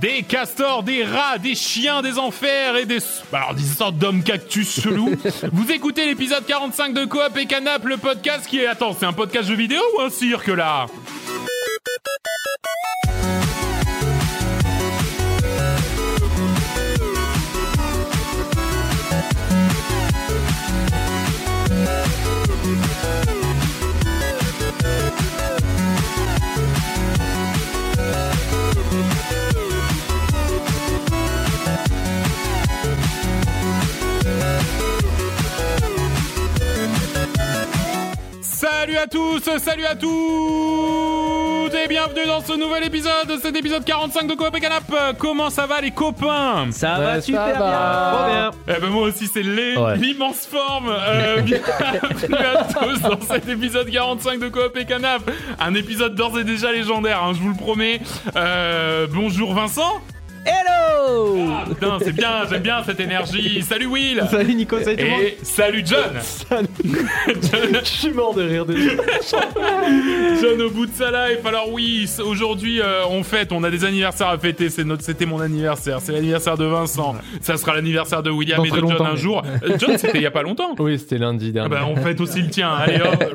Des castors, des rats, des chiens des enfers et des... bah, Alors des sortes d'hommes cactus chelous. Vous écoutez l'épisode 45 de Coop et Canap, le podcast qui est... Attends, c'est un podcast jeu vidéo ou un cirque là Salut à tous, salut à toutes et bienvenue dans ce nouvel épisode, cet épisode 45 de Coop et Canap. Comment ça va les copains Ça Ouais, va ça super va. bien, trop bien. Eh ben moi aussi c'est l'é- Ouais. l'immense forme. Euh, bienvenue à tous dans cet épisode 45 de Coop et Canap. Un épisode d'ores et déjà légendaire, hein, je vous le promets. Euh, bonjour Vincent. Hello Ah, putain c'est bien, j'aime bien cette énergie. Salut Will. Salut Nico, salut Et salut John. John, Je suis mort de rire déjà. John au bout de sa life. Alors oui, c- aujourd'hui euh, on fête, on a des anniversaires à fêter. C'est notre, c'était mon anniversaire, c'est l'anniversaire de Vincent. Ça sera l'anniversaire de William Dans et de très John longtemps, un mais- jour. Euh, John c'était il y a pas longtemps. Oui, c'était lundi Ah dernier. bah, on fête aussi le tien. Allez hop,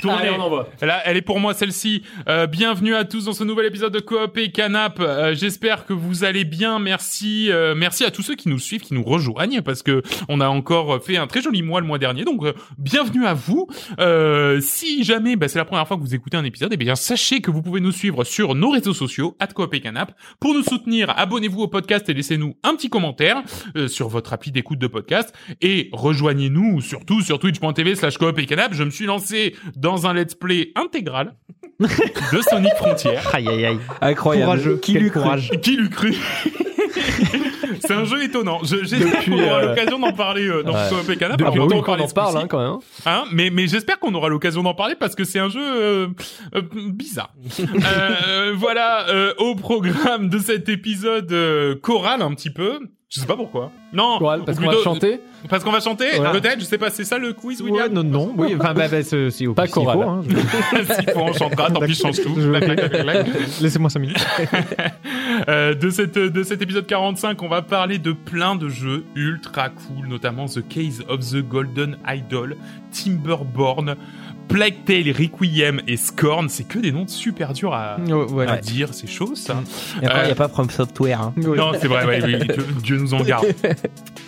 tournez. Allez, on envoie. Là, elle est pour moi celle-ci. Euh, bienvenue à tous dans ce nouvel épisode de Coop et Canap. Euh, J'espère que vous allez bien. Merci, euh, merci à tous ceux qui nous suivent, qui nous rejoignent, parce que on a encore fait un très joli mois le mois dernier. Donc, euh, bienvenue à vous. Euh, si jamais bah, c'est la première fois que vous écoutez un épisode, eh bien sachez que vous pouvez nous suivre sur nos réseaux sociaux @coop et Canap. Pour nous soutenir, abonnez-vous au podcast et laissez-nous un petit commentaire euh, sur votre appli d'écoute de podcast et rejoignez-nous surtout sur twitch.tv slash coop et canap. Je me suis lancé dans un let's play intégral de Sonic Frontier. Aïe aïe aïe. Incroyable. Courageux. Qui Quel l'eût cru courage. Qui l'eût cru C'est un jeu étonnant. Je- J'espère Depuis, qu'on aura euh, l'occasion d'en parler euh, dans Ouais. Coop et Canap. Depuis Alors, autant Ah, oui, qu'on en ce parle coup-ci. hein, quand même. Hein, mais mais j'espère qu'on aura l'occasion d'en parler parce que c'est un jeu euh, euh, bizarre. Euh, voilà euh, au programme de cet épisode euh, choral un petit peu. Je sais pas pourquoi. Non, Coral, parce ou qu'on va plutôt- chanter. Parce qu'on va chanter. Ouais. Peut-être. Je sais pas. C'est ça le quiz, William. Ouais, non, non, oui, enfin, bah, bah, c'est- si, au Pas plus, s'il faut, choral. hein. S'il faut, on chantera. Tant pis, je change tout. Je- Clac, clac, clac, clac. Laissez-moi 5 minutes. Euh, de, cette, de cet épisode 45, on va parler de plein de jeux ultra cool, notamment The Case of the Golden Idol, Timberborn, Plague Tale, Requiem et Scorn. C'est que des noms super durs à, Ouais, ouais. à dire, c'est chaud ça. Et après, Euh, il n'y a pas From Software. hein. Ouais. Non, c'est vrai, ouais, oui, Dieu, Dieu nous en garde.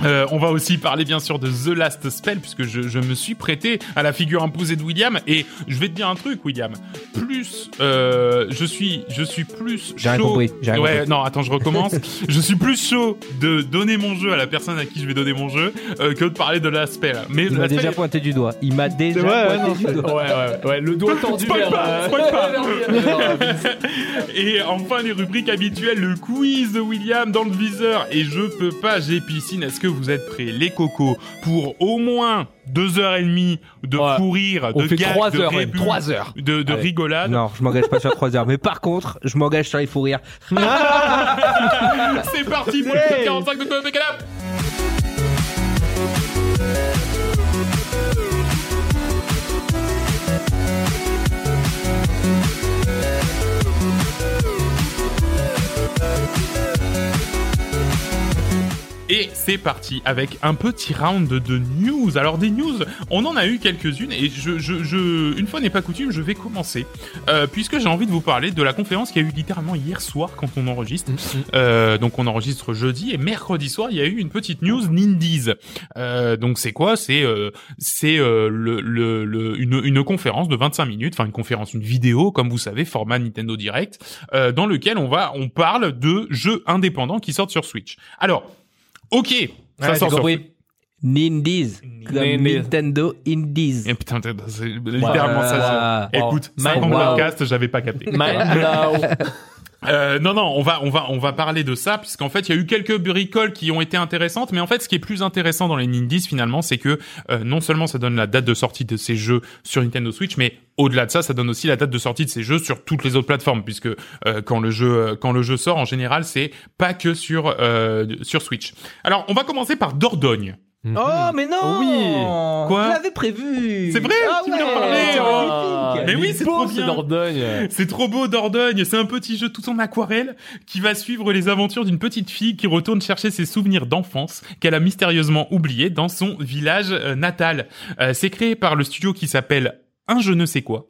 Euh, on va aussi parler bien sûr de The Last Spell, puisque je, je me suis prêté à la figure imposée de William. Et je vais te dire un truc, William. Plus euh, je suis, je suis plus J'ai rien chaud. compris, j'ai rien ouais, compris. non, attends, je recommence. je suis plus chaud de donner mon jeu à la personne à qui je vais donner mon jeu euh, que de parler de The Last Spell. Mais Il The m'a Last Spell déjà est- pointé du doigt. Il m'a déjà C'est vrai, ouais, pointé non, du doigt. ouais, ouais, le doigt tordu Spoil vers, pas, euh, spoil pas. Et enfin, les rubriques habituelles, le quiz de William dans le viseur. Et je peux pas, j'ai piscine. Est-ce que vous êtes prêts, les cocos, pour au moins deux heures et demie de Ouais. courir, On de fait gags, 3 de heures, rébus, 3 heures. de, de Allez. rigolade Non, je m'engage pas sur 3 heures. Mais par contre, je m'engage sur les fous rires. C'est parti pour le 45 de Coop et Canap Et c'est parti avec un petit round de news. Alors des news, on en a eu quelques-unes et je, je, je- une fois n'est pas coutume, je vais commencer euh, puisque j'ai envie de vous parler de la conférence qui a eu littéralement hier soir quand on enregistre. Euh, donc on enregistre jeudi et mercredi soir il y a eu une petite news Nindies. Euh, donc c'est quoi C'est euh, c'est euh, le, le, le- une, une conférence de 25 minutes, enfin une conférence, une vidéo comme vous savez format Nintendo Direct euh, dans lequel on va on parle de jeux indépendants qui sortent sur Switch. Alors ok ça Ouais, sort j'ai sur compris. Nindies. Comme Nindies. Nintendo Indies. et Eh, putain, t'as- c'est littéralement ça. Voilà. c'est- Écoute, Wow. 50 Wow. podcasts, j'avais pas capté. Euh, non, non, on va, on va, on va parler de ça puisqu'en fait, il y a eu quelques bricoles qui ont été intéressantes, mais en fait, ce qui est plus intéressant dans les Nindies finalement, c'est que euh, non seulement ça donne la date de sortie de ces jeux sur Nintendo Switch, mais au-delà de ça, ça donne aussi la date de sortie de ces jeux sur toutes les autres plateformes, puisque euh, quand le jeu, euh, quand le jeu sort, en général, c'est pas que sur euh, sur Switch. Alors, on va commencer par Dordogne. Oh, mais non Oui. Quoi Je l'avais prévu C'est vrai ah Tu ouais, voulais en parler, c'est oh. magnifique. Ah, Mais oui, Il c'est trop pose bien. Dordogne. C'est trop beau Dordogne, c'est un petit jeu tout en aquarelle qui va suivre les aventures d'une petite fille qui retourne chercher ses souvenirs d'enfance qu'elle a mystérieusement oubliés dans son village euh, natal. Euh, c'est créé par le studio qui s'appelle Un je ne sais quoi,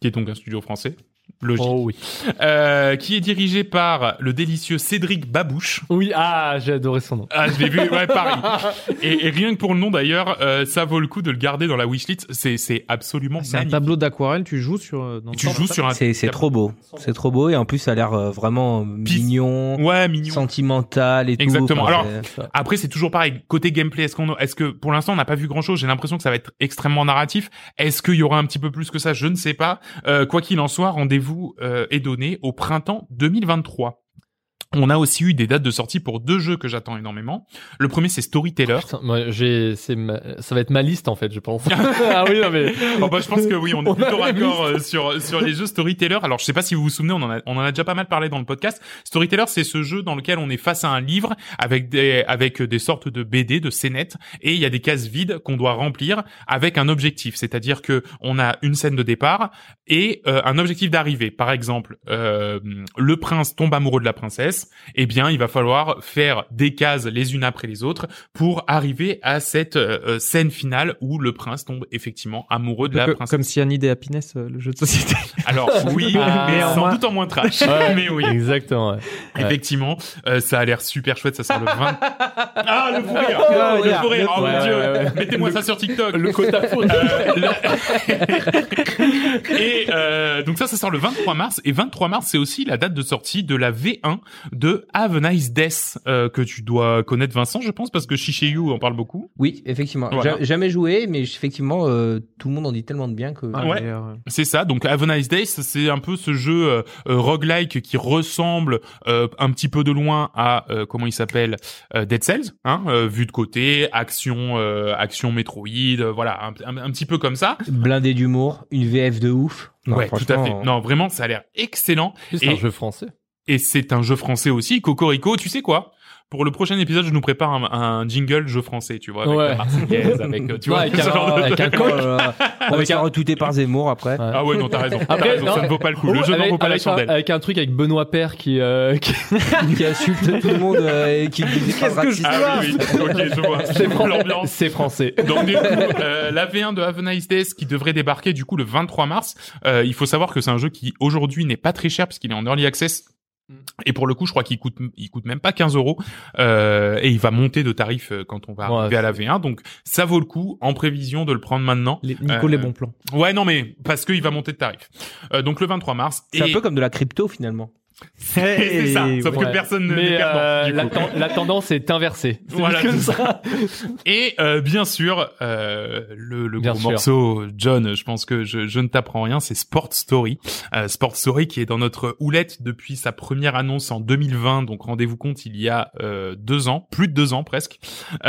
qui est donc un studio français, logique, Oh oui. euh, qui est dirigé par le délicieux Cédric Babouche. Oui, ah, j'ai adoré son nom. Ah, je l'ai vu, ouais, pareil. Et, et rien que pour le nom d'ailleurs, euh, ça vaut le coup de le garder dans la wishlist. C'est, c'est absolument Ah, C'est un Ah, magnifique. tableau d'aquarelle, tu joues sur. euh, dans- Tu joues sur un C'est c'est trop beau. C'est trop beau et en plus ça a l'air euh, vraiment Pis- mignon, ouais mignon. sentimental et Exactement. tout. Alors, euh, c'est- Après, c'est toujours pareil. Côté gameplay, est-ce qu'on, est-ce que pour l'instant on n'a pas vu grand-chose J'ai l'impression que ça va être extrêmement narratif. Est-ce qu'il y aura un petit peu plus que ça Je ne sais pas. Euh, quoi qu'il en soit, rendez-vous euh, est donné au printemps 2023. On a aussi eu des dates de sortie pour deux jeux que j'attends énormément. Le premier, c'est Storyteller. Putain, moi, j'ai, c'est ma- ça va être ma liste en fait, je pense. ah oui, non mais. Oh, bah, je pense que oui, on est On a plutôt la raccord euh, sur sur les jeux Storyteller. Alors, je sais pas si vous vous souvenez, on en a on en a déjà pas mal parlé dans le podcast. Storyteller, c'est ce jeu dans lequel on est face à un livre avec des avec des sortes de BD, de scénettes, et il y a des cases vides qu'on doit remplir avec un objectif. C'est-à-dire que on a une scène de départ et euh, un objectif d'arrivée. Par exemple, euh, le prince tombe amoureux de la princesse. Eh bien, il va falloir faire des cases les unes après les autres pour arriver à cette euh, scène finale où le prince tombe effectivement amoureux de la Que- princesse. Comme Cyanide et Happiness, euh, le jeu de société. Alors oui, Ah, mais en sans moins- doute en moins trash. Ouais. Mais oui, Exactement. ouais. Ouais. effectivement, euh, ça a l'air super chouette. Ça sort le 20. Ah le fou rire, Ah, le regarde, fou rire. le Oh fou mon rire. dieu, Ouais, ouais, ouais. mettez-moi ça sur TikTok. Le quota faute. Euh, la- et euh, donc ça, ça sort le 23 mars. Et 23 mars, c'est aussi la date de sortie de la V1 de Have a Nice Death euh, que tu dois connaître, Vincent, je pense, parce que Shishayu en parle beaucoup. oui, effectivement. Voilà. J'a- Jamais joué, mais effectivement, euh, tout le monde en dit tellement de bien que. Ah Ouais. mais, euh, C'est ça. Donc Have a Nice Day, c'est un peu ce jeu euh, euh, roguelike qui ressemble euh, un petit peu de loin à euh, comment il s'appelle euh, Dead Cells, hein, euh, vu de côté, action, euh, action Metroid, euh, voilà, un, un- un petit peu comme ça. Blindé d'humour, une VF de ouf. Non, ouais, tout à fait. franchement, euh, Non, vraiment, ça a l'air excellent. C'est Et- un jeu français. Et c'est un jeu français aussi, Cocorico, tu sais quoi pour le prochain épisode, je nous prépare un, un jingle jeu français, tu vois, avec Ouais. la Marseillaise, avec, euh, tu vois, Ouais, avec ce un- genre de- avec un Oh là là. On va Avec se faire un- retweeter par Zemmour après. Ouais. Ah ouais, non, t'as raison. T'as Après, raison, non, ça ne vaut pas le coup. Le jeu n'en avec, vaut pas la avec un- chandelle. avec un truc avec Benoît Père qui, euh, qui qui insulte tout le monde euh, et qui dit des phrases Qu'est-ce que je racistes. Ah oui, oui, ok, je vois. c'est fran- l'ambiance. c'est français. Donc du coup, euh, la V1 de Have a Nice Days qui devrait débarquer du coup le 23 mars. Euh, il faut savoir que c'est un jeu qui aujourd'hui n'est pas très cher puisqu'il est en early access. Mm. Et pour le coup, je crois qu'il coûte, il coûte même pas 15 euros, Euh, et il va monter de tarif euh, quand on va Ouais, arriver à la V1. Donc, ça vaut le coup en prévision de le prendre maintenant. les- Nico, Euh, les bons plans. Ouais, non, mais parce qu'il va monter de tarif. Euh, donc le 23 mars. C'est un et- peu comme de la crypto finalement. et c'est ça. Sauf que Ouais. personne ne n'est Mais perdant, euh, du la, coup. ten- la tendance est inversée. C'est Voilà, juste comme c'est ça. Et euh, bien sûr, euh, le, le Bien gros sûr. morceau, John, je pense que je, je ne t'apprends rien, c'est Sport Story. Euh, Sport Story qui est dans notre houlette depuis sa première annonce en 2020, donc rendez-vous compte, il y a euh, deux ans, plus de deux ans presque.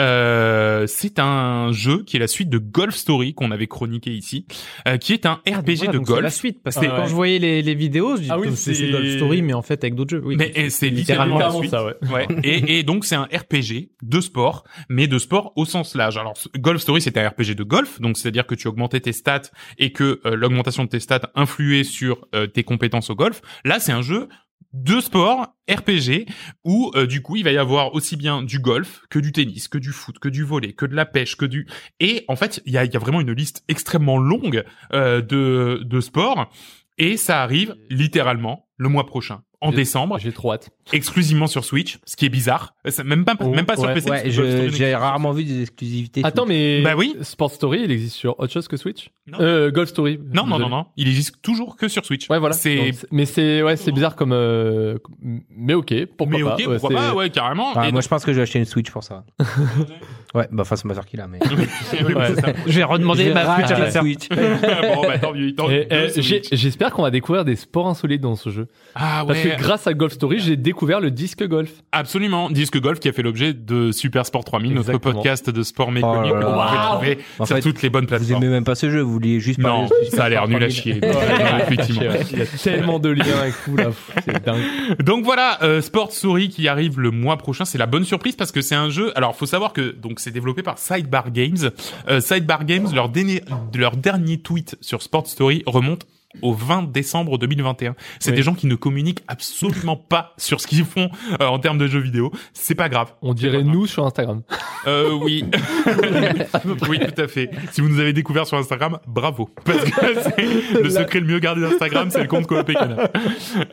Euh, c'est un jeu qui est la suite de Golf Story qu'on avait chroniqué ici, euh, qui est un RPG Voilà, de donc c'est La golf. suite, parce C'est- que quand je voyais les, les vidéos, je disais, Ah oui, putain, c'est c'est- c'est Golf Story, mais en fait avec d'autres jeux. Oui, Mais et c'est littéralement, la Littéralement suite. ça, ouais. Ouais. Et, et donc c'est un RPG de sport, mais de sport au sens large. Alors ce- Golf Story c'était un RPG de golf, donc c'est-à-dire que tu augmentais tes stats et que euh, l'augmentation de tes stats influait sur euh, tes compétences au golf. Là c'est un jeu de sport RPG où euh, du coup il va y avoir aussi bien du golf que du tennis, que du foot, que du volley, que de la pêche, que du et en fait il y a, il y a vraiment une liste extrêmement longue euh, de de sports et ça arrive littéralement le mois prochain en Et- décembre J'ai trop hâte. exclusivement sur Switch, ce qui est bizarre. Euh, C'est Même pas, même pas sur Oh, Ouais, PC. parce Ouais, que Golf je- Story j'ai rarement vu des exclusivités. Attends, mais Bah oui. Sport Story, il existe sur autre chose que Switch Non. Euh, Golf Story. Non, non, Désolé. non, non. Il existe toujours que sur Switch. Ouais, voilà. C'est, Donc, mais c'est ouais, c'est bizarre comme. euh, mais ok, pourquoi mais pas. ok, Ouais, pourquoi c'est- pas, ouais, carrément. Ah, Et moi je pense que je vais acheter une Switch pour ça. ouais, bah enfin c'est ma soeur qui l'a mais. donc- Oui, bah, c'est ça. Je vais redemander ma Switch à ma la sœur. Switch. bon, bah, tant mieux, tant mieux. Et, euh, Switch. j'ai- J'espère qu'on va découvrir des sports insolites dans ce jeu. Ah Parce ouais, que grâce à Golf Story, j'ai découvert le disque golf. absolument. Disque Golf qui a fait l'objet de Super Sport 3000, notre Exactement. podcast de sport Oh méconnu là que vous là. pouvez Wow. trouver En sur fait, toutes les bonnes Vous plateformes. aimez même pas ce jeu, vous vouliez juste parler. Non, de Switch ça a l'air Sport nul à 3000. chier. Ouais, Effectivement. Il y a tellement de liens et tout là. Pff, C'est dingue. Donc voilà, euh, Sport Souris qui arrive le mois prochain, c'est la bonne surprise parce que c'est un jeu. Alors faut savoir que donc donc c'est développé par Sidebar Games. Euh, Sidebar Games, leur, déné- leur dernier tweet sur Sport Story remonte au 20 décembre 2021. C'est Oui. des gens qui ne communiquent absolument pas sur ce qu'ils font euh, en termes de jeux vidéo. C'est pas grave. On dirait nous sur Instagram. Euh, oui. oui, tout à fait. Si vous nous avez découvert sur Instagram, bravo. Parce que c'est le secret le mieux gardé d'Instagram, c'est le compte Coop et Canap.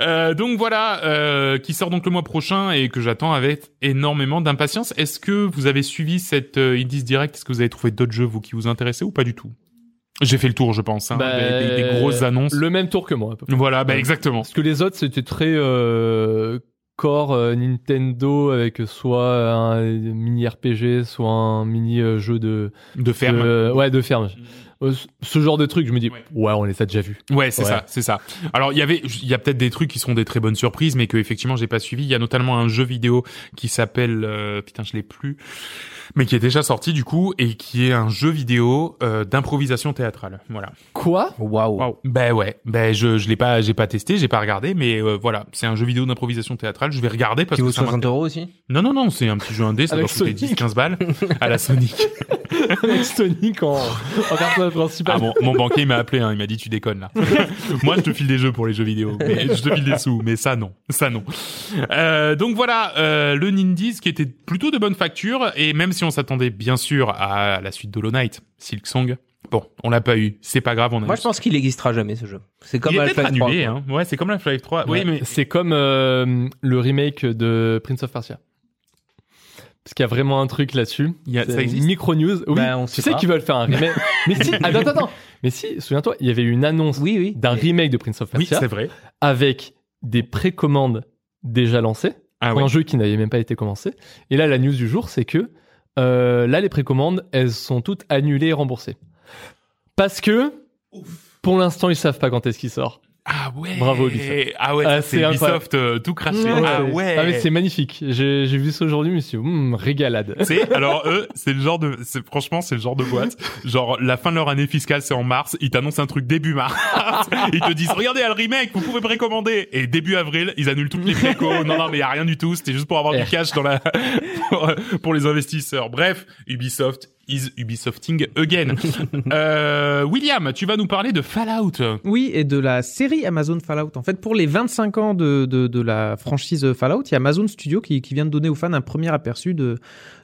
Euh, donc voilà, euh, qui sort donc le mois prochain et que j'attends avec énormément d'impatience. Est-ce que vous avez suivi cette euh, Indies Direct Est-ce que vous avez trouvé d'autres jeux, vous, qui vous intéressez ou pas du tout J'ai fait le tour, je pense, hein, Bah, des, des- des grosses annonces. Le même tour que moi. à peu près. Voilà, bah exactement. Parce que les autres, c'était très euh, core euh, Nintendo avec soit un mini RPG, soit un mini euh, jeu de, De ferme. Mm. de- ouais, de ferme. Euh, ce- Ce genre de truc, je me dis, Ouais. ouais, on les a déjà vus. Ouais, c'est Ouais. ça, c'est ça. Alors il y avait, il y a peut-être des trucs qui seront des très bonnes surprises, mais que effectivement j'ai pas suivi. Il y a notamment un jeu vidéo qui s'appelle, euh, putain je l'ai plus, mais qui est déjà sorti du coup et qui est un jeu vidéo euh, d'improvisation théâtrale. Voilà. Quoi Waouh. Ben ouais, ben je je l'ai pas, j'ai pas testé, j'ai pas regardé, mais euh, voilà, c'est un jeu vidéo d'improvisation théâtrale. Je vais regarder parce Qui vaut que ça m'intéresse. 60 euros aussi Non non non, c'est un petit jeu indé, ça doit Avec coûter Sonic. 10-15 balles à la Sonic. Sonic en, en personnage principal. Ah, mon, mon banquier il m'a appelé, hein, il m'a dit tu déconnes là. Moi je te file des jeux pour les jeux vidéo, mais je te file des sous, mais ça non, ça non. Euh, donc voilà, euh, le Nindies qui était plutôt de bonne facture et même si on s'attendait bien sûr à la suite d'Hollow Knight, Silk Song, bon on l'a pas eu, c'est pas grave, on a. Moi, eu. je pense qu'il n'existera jamais ce jeu. C'est comme il est Half-Life peut-être 3, annulé, quoi. hein. ouais c'est comme la Half-Life 3. Ouais, Oui mais c'est comme euh, le remake de Prince of Persia. Parce qu'il y a vraiment un truc là-dessus. il y a- ça C'est existe. Micro news. Oui. Bah, on tu sait sais pas. qu'ils veulent faire un remake. mais si, attends, attends, attends. Mais si, souviens-toi, il y avait eu une annonce Oui, oui. d'un remake de Prince of Oui Persia c'est vrai. avec des précommandes déjà lancées Ah pour ouais. un jeu qui n'avait même pas été commencé. Et là, la news du jour, c'est que euh, là, les précommandes, elles sont toutes annulées et remboursées. Parce que, pour l'instant, ils savent pas quand est-ce qu'il sort. Ah ouais. Bravo, Ubisoft. Ah ouais Ah, ça, c'est c'est incroyable. Ubisoft euh, tout craché. Ouais. Ah ouais. Ah mais c'est magnifique. J'ai j'ai vu ça aujourd'hui, monsieur. Hum, régalade. C'est alors eux, c'est le genre de, c'est franchement c'est le genre de boîte. Genre la fin de leur année fiscale c'est en mars, ils t'annoncent un truc début mars, ils te disent regardez à le remake, vous pouvez précommander et début avril ils annulent toutes les préco. Non non mais y a rien du tout, c'était juste pour avoir du Eh. cash dans la pour, pour les investisseurs. Bref, Ubisoft is Ubisofting again. Euh, William, tu vas nous parler de Fallout. Oui, et de la série Amazon Fallout. En fait, pour les 25 ans de, de, de la franchise Fallout, il y a Amazon Studio qui, qui vient de donner aux fans un premier aperçu de,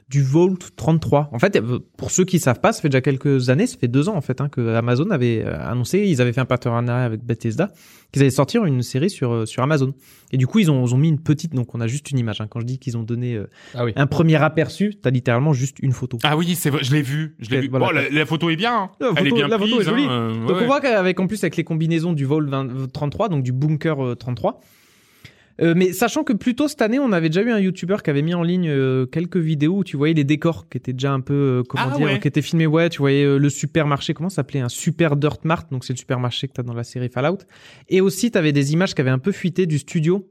du Vault 33. En fait, euh, pour ceux qui savent pas, ça fait déjà quelques années, ça fait deux ans en fait, hein, que Amazon avait euh, annoncé, ils avaient fait un partenariat avec Bethesda, qu'ils allaient sortir une série sur, euh, sur Amazon. Et du coup, ils ont, ils ont mis une petite, donc on a juste une image. hein. quand je dis qu'ils ont donné euh, Ah oui. un premier aperçu, t'as littéralement juste une photo. Ah oui, c'est vrai, je l'ai vu, je l'ai vu. Eh, Voilà. Bon, la, la photo est bien, hein. La elle est photo- bien la prise. photo est jolie. hein, euh, Donc ouais. on voit qu'avec en plus avec les combinaisons du vol 20 33, donc du bunker euh, 33. Euh, mais sachant que plus tôt cette année, on avait déjà eu un YouTuber qui avait mis en ligne euh, quelques vidéos où tu voyais les décors qui étaient déjà un peu, euh, comment Ah dire, ouais. qui étaient filmés. Ouais, tu voyais euh, le supermarché, comment ça s'appelait Un super Dirt Mart, donc c'est le supermarché que t'as dans la série Fallout. Et aussi, t'avais des images qui avaient un peu fuité du studio.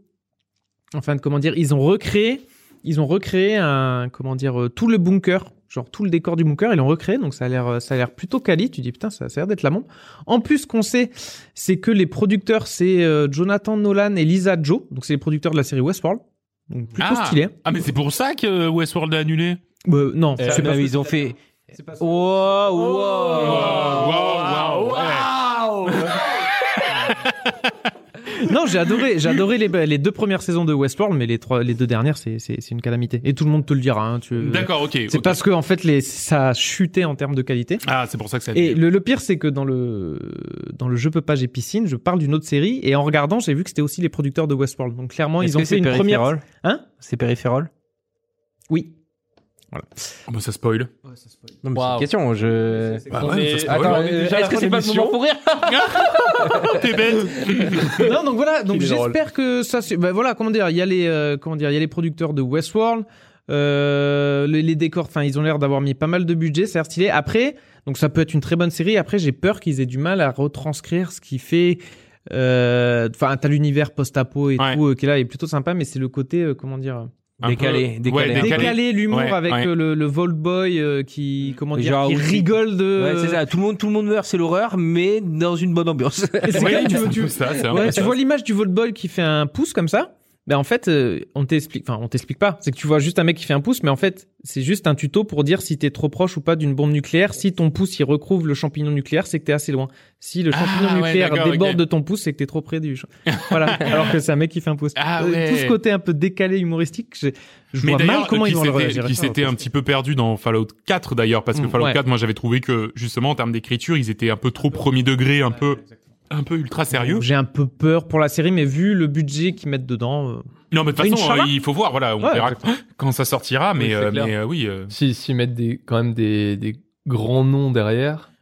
Enfin, comment dire, ils ont recréé, ils ont recréé un, comment dire, euh, tout le bunker, genre tout le décor du bunker, ils l'ont recréé, donc ça a l'air, euh, ça a l'air plutôt quali. Tu dis putain, ça, ça a l'air d'être la bombe. En plus, ce qu'on sait, c'est que les producteurs, c'est euh, Jonathan Nolan et Lisa Joe, donc c'est les producteurs de la série Westworld. Donc plutôt Ah. stylé. Ah mais c'est pour ça que Westworld a annulé. Euh, non, Euh, c'est Ah, pas- mais ils ont fait. c'est pas ça. Wow, wow. Wow, wow, wow. Non, j'ai adoré, j'ai adoré les, les deux premières saisons de Westworld, mais les trois, les deux dernières, c'est, c'est, c'est une calamité. Et tout le monde te le dira. hein, tu- D'accord, ok. C'est ok. parce que en fait, les, ça a chuté en termes de qualité. Ah, c'est pour ça que ça. Et le, le pire, c'est que dans le, dans le jeu Pepage et Piscine, je parle d'une autre série, et en regardant, j'ai vu que c'était aussi les producteurs de Westworld. Donc clairement, Est-ce ils ont que fait c'est une première. Peripheral Hein C'est périphéral Oui. Oh, bah, ça spoil. Non, mais c'est Waouh. une question. Je. euh, Bah On ouais, est- ça se Attends, voit. on est déjà à la Est-ce que fin c'est de pas le l'émission. moment pour rire T'es bête. non, donc voilà, donc Il est drôle. j'espère que ça. se- Bah voilà, comment dire, il y a les, euh, comment dire, il y a les producteurs de Westworld. euh, les, les décors, enfin, ils ont l'air d'avoir mis pas mal de budget, ça a l'air stylé. Après, donc ça peut être une très bonne série. Après, j'ai peur qu'ils aient du mal à retranscrire ce qui fait. euh, Enfin, t'as l'univers post-apo et Ouais. tout euh, qui est là, est plutôt sympa, mais c'est le côté, euh, comment dire, Un Décalé, peu- décalé. ouais, un peu. décalé. décalé l'humour Ouais, avec ouais. euh, le, le Vault Boy euh, qui, comment dire, Genre qui aussi- rigole de. Ouais, c'est ça. Tout le monde, tout le monde meurt, c'est l'horreur, mais dans une bonne ambiance. Et c'est Ouais, quand même, tu c'est veux- un tu- peu ça, c'est un Ouais, peu tu ça. vois l'image du Vault Boy qui fait un pouce comme ça Ben en fait, euh, on t'explique, enfin on t'explique pas. C'est que tu vois juste un mec qui fait un pouce, mais en fait, c'est juste un tuto pour dire si t'es trop proche ou pas d'une bombe nucléaire. Si ton pouce il recouvre le champignon nucléaire, c'est que t'es assez loin. Si le Ah, champignon ouais, nucléaire d'accord, déborde ok. de ton pouce, c'est que t'es trop près du. champ- Voilà. Alors que c'est un mec qui fait un pouce. Ah Euh, ouais. Tout ce côté un peu décalé humoristique, je, je Mais vois mal d'ailleurs, comment qui ils vont le s'était- réagir. Qui s'était un petit peu perdu dans Fallout 4 d'ailleurs, parce que Mm, Fallout ouais. 4, moi j'avais trouvé que justement en termes d'écriture, ils étaient un peu trop premier degré, un peu, un peu ultra sérieux. J'ai un peu peur pour la série, mais vu le budget qu'ils mettent dedans, euh, Non, mais de toute Une façon, Inch'Allah. euh, il faut voir, voilà, on Ouais, verra quand ça sortira, mais, c'est euh, clair. mais euh, oui. euh, Si, s'ils mettent des, quand même des, des grands noms derrière.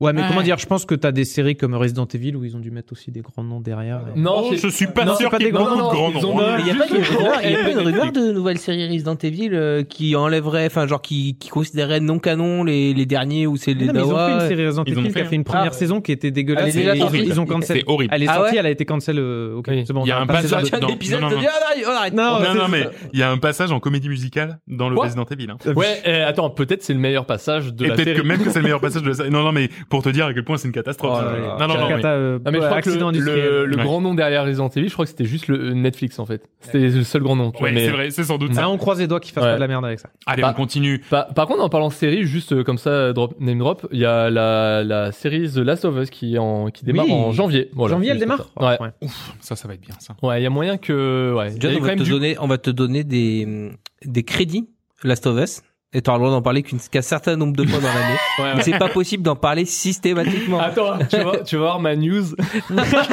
Ouais, mais Ouais. comment dire Je pense que t'as des séries comme Resident Evil où ils ont dû mettre aussi des grands noms derrière. Et- Non, oh, je suis pas non, c'est sûr pas qu'il y ait des grands- beaucoup non, de grands ils ont noms. hein. pas- Il n'y a pas Juste une le Eh, rumeur, il y a nom pas et une le rumeur de nouvelle série Resident Evil euh, qui enlèverait, enfin genre qui, qui considérait non canon les, les derniers ou c'est les Ah Non, mais ils ont fait Dawa. une série Resident Ils en ont Evil qui fait a un. fait une première Ah. saison qui était dégueulasse. Elle est déjà et sortie. ils, ils ont cancel. C'est horrible. Elle est Ah sortie, ouais elle a été cancel. euh, ok, Oui. c'est bon, Il y a on un pas passage de- dans- un Non, épisode non, de non. dire ah, non, on arrête. Non, Non, c'est- non, mais il y a un passage en comédie musicale dans le Quoi Resident Evil. hein. Ouais, eh, attends, peut-être c'est le meilleur passage de Et la peut-être série. que même que c'est le meilleur passage de la série. Non, non, mais pour te dire à quel point c'est une catastrophe. Oh là ça. là. non, non, non. mais- Cata, euh, Non, mais je ouais, crois que accident le, industriel. le- le Ouais. grand nom derrière Resident Evil, je crois que c'était juste le euh, Netflix en fait. C'était le seul grand nom. tu vois, Ouais, mais- c'est vrai, c'est sans doute Ah, ça. on croise les doigts qu'ils fassent Ouais. pas de la merde avec ça. Allez, Bah- on continue. Par, par contre, en parlant de série, juste euh, comme ça, drop, name drop, il y a la, la série The Last of Us qui, est en, qui démarre Oui. en janvier. Voilà, Janvier, elle juste démarre comme ça. Ouais, Ouais. Ça, ça va être bien, ça. Ouais, il y a moyen que. Ouais, John, Il y a on, va te du- donner, on va te donner des, des crédits Last of Us et t'auras le droit d'en parler qu'une- qu'un certain nombre de fois dans l'année. Ouais, ouais. Mais c'est pas possible d'en parler systématiquement. Attends, tu vas, tu vas voir ma news.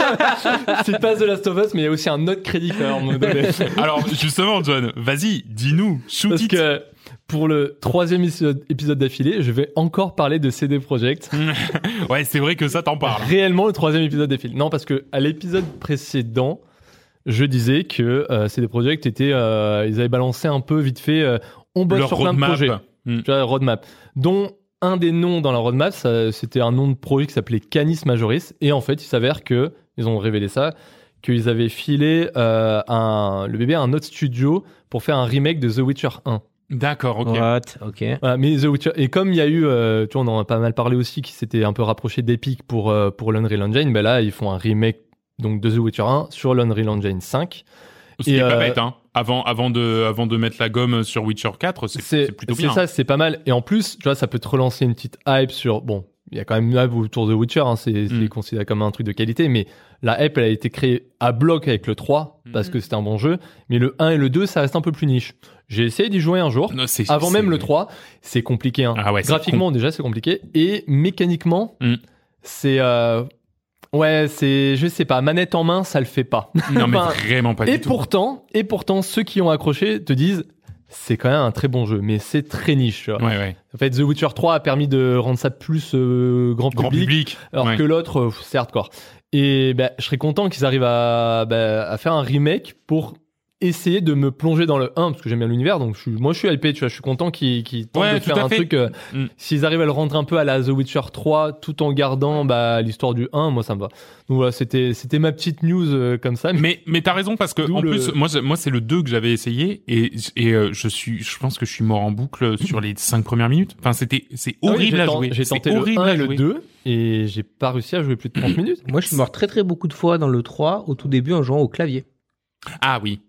c'est pas The Last of Us, mais il y a aussi un autre crédit qu'on me donnait. Alors, justement, John, vas-y, dis-nous, shoot Parce it. que pour le troisième épisode, épisode d'affilée, je vais encore parler de CD Projekt. Ouais, c'est vrai que ça t'en parle. Réellement le troisième épisode d'affilée. Non, parce que à l'épisode précédent, je disais que euh, CD Projekt était, euh, ils avaient balancé un peu vite fait. euh, on bosse Leur sur plein de roadmap. projets. Mm. Tu vois, roadmap. Dont un des noms dans la roadmap, ça- c'était un nom de projet qui s'appelait Canis Majoris. Et en fait, il s'avère que, ils ont révélé ça, qu'ils avaient filé euh, un, le bébé à un autre studio pour faire un remake de The Witcher 1. D'accord, ok. What Ok. Voilà, mais The Witcher, et comme il y a eu, euh, tu vois, on en a pas mal parlé aussi, qui s'était un peu rapproché d'Epic pour, euh, pour l'Unreal Engine, ben là, ils font un remake donc, de The Witcher 1 sur l'Unreal Engine 5. Ce qui est Et, pas euh, bête, hein. Avant, avant, de, avant de mettre la gomme sur Witcher 4, c'est c'est plutôt bien. ça, c'est pas mal. Et en plus, tu vois, ça peut te relancer une petite hype sur. Bon, il y a quand même une hype autour de Witcher, hein, c'est c'est Mm. considéré comme un truc de qualité, mais la hype, elle a été créée à bloc avec le 3, parce Mm. que c'était un bon jeu, mais le 1 et le 2, ça reste un peu plus niche. J'ai essayé d'y jouer un jour. Non, c'est- Avant c'est- même le 3, c'est compliqué. hein. Ah ouais, c'est Graphiquement, déjà, c'est compliqué. Et mécaniquement, Mm. c'est. euh, Ouais, c'est. Je sais pas, manette en main, ça le fait pas. con. Non, mais Enfin, vraiment pas Et du tout. pourtant, et pourtant, ceux qui ont accroché te disent c'est quand même un très bon jeu, mais c'est très niche. tu vois. Ouais, ouais. En fait, The Witcher 3 a permis de rendre ça plus euh, grand, Grand public, public. alors ouais. que l'autre, euh, c'est hardcore. Et ben, je serais content qu'ils arrivent à, ben, à faire un remake pour essayer de me plonger dans le 1 parce que j'aime bien l'univers donc je suis- moi je suis hypé tu vois je suis content qu'ils qu'ils tentent Ouais, de tout faire à un fait. truc euh, Mm. s'ils arrivent à le rendre un peu à la The Witcher 3 tout en gardant bah, l'histoire du 1 moi ça me va donc voilà c'était c'était ma petite news euh, comme ça Mais mais t'as raison parce que D'où en le- plus moi je- moi c'est le 2 que j'avais essayé et et euh, je suis je pense que je suis mort en boucle euh, sur les 5 premières minutes. Enfin c'était c'est Ah oui, horrible j'ai à ten- jouer. J'ai C'est tenté le horrible 1 à et le jouer. 2 et j'ai pas réussi à jouer plus de 30 minutes. Moi, je suis mort très très beaucoup de fois dans le 3 au tout début en jouant au clavier. Ah oui.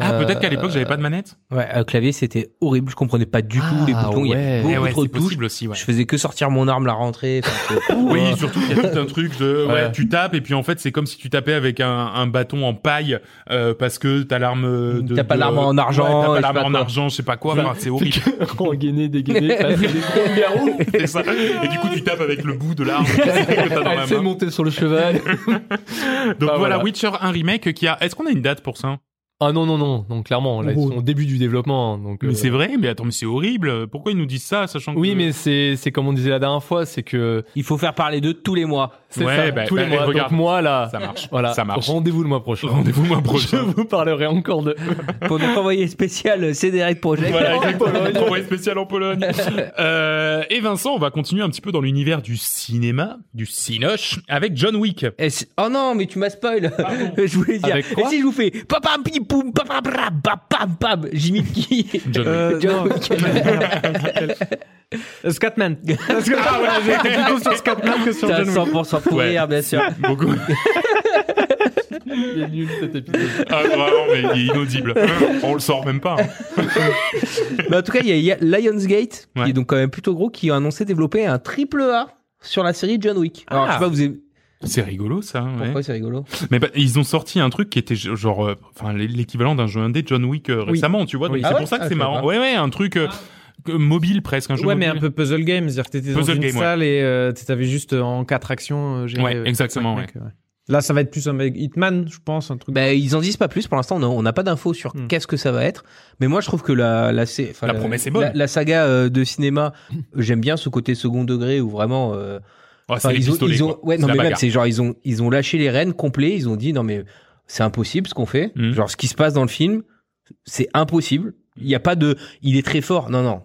Ah Euh, peut-être qu'à l'époque j'avais pas de manette. Ouais, au clavier, c'était horrible. Je comprenais pas du tout Ah, les boutons. Il y ouais. avait beaucoup Eh ouais, trop c'est de touches. possible aussi ouais. Je faisais que sortir mon arme, la rentrer. enfin, c'est- Oui, surtout qu'il y a tout un truc de ouais, hein. Ouais. tu tapes et puis en fait c'est comme si tu tapais avec un, un bâton en paille euh, parce que t'as l'arme euh, de T'as pas de- l'arme en ouais, argent, je sais t'as pas pas l'arme en quoi. argent, je sais pas quoi, Enfin, enfin, c'est horrible. En gainé, dégainé, passer des gros garous. C'est ça. Et du coup tu tapes avec le bout de l'arme que t'as dans la Elle s'est main. montée sur le cheval. Donc Bah, voilà, voilà. Witcher un remake qui a est-ce qu'on a une date pour ça Ah non, non, non, non, clairement, là, ils Oh. sont au début du développement. hein, Donc, Mais euh, c'est vrai, mais attends, mais c'est horrible. Pourquoi ils nous disent ça sachant que Oui, mais c'est c'est comme on disait la dernière fois, c'est que Il faut faire parler d'eux tous les mois. c'est Ouais, ça, bah, tous bah, les mois. regarde. Donc moi là, ça marche. voilà, Ça marche. rendez-vous le mois prochain. Rendez-vous moi Je prochain. vous parlerai encore de. Pour notre envoyé spécial euh, CDR Project. Voilà, exactement. Pologne. Notre envoyé spécial en Pologne. Euh, et Vincent, on va continuer un petit peu dans l'univers du cinéma, du cinoche, avec John Wick. Et si- Oh non, mais tu m'as spoil. je voulais dire. Avec quoi Et si je vous fais papam pim poum papam bram, papam pam, j'imite qui John Wick. Euh, John non. Euh, Scatman. Parce que ah, voilà, j'ai été plutôt sur Scatman que sur T'as John Wick. 100% pour Ouais. rire, bien sûr. Beaucoup. Il est nul cet épisode. Ah, vraiment, mais il est inaudible. On le sort même pas. hein. Mais en tout cas, il y a- il y, a Lionsgate, Ouais. qui est donc quand même plutôt gros, qui a annoncé développer un triple A sur la série John Wick. Alors, Ah. je sais pas, vous aimez... C'est rigolo, ça. ouais. Pourquoi c'est rigolo Mais bah, ils ont sorti un truc qui était ge- genre, euh, enfin, l'é- l'équivalent d'un jeu indé John Wick euh, Oui. récemment, tu vois. Donc Oui. c'est Ah pour ouais ça que Ah, c'est je marrant. savais Ouais, ouais, un truc euh, que- mobile presque, un jeu Ouais, mais un mobile. peu puzzle game. C'est-à-dire que t'étais dans Puzzle une game, ouais. salle et euh, t'avais juste euh, en quatre actions euh, géré, Ouais, euh, exactement, cinq mecs, ouais. Là, ça va être plus un mec Hitman, je pense, un truc. Ben, ils en disent pas plus pour l'instant. on a- On n'a pas d'infos sur Hmm. qu'est-ce que ça va être. Mais moi, je trouve que la la, sé- enfin, La promesse est bonne. La, la saga euh, de cinéma, j'aime bien ce côté second degré où vraiment. euh, Ouais, Ah, c'est enfin, les ils ont, pistolets, ils ont- quoi. ouais, C'est non mais la même bagarre. c'est genre ils ont ils ont lâché les rênes complets. Ils ont dit non mais c'est impossible ce qu'on fait. Hmm. Genre ce qui se passe dans le film, c'est impossible. Il n'y a pas de. Il est très fort. Non non,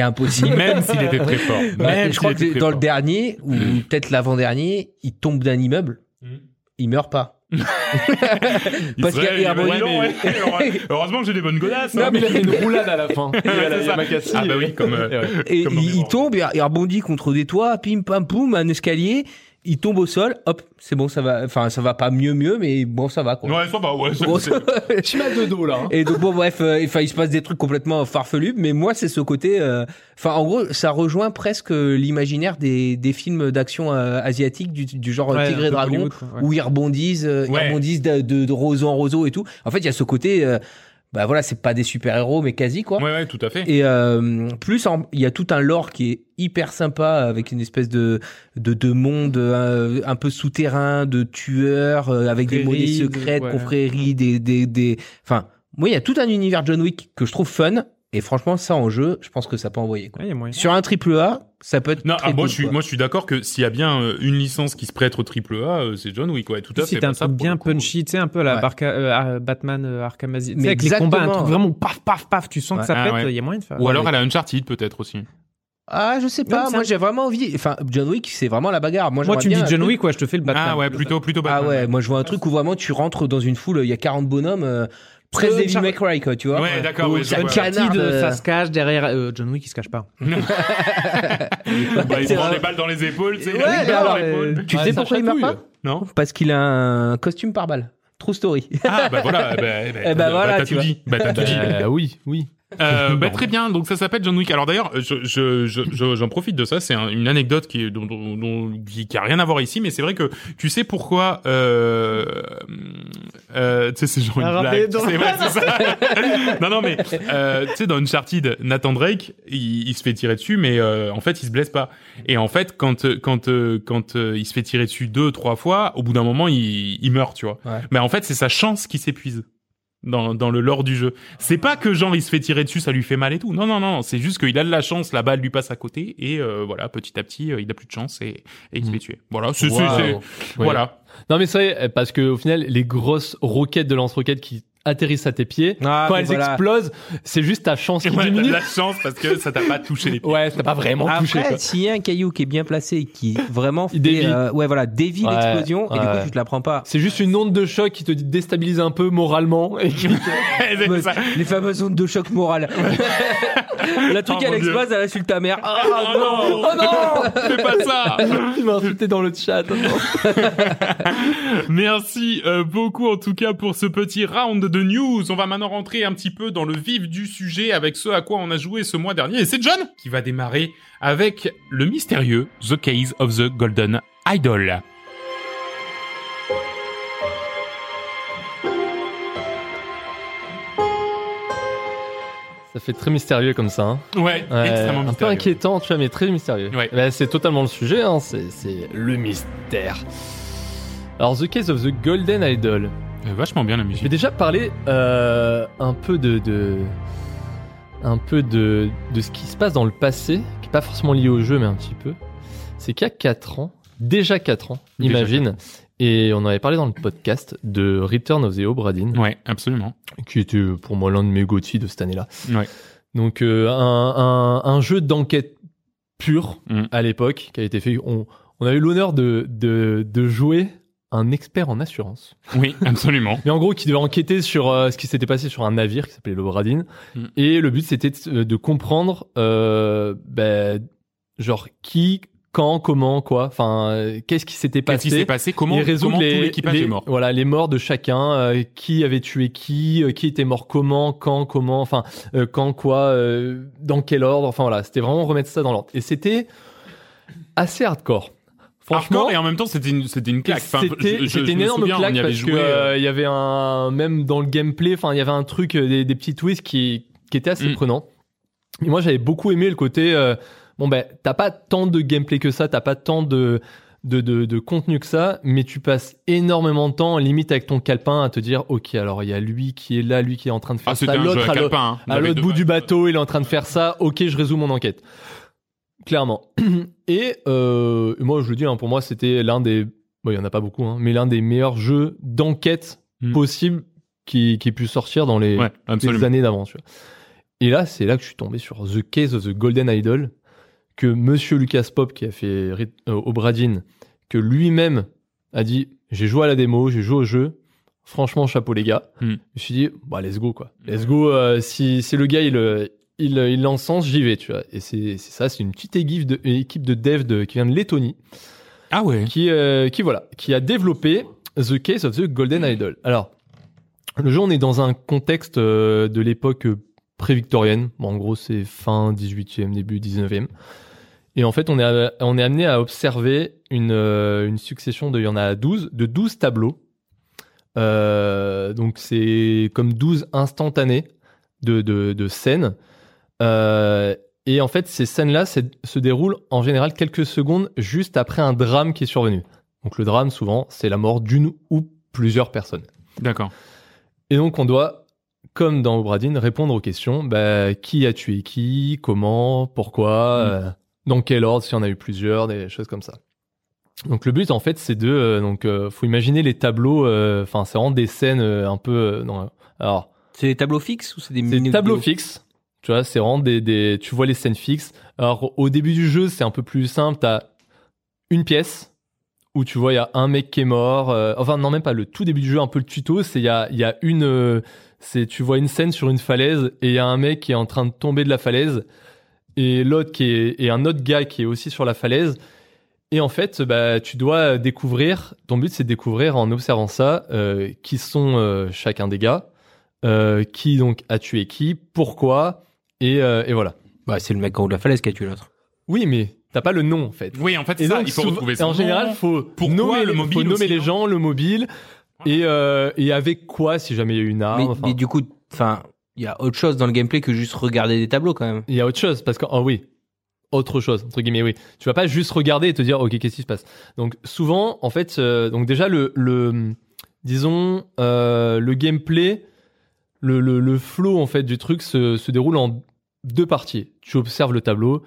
impossible. Même s'il était très fort. Ouais, Même je crois s'il était que très dans le fort. dernier ou Mm. peut-être l'avant-dernier, il tombe d'un immeuble, Hmm. il meurt pas. Il parce qu'il y a- serait- il y a ouais, Bruno, mais- ouais. Heure- Heureusement que j'ai des bonnes godasses. Non, hein. mais il a fait une roulade à la fin. Il y a la C'est ça. Yamakasi. Ah bah oui, comme, euh, Et ouais. Et Comme dans il, il Mirror. tombe, il, il rebondit contre des toits, pim pam poum, un escalier, il tombe au sol, hop, c'est bon, ça va, enfin ça va pas mieux mieux, mais bon ça va quoi. Ouais, ça va, ouais. ça- Bon, c'est- Tu m'as de dos là. hein. Et donc bon bref, euh, enfin il se passe des trucs complètement farfelus, mais moi c'est ce côté, euh, enfin en gros ça rejoint presque euh, l'imaginaire des, des films d'action euh, asiatiques du, du genre euh, Ouais, Tigre un et peu Dragon, Hollywood, quoi, ouais. où ils rebondissent, euh, ils Ouais. rebondissent de, de, de roseau en roseau et tout. En fait il y a ce côté, euh, bah voilà c'est pas des super héros mais quasi quoi. Ouais, ouais, tout à fait. Et euh, plus, en- il y a tout un lore qui est hyper sympa avec une espèce de de, de monde euh, un peu souterrain, de tueurs euh, avec des monnaies Confréries, de- secrètes, ouais. confréries, des des des. Enfin, moi, il y a tout un univers John Wick que je trouve fun. Et franchement, ça en jeu, je pense que ça peut envoyer. Quoi. Ouais, il y a moyen. Sur un triple A, ça peut être Non, très ah, moi, cool, je suis, quoi. moi je suis d'accord que s'il y a bien euh, une licence qui se prête au triple A, euh, c'est John Wick, ouais, tout à fait. C'était un Bah, ça, truc pour bien le coup, punchy, tu sais, un peu à la Ouais. Barca- euh, à Batman euh, Arkham Asylum. Tu Mais sais, avec les combats, un exactement. truc vraiment paf, paf, paf, tu sens que Ouais. ça Ah, pète, il ouais. y a moyen de faire. Ou alors elle a Uncharted peut-être aussi. Ah, je sais Non, pas. mais Moi, ça- j'ai vraiment envie. Enfin, John Wick, c'est vraiment la bagarre. Moi, Moi, j'aimerais tu me bien dis un John truc- Wick, ouais, je te fais le Batman. ah ouais, plutôt plutôt Ah Batman. ouais, moi, je vois un truc où vraiment tu rentres dans une foule. Il y a 40 bonhommes. Euh, Presque Euh, David Char- McRae, quoi, tu vois. Ouais, d'accord, Ou ouais, je Jack vois. Canard Kid, de- ça se cache derrière. euh, John Wick, il se cache pas. Bah, il C'est prend vrai. des balles dans les épaules, tu sais. Ouais, il a des mais balles alors, euh. dans l'épaule. Tu Ouais, sais ça pourquoi il meurt chatouille. pas Non Parce qu'il a un costume par balle. True story. Ah bah voilà, bah, bah, Eh bah, voilà, t'as tu tout vois. dit. Bah, t'as tout dit. Euh, oui, oui. Euh, bah, Pardon. très bien, donc ça s'appelle John Wick. Alors d'ailleurs, je, je, je, je- j'en profite de ça, c'est un- une anecdote qui, est- dont, dont- dont- qui, qui a rien à voir ici, mais c'est vrai que tu sais pourquoi... Euh, euh, tu sais, c'est genre Ah, une rappelez blague. donc. C'est vrai, c'est ça. non, non, mais euh, tu sais, dans Uncharted, Nathan Drake, il, il se fait tirer dessus, mais euh, en fait, il se blesse pas. Et en fait, quand euh, quand euh, quand euh, il se fait tirer dessus deux, trois fois, au bout d'un moment, il, il meurt, tu vois. Ouais. Mais en fait, c'est sa chance qui s'épuise dans, dans le lore du jeu. C'est pas que genre il se fait tirer dessus, ça lui fait mal et tout. Non, non, non. C'est juste qu'il a de la chance, la balle lui passe à côté et euh, voilà, petit à petit, euh, il a plus de chance et, et il se Mhm. fait tuer. Voilà, c'est, c'est- c'est- voilà. Non, mais c'est vrai, euh, parce que au final, les grosses roquettes de lance-roquettes qui atterrissent à tes pieds, Ah, quand mais elles voilà. explosent, c'est juste ta chance qui Ouais, t'as de diminue. la chance parce que ça t'a pas touché les pieds. Ouais, ça t'a pas vraiment touché. Après, quoi. s'il y a un caillou qui est bien placé et qui vraiment fait, Il dévie. euh, ouais, voilà, dévie Ouais, l'explosion, et du coup, ouais. tu te la prends pas. C'est juste une onde de choc qui te déstabilise un peu moralement. Et qui... C'est ça. Les fameuses ondes de choc moral. la truc, Oh, elle mon Dieu. explose, elle insulte ta mère. Ah, Oh non, oh non, fais pas ça. Il m'a insulté dans le chat. Merci euh, beaucoup en tout cas pour ce petit round de news. On va maintenant rentrer un petit peu dans le vif du sujet avec ce à quoi on a joué ce mois dernier. Et c'est John qui va démarrer avec le mystérieux The Case of the Golden Idol. Ça fait très mystérieux comme ça. hein. Ouais, Ouais, extrêmement un peu mystérieux. inquiétant, tu vois, mais très mystérieux. Ouais. Bah, c'est totalement le sujet, hein, c'est, c'est le mystère. Alors, The Case of the Golden Idol. Euh, Vachement bien la Je vais musique. déjà parler euh, un peu de, de- un peu de, de ce qui se passe dans le passé, qui n'est pas forcément lié au jeu, mais un petit peu. C'est qu'il y a 4 ans, déjà 4 ans, Déjà imagine, et on en avait parlé dans le podcast de Return of the Obra Dinn Ouais, absolument. qui était euh, pour moi l'un de mes GOTY de cette année-là. Ouais. Donc euh, un, un- un jeu d'enquête pur Mm. à l'époque qui a été fait. On, on a eu l'honneur de, de, de jouer un expert en assurance. Oui, absolument. Mais en gros, qui devait enquêter sur euh, ce qui s'était passé sur un navire qui s'appelait l'Obradine. Mm. Et le but, c'était de, de comprendre, euh, bah, euh, ben, genre, qui quand, comment, quoi. Enfin, euh, qu'est-ce qui s'était Qu'est-ce passé qui s'est passé Comment, il résout comment les, tout l'équipage les- est mort Voilà, les morts de chacun, euh, qui avait tué qui, euh, qui était mort comment, quand, comment, enfin, euh, quand, quoi, euh, dans quel ordre. Enfin voilà, c'était vraiment remettre ça dans l'ordre. Et c'était assez hardcore. Franchement, Hardcore, et en même temps, c'était une, c'était une claque. Enfin, c'était je- je- je c'était une me énorme souviens, on y claque avait parce joué, que euh, euh, il y avait un même dans le gameplay, enfin il y avait un truc euh, des, des petits twists qui qui étaient assez Mm. prenants. Et moi j'avais beaucoup aimé le côté euh, bon ben t'as pas tant de gameplay que ça, t'as pas tant de de, de, de contenu que ça, mais tu passes énormément de temps, limite avec ton calepin, à te dire, ok, alors il y a lui qui est là, lui qui est en train de faire Ah, ça, c'était un jeu l'autre à à l'autre- calepin. hein. On à avait Ah, l'autre deux bout du balles. bateau, il est en train de faire ça, ok, je résous mon enquête. Clairement. Et euh, moi, je le dis, hein, pour moi, c'était l'un des. Bon, il n'y en a pas beaucoup, hein, mais l'un des meilleurs jeux d'enquête Mm. possible qui, qui ait pu sortir dans les, Ouais, des absolument. années d'avant. tu vois. Et là, c'est là que je suis tombé sur The Case of the Golden Idol, que monsieur Lucas Pop, qui a fait Rit- euh, Obradine, que lui-même a dit J'ai joué à la démo, j'ai joué au jeu. Franchement, chapeau les gars. Hmm. Je me suis dit, bah, let's go, quoi. Let's go. euh, si, si le gars, il, euh, il, euh, il l'encense, j'y vais, tu vois. Et c'est c'est ça, c'est une petite équipe de, équipe de dev de- qui vient de Lettonie Ah ouais. qui, euh, qui voilà, qui a développé The Case of the Golden Idol. Alors, le jeu, on est dans un contexte euh, de l'époque euh, pré-victorienne. Bon, en gros, c'est fin 18e, début 19e. Et en fait, on est, à- on est amené à observer une, euh, une succession de, il y en a 12, de 12 tableaux. Euh, donc, c'est comme 12 instantanés de, de, de scènes. Euh, et en fait, ces scènes-là c'est- se déroulent en général quelques secondes juste après un drame qui est survenu. Donc le drame, souvent, c'est la mort d'une ou plusieurs personnes. D'accord. Et donc on doit, comme dans Obradine, répondre aux questions bah, qui a tué qui, comment, pourquoi, euh, dans quel ordre, s'il y en a eu plusieurs, des choses comme ça. Donc le but en fait c'est de euh, donc euh, faut imaginer les tableaux euh, enfin c'est vraiment des scènes euh, un peu euh, dans- alors C'est des tableaux fixes ou c'est des c'est mini- tableau fixe. Tu vois, c'est vraiment des, des- Tu vois les scènes fixes. Alors, au début du jeu, c'est un peu plus simple. T'as une pièce où tu vois, il y a un mec qui est mort. euh, enfin, non, même pas. Le tout début du jeu, un peu le tuto, c'est il y a, il y a une. euh, c'est Tu vois une scène sur une falaise et il y a un mec qui est en train de tomber de la falaise et l'autre qui est. Et un autre gars qui est aussi sur la falaise. Et en fait, bah, tu dois découvrir. Ton but, c'est de découvrir en observant ça euh, qui sont euh, chacun des gars. Euh, qui donc a tué qui, pourquoi, et, euh, et voilà. Bah, c'est le mec en haut de la falaise qui a tué l'autre. Oui, mais t'as pas le nom en fait. Oui, en fait, Et ça, donc, il faut souvent- retrouver et ça. En général, faut Pourquoi nommer, le les- mobile faut nommer aussi, hein. les non gens, le mobile, et, euh, et avec quoi si jamais il y a eu une arme. mais, Ah, enfin. mais du coup, enfin, il y a autre chose dans le gameplay que juste regarder des tableaux quand même. Il y a autre chose, parce que, oh oui, autre chose, entre guillemets, oui. Tu vas pas juste regarder et te dire, ok, qu'est-ce qui se passe. Donc, souvent, en fait, euh, donc déjà, le, le disons, euh, le gameplay, le, le, le flow, en fait, du truc se, se déroule en deux parties. Tu observes le tableau,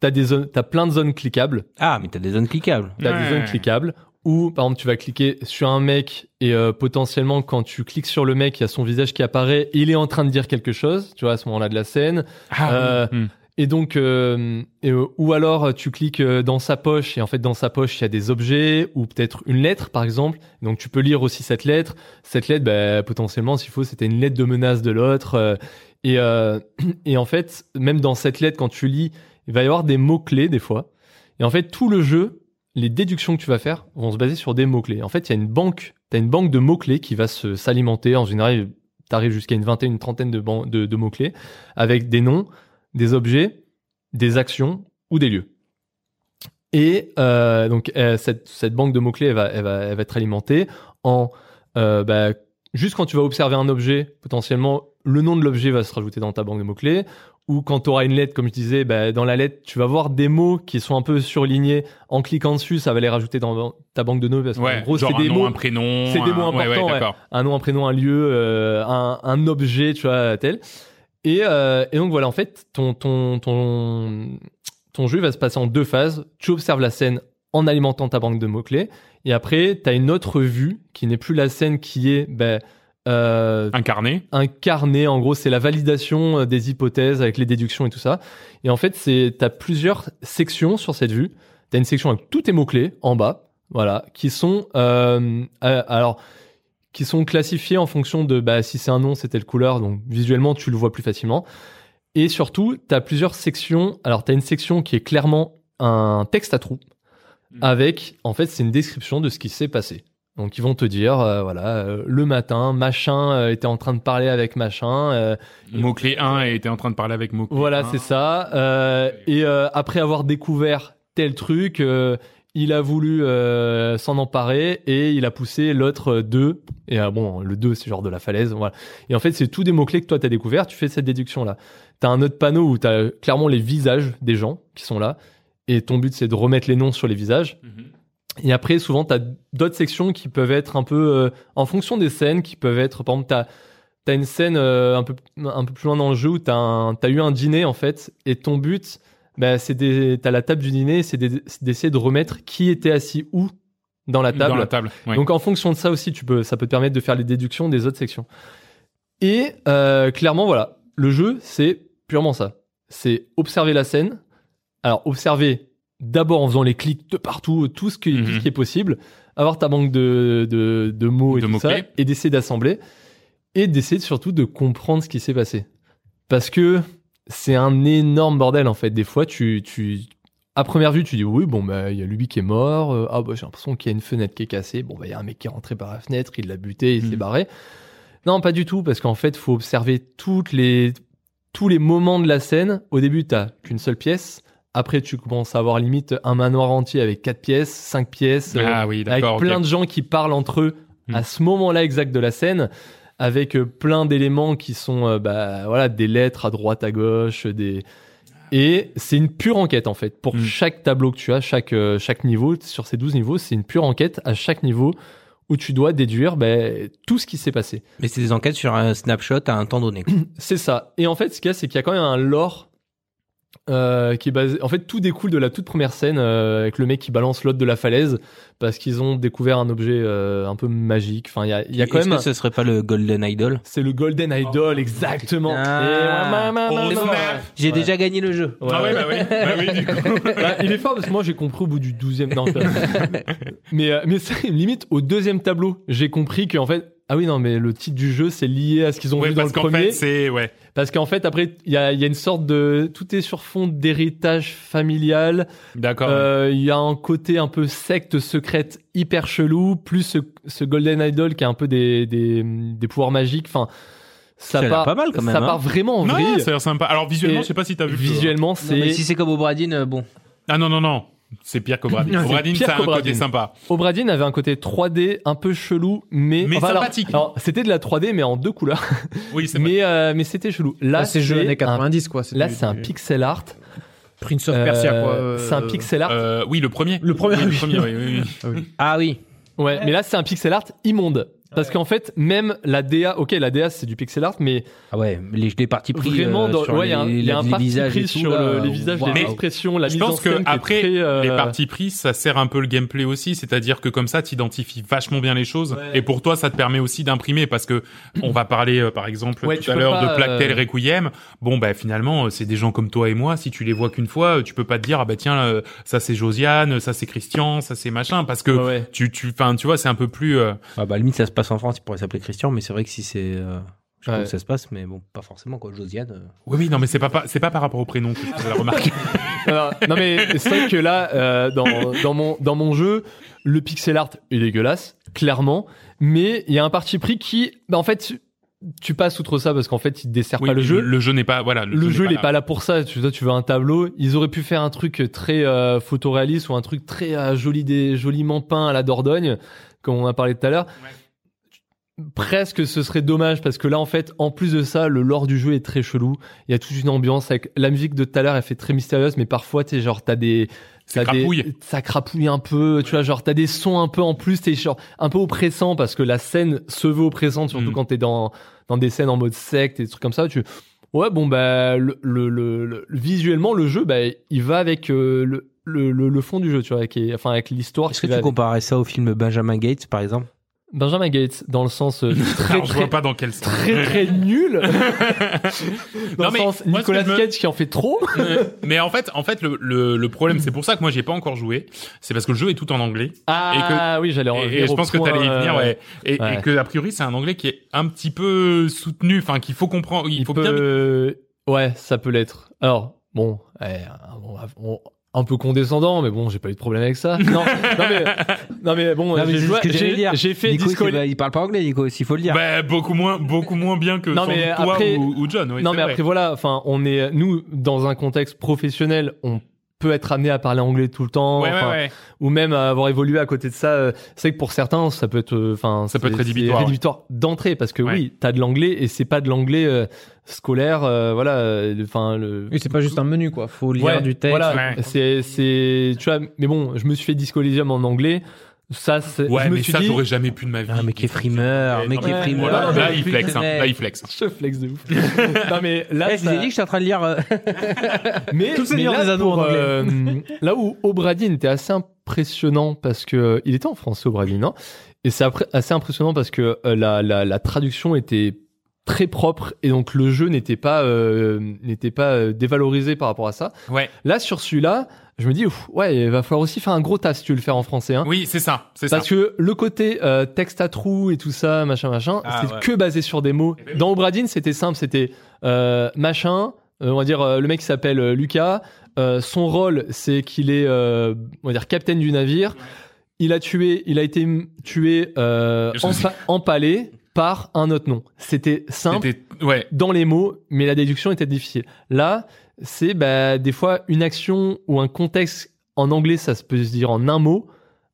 t'as des zones, t'as plein de zones cliquables, Ah, mais t'as des zones cliquables. t'as Ouais. des zones cliquables, où, par exemple, tu vas cliquer sur un mec et euh, potentiellement, quand tu cliques sur le mec, il y a son visage qui apparaît, il est en train de dire quelque chose, tu vois, à ce moment-là de la scène. Ah, euh, oui. Hmm. Et donc, euh, et, euh, ou alors euh, tu cliques euh, dans sa poche, et en fait, dans sa poche, il y a des objets, ou peut-être une lettre, par exemple. Donc, tu peux lire aussi cette lettre. Cette lettre, bah, potentiellement, s'il faut, c'était une lettre de menace de l'autre. euh, et, euh, et en fait, même dans cette lettre, quand tu lis, il va y avoir des mots-clés, des fois. Et en fait, tout le jeu, les déductions que tu vas faire vont se baser sur des mots-clés. En fait, il y a une banque, t'as une banque de mots-clés qui va se- s'alimenter. En général, t'arrives jusqu'à une vingtaine, une trentaine de, ban- de, de mots-clés avec des noms, des objets, des actions ou des lieux. Et euh, donc, euh, cette, cette banque de mots-clés, elle va, elle va- elle va être alimentée en. euh, bah, juste quand tu vas observer un objet, potentiellement, le nom de l'objet va se rajouter dans ta banque de mots-clés. Ou quand tu auras une lettre, comme je disais, bah, dans la lettre, tu vas voir des mots qui sont un peu surlignés. En cliquant dessus, ça va les rajouter dans ta banque de noms. Parce qu'en Ouais, gros, genre c'est un des nom, mots un prénom. c'est des un- mots ouais, ouais, importants, ouais. d'accord. un nom, un prénom, un lieu, euh, un, un objet, tu vois, tel. Et, euh, et donc voilà, en fait, ton, ton, ton, ton jeu va se passer en deux phases. Tu observes la scène en alimentant ta banque de mots-clés. Et après, tu as une autre vue qui n'est plus la scène qui est ben, euh, Incarné. incarnée. En gros, c'est la validation euh, des hypothèses avec les déductions et tout ça. Et en fait, c'est tu as plusieurs sections sur cette vue. Tu as une section avec tous tes mots-clés en bas, voilà, qui sont euh, euh, alors qui sont classifiés en fonction de bah, si c'est un nom, c'est telle couleur, donc visuellement tu le vois plus facilement. Et surtout, tu as plusieurs sections. Alors, tu as une section qui est clairement un texte à trous avec, en fait, c'est une description de ce qui s'est passé. Donc ils vont te dire, euh, voilà, euh, le matin, machin euh, était en train de parler avec machin. euh, Mot-clé 1 et était en train de parler avec mot-clé voilà, 1. c'est ça. Euh, et euh, après avoir découvert tel truc, euh, il a voulu euh, s'en emparer et il a poussé l'autre 2. Et euh, bon, le 2, c'est genre de la falaise. Voilà. Et en fait, c'est tous des mots-clés que toi, t'as découvert. Tu fais cette déduction-là. T'as un autre panneau où t'as clairement les visages des gens qui sont là. Et ton but, c'est de remettre les noms sur les visages. Mhm. Et après, souvent, tu as d'autres sections qui peuvent être un peu euh, en fonction des scènes, qui peuvent être, par exemple, tu as, une scène euh, un, peu, un peu plus loin dans le jeu où tu as, eu un dîner, en fait, et ton but, bah, c'est des- t'as la table du dîner, c'est des- c'est d'essayer de remettre qui était assis où dans la table. Dans la table. ouais. Donc en fonction de ça aussi, tu peux, ça peut te permettre de faire les déductions des autres sections. Et euh, clairement, voilà, le jeu, c'est purement ça. C'est observer la scène. Alors observer d'abord en faisant les clics de partout, tout ce qui, tout ce Mhm. qui est possible, avoir ta banque de, de, de mots et De tout ça, mots-clés. et d'essayer d'assembler, et d'essayer surtout de comprendre ce qui s'est passé. Parce que c'est un énorme bordel en fait. Des fois, tu, tu, à première vue, tu dis oui, bon, bah, il y a lui qui est mort. euh, ah, bah, j'ai l'impression qu'il y a une fenêtre qui est cassée. Bon, bah, il y a un mec qui est rentré par la fenêtre, il l'a buté, il Mhm. s'est barré. Non, pas du tout, parce qu'en fait, faut observer toutes les, tous les moments de la scène. Au début, t'as qu'une seule pièce. Après, tu commences à avoir limite un manoir entier avec quatre pièces, cinq pièces, euh, ah oui, avec d'accord. ok. plein de gens qui parlent entre eux Mhm. à ce moment-là exact de la scène, avec euh, plein d'éléments qui sont, euh, bah, voilà, des lettres à droite, à gauche, des et c'est une pure enquête en fait. Pour Mhm. chaque tableau que tu as, chaque, euh, chaque niveau, sur ces 12 niveaux, c'est une pure enquête à chaque niveau où tu dois déduire ben, tout ce qui s'est passé. Mais c'est des enquêtes sur un snapshot à un temps donné. C'est ça. Et en fait, ce qu'il y a, c'est qu'il y a quand même un lore euh, qui est basé. En fait, tout découle de la toute première scène euh, avec le mec qui balance l'autre de la falaise parce qu'ils ont découvert un objet euh, un peu magique. Enfin, il y a, il y a quand Est-ce même. que ce serait pas le Golden Idol C'est le Golden Idol, exactement. Ah. Et ouais, ma, ma, ma, Oh, ma, ma. snap. J'ai Ouais. déjà gagné le jeu. Ouais. Ah ouais, bah oui, bah oui, du coup. Bah, il est fort parce que moi j'ai compris au bout du 12e. Non, je- mais, euh, mais ça, limite, au deuxième tableau, j'ai compris qu'en fait. Ah oui, non, mais le titre du jeu, c'est lié à ce qu'ils ont Ouais, vu dans le parce qu'en premier. fait, c'est. Ouais. Parce qu'en fait, après, il y a, il y a une sorte de... Tout est sur fond d'héritage familial. D'accord. Euh, Il y a un côté un peu secte secrète hyper chelou, plus ce, ce Golden Idol qui a un peu des, des, des pouvoirs magiques. Enfin, Ça a ça, l'air part, pas mal, quand même, Ça hein. part vraiment en non, vrille. ça a l'air sympa. Alors, visuellement, Et je sais pas si t'as vu. le jeu. Visuellement, Non, mais c'est... si c'est comme au Bradin, euh, bon. Ah non, non, non. C'est pire qu'Obradine. Non, c'est Obradine, pire ça a un côté qu'Obradine. sympa. Obradine avait un côté 3D un peu chelou, mais... Mais enfin, alors- sympathique. Alors, c'était de la 3D, mais en deux couleurs. Oui, c'est vrai. Mais, euh, mais c'était chelou. Là, Là, Ah, c'est jeu années un- 90, quoi. Là, du- c'est un du- pixel art. Prince of Persia, Euh, quoi. euh, c'est un pixel art Euh, oui, le premier. Le premier, Oui, le oui. premier, oui, oui, oui. Ah oui. Ouais, mais là c'est un pixel art immonde. Parce qu'en fait, même la DA, ok, la DA c'est du pixel art, mais Ah ouais, les, les parties pris vraiment, euh, dans, sur ouais, il y a un, les, il y a un les parti visages pris et tout, sur là, euh, le- les visages, waouh. les expressions, la Je mise pense en scène que après, qui est très, euh, les parties prises, ça sert un peu le gameplay aussi, c'est-à-dire que comme ça, t'identifies vachement bien les choses, Ouais. et pour toi, ça te permet aussi d'imprimer, parce que on va parler, euh, par exemple, Ouais, tu tout à peux l'heure pas, de Plactel euh, Requiem. Bon, bah finalement, euh, c'est des gens comme toi et moi. Si tu les vois qu'une fois, euh, tu peux pas te dire, ah bah tiens, euh, ça c'est Josiane, ça c'est Christian, ça c'est machin, parce que Ouais, ouais. tu, tu, enfin, tu vois, c'est un peu plus. euh, Ah bah, à la limite, ça se passe en France, il pourrait s'appeler Christian, mais c'est vrai que si c'est. euh, je sais pas Ouais. où ça se passe, mais bon, pas forcément, quoi. Josiane. euh. Oui, oui, non, mais c'est pas, pas- c'est pas par rapport au prénom que je faisais la remarque. Alors, non mais c'est vrai que là, euh, dans, dans, mon, dans mon jeu, le pixel art est dégueulasse, clairement, mais il y a un parti pris qui, bah, en fait, tu, tu passes outre ça parce qu'en fait, il ne dessert Oui, pas le jeu. Le jeu n'est pas, voilà. Le jeu, il est là. pas là pour ça. Tu, toi, tu veux un tableau. Ils auraient pu faire un truc très euh, photoréaliste ou un truc très euh, joli, des, joliment peint à la Dordogne, comme on a parlé tout à l'heure. Presque, ce serait dommage parce que là, en fait, en plus de ça, le lore du jeu est très chelou. Il y a toute une ambiance avec la musique de tout à l'heure. Elle fait très mystérieuse, mais parfois, tu genre, t'as des, Ça t'as des- crapouille. ça crapouille un peu, tu vois, genre t'as des sons un peu en plus, t'es genre un peu oppressant parce que la scène se veut oppressante, surtout Mm. quand t'es dans dans des scènes en mode secte et des trucs comme ça. Tu ouais bon bah le, le, le- le- visuellement le jeu bah il va avec euh, le, le, le le fond du jeu, tu vois, qui est- enfin avec l'histoire. Est-ce qui que Oh, va tu avec- comparais ça au film Benjamin Gates, par exemple Benjamin Gates dans le sens euh, très Alors, je très vois pas dans quel sens. très très nul Non, dans le mais sens moi, ce que Nicolas je me- Cage qui en fait trop. mais en fait, en fait, le, le, le problème, c'est pour ça que moi j'ai pas encore joué, c'est parce que le jeu est tout en anglais. Ah oui j'allais en Et, venir et je au pense que point, t'allais y venir, euh, ouais. Et, et ouais. que a priori, c'est un anglais qui est un petit peu soutenu, enfin qu'il faut comprendre, il, faut bien. peut- Ouais, ça peut l'être. Alors, bon, ouais, on, va- on- un peu condescendant, mais bon, j'ai pas eu de problème avec ça. Non, non, mais, non mais bon, Non, mais j'ai c'est joué- ce que j'allais j'ai dire. j'ai fait Nico, Disco il, il parle pas anglais, Nico, s'il faut le dire. Bah, beaucoup moins, beaucoup moins bien que Non, sans mais doute toi après- ou, ou John. oui, non c'est mais vrai. après voilà, enfin on est nous dans un contexte professionnel, on peut être amené à parler anglais tout le temps, Ouais, ouais, enfin, ouais. ou même à avoir évolué à côté de ça. euh, C'est vrai que pour certains, ça peut être, euh, enfin Ça c'est- peut être c'est rédhibitoire, ouais. rédhibitoire d'entrée parce que Ouais. oui, t'as de l'anglais et c'est pas de l'anglais euh, scolaire, euh, voilà, euh, le- enfin le. Oui, c'est pas juste un menu, quoi. Faut lire Ouais, du texte. Voilà, Ouais. c'est c'est tu vois, mais bon, je me suis fait Discolysium en anglais. Ça, c'est- Ouais, je me mais suis ça, dit, j'aurais jamais pu de ma vie. Bah, Ah, mais qui est frimeur, Ouais, mais non, qui est mais- primeur. Voilà, primeur. là, il flex, hein. Mec. Là, il flex. je flex de ouf. non mais là, Eh, je vous ça- bah, ai dit que je suis en train de lire. euh, mais, Tout le mais Seigneur là, des Anneaux en pour, anglais. euh, là où Obradin était assez impressionnant parce que euh, il était en français Obradin, hein, et c'est après- assez impressionnant parce que euh, la, la, la traduction était très propre et donc le jeu n'était pas euh, n'était pas euh, dévalorisé par rapport à ça. Ouais. Là sur celui-là, je me dis ouf, ouais, il va falloir aussi faire un gros tas si tu veux le faire en français. Hein. Oui, c'est ça, c'est ça. Parce que le côté euh, texte à trous et tout ça, machin, machin, Ah, c'est ouais. Eh ben que basé sur des mots. Dans Obradine, c'était simple, c'était euh, machin, euh, on va dire euh, le mec qui s'appelle euh, Lucas, euh, son rôle c'est qu'il est, euh, on va dire, capitaine du navire. Il a tué, il a été m- tué euh, Je sais. empa- empalé par un autre nom. C'était simple C'était, ouais. dans les mots, mais la déduction était difficile. Là, c'est bah, des fois une action ou un contexte. En anglais, ça se peut se dire en un mot.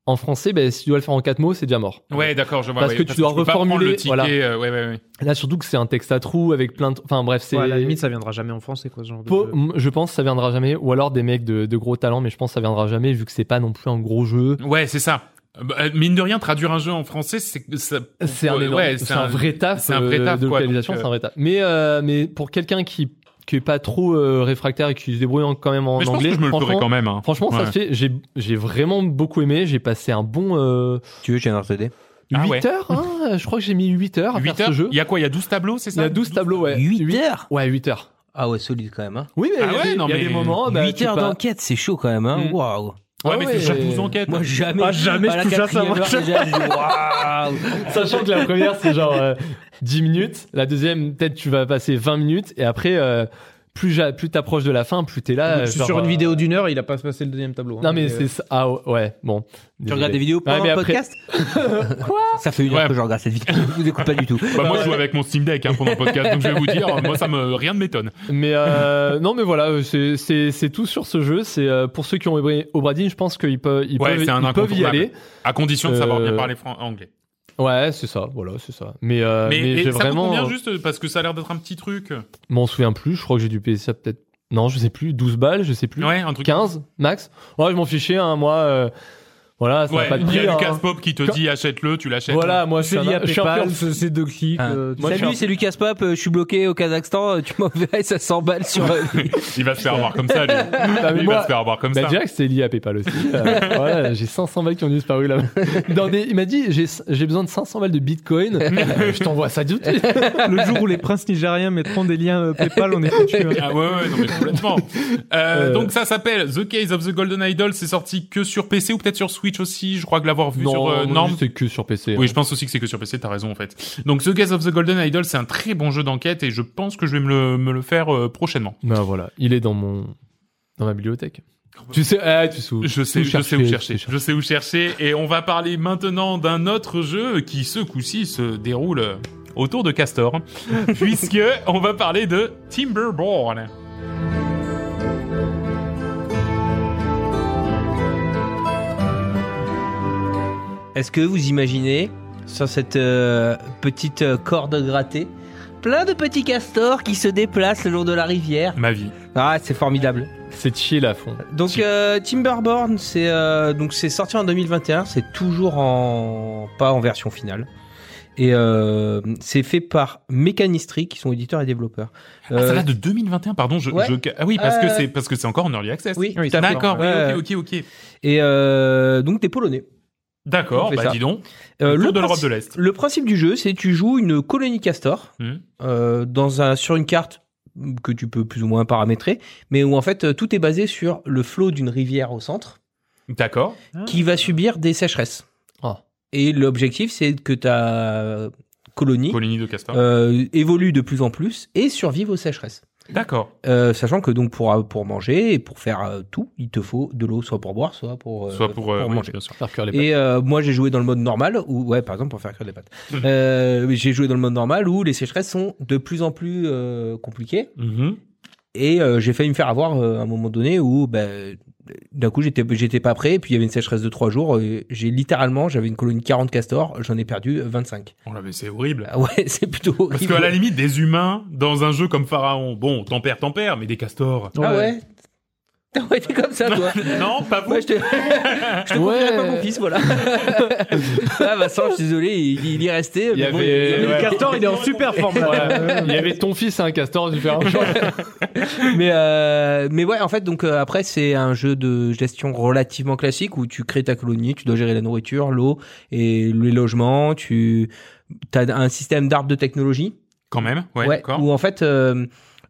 En français, bah, si tu dois le faire en quatre mots, c'est déjà mort. Ouais, d'accord, je vois. Parce ouais, que tu dois peux pas prendre reformuler, Le ticket, voilà. euh, ouais, ouais, ouais. Là, surtout que c'est un texte à trous avec plein de. Enfin, bref, c'est. Ouais, à la limite, ça viendra jamais en français, quoi, ce genre de Po- jeu. m- Je pense que ça viendra jamais. Ou alors des mecs de, de gros talents, mais je pense que ça viendra jamais vu que c'est pas non plus un gros jeu. Ouais, c'est ça. Bah, mine de rien, traduire un jeu en français, c'est ça- C'est un, ouais, énorme- ouais, c'est un, vrai taf, c'est un vrai euh, taf, de quoi, localisation, donc, euh, c'est un vrai taf. Mais, euh, mais pour quelqu'un qui, qui est pas trop euh, réfractaire et qui se débrouille en- quand même en Mais je pense anglais, que je me le ferai franchement, quand même. hein. franchement, ça Ouais. se fait. J'ai j'ai vraiment beaucoup aimé. J'ai passé un bon euh, Tu veux, j'ai un RTD 8 Ah ouais. heures. hein. je crois que j'ai mis 8 heures à 8 faire heures. ce jeu. Il y a quoi Il y a 12 tableaux, c'est Il y ça a 12 tableaux, ouais. 8 heures Ouais, 8 heures. Ah ouais, solide quand même. Hein. Oui, mais Ah il y a ouais, des- non, il y a mais des moments. bah, 8 tu heures pars- d'enquête, c'est chaud quand même. Hein. Mm. Waouh. Ouais, Ah mais ouais. c'est chaque 12 enquêtes. Moi, jamais. Ah, jamais à la je touche à ça, quatrième moi. heure, déjà, je dis, waouh. Sachant que la première, c'est genre euh, 10 minutes. La deuxième, peut-être, tu vas passer 20 minutes. Et après, euh, plus, j'a- plus t'approches de la fin, plus t'es là. Je euh, suis genre, sur une euh, vidéo d'une heure, il a pas passé le deuxième tableau. hein. Non, mais c'est ça. Ah ouais, bon. Tu Désolé. regardes des vidéos pendant mais le après- podcast Ça fait une heure Ouais. que je regarde cette vidéo. Je vous écoute pas du tout. Bah, moi, je joue avec mon Steam Deck hein, pendant le podcast, donc je vais vous dire, moi, ça me, rien ne m'étonne. Mais euh, non, mais voilà, euh, c'est- c'est c'est tout sur ce jeu. C'est euh, pour ceux qui ont aimé Obradin, je pense qu'ils peuvent, ils Ouais, peuvent, c'est un ils peuvent y incontournable. aller. À condition de savoir bien Euh, parler fran- anglais. Ouais, c'est ça. Voilà, c'est ça. Mais, euh, Mais, mais, et j'ai ça coûte vraiment. euh, combien juste Parce que ça a l'air d'être un petit truc. M'en souviens plus. Je crois que j'ai dû payer ça peut-être. Non, je sais plus. 12 balles, je sais plus. Ouais, un truc. 15 max. Ouais, je m'en fichais, hein, moi. euh, voilà, ça n'a Ouais, pas de il y prix, a hein. hein. Lucas Pop qui te Quand- dit achète-le, tu l'achètes. Voilà, moi je suis, C'est un- lié à je suis un peu- PayPal, c'est c'est deux clics. Hein. euh, tu Moi, je suis Salut, un- c'est Lucas Pape, euh, je suis bloqué au Kazakhstan, euh, tu m'enverrais 500 balles sur euh, Il va se faire avoir comme ça, lui. Bah, il mais va moi- se faire avoir comme Bah, ça. déjà que c'est lié à PayPal aussi. Euh, voilà, j'ai 500 balles qui ont disparu là. Dans des, il m'a dit j'ai j'ai besoin de 500 balles de Bitcoin. Euh, je t'envoie ça tout de suite. Le jour où les princes nigériens mettront des liens euh, PayPal, on est foutu. hein. Ah ouais, ouais, non mais complètement. Euh, Euh. Donc ça s'appelle The Case of the Golden Idol. C'est sorti que sur PC ou peut-être sur Switch aussi. Je crois que l'avoir vu sur euh, Norm. c'est que sur PC. Oui, je pense aussi que c'est que sur PC. T'as raison en fait. Donc The Case of the Golden Idol, c'est un très bon jeu d'enquête et je pense que je vais me le, me le faire euh, prochainement. Ben voilà, il est dans mon dans ma bibliothèque. Tu sais, ah, tu sais où- Je sais, où je sais où tu chercher. Je sais où chercher. Et on va parler maintenant d'un autre jeu qui, ce coup-ci, se déroule euh, autour de Castor, puisque on va parler de Timberborn. Est-ce que vous imaginez sur cette euh, petite euh, corde grattée plein de petits castors qui se déplacent le long de la rivière Ma vie. Ah, c'est formidable. C'est chill à fond. Donc Si. euh, Timberborn, c'est euh, donc c'est sorti en 2021, c'est toujours en pas en version finale. Et euh, c'est fait par Mechanistry qui sont éditeurs et développeurs. Ah, Euh, ça date de 2021, pardon. Je, ouais. je- Ah oui, parce que Euh, c'est parce que c'est encore en early access. oui, Oui, tout à fait. D'accord. Ouais. oui, Ok, ok, ok. Et euh, donc t'es polonais. On D'accord. fait Bah ça. dis donc. Euh, le tour de l'Europe principe- de l'Est. Le principe du jeu, c'est tu joues une colonie castor Mhm. euh, dans un, sur une carte que tu peux plus ou moins paramétrer, mais où en fait euh, tout est basé sur le flot d'une rivière au centre D'accord. qui va subir des sécheresses. Ah. Et l'objectif, c'est que ta euh, colonie Colonie de Castor. euh, évolue de plus en plus et survive aux sécheresses. D'accord. Euh, sachant que donc pour euh, pour manger et pour faire euh, tout, il te faut de l'eau soit pour boire, soit pour euh, Soit pour, euh, oui, manger. bien sûr. Faire cuire les pâtes. Et euh, moi j'ai joué dans le mode normal où ouais par exemple pour faire cuire des pâtes. Euh, j'ai joué dans le mode normal où les sécheresses sont de plus en plus euh, compliquées Mhm. et euh, j'ai failli me faire avoir euh, à un moment donné où ben, d'un coup j'étais j'étais pas prêt et puis il y avait une sécheresse de trois jours. euh, J'ai littéralement j'avais une colonie de 40 castors, j'en ai perdu 25. Oh là, mais c'est horrible. Ah ouais c'est plutôt Parce horrible. qu'à la limite, des humains dans un jeu comme Pharaon, bon, t'en perds, t'en perds, mais des castors. ah ouais. Ah ouais, t'es comme ça, toi. non, pas vous. Ouais, je te, je te confierai pas mon fils, voilà. ah, Vincent, je suis désolé, il, il y est resté. Il y mais bon, avait- il- Mais ouais. le castor, il est en super forme. là. Ouais. Il y avait ton fils et un castor différent. mais, euh, mais ouais, en fait, donc euh, après, c'est un jeu de gestion relativement classique où tu crées ta colonie, tu dois gérer la nourriture, l'eau et les logements. Tu as un système d'arbres de technologie Quand même, ouais, Ouais, d'accord. où en fait, euh,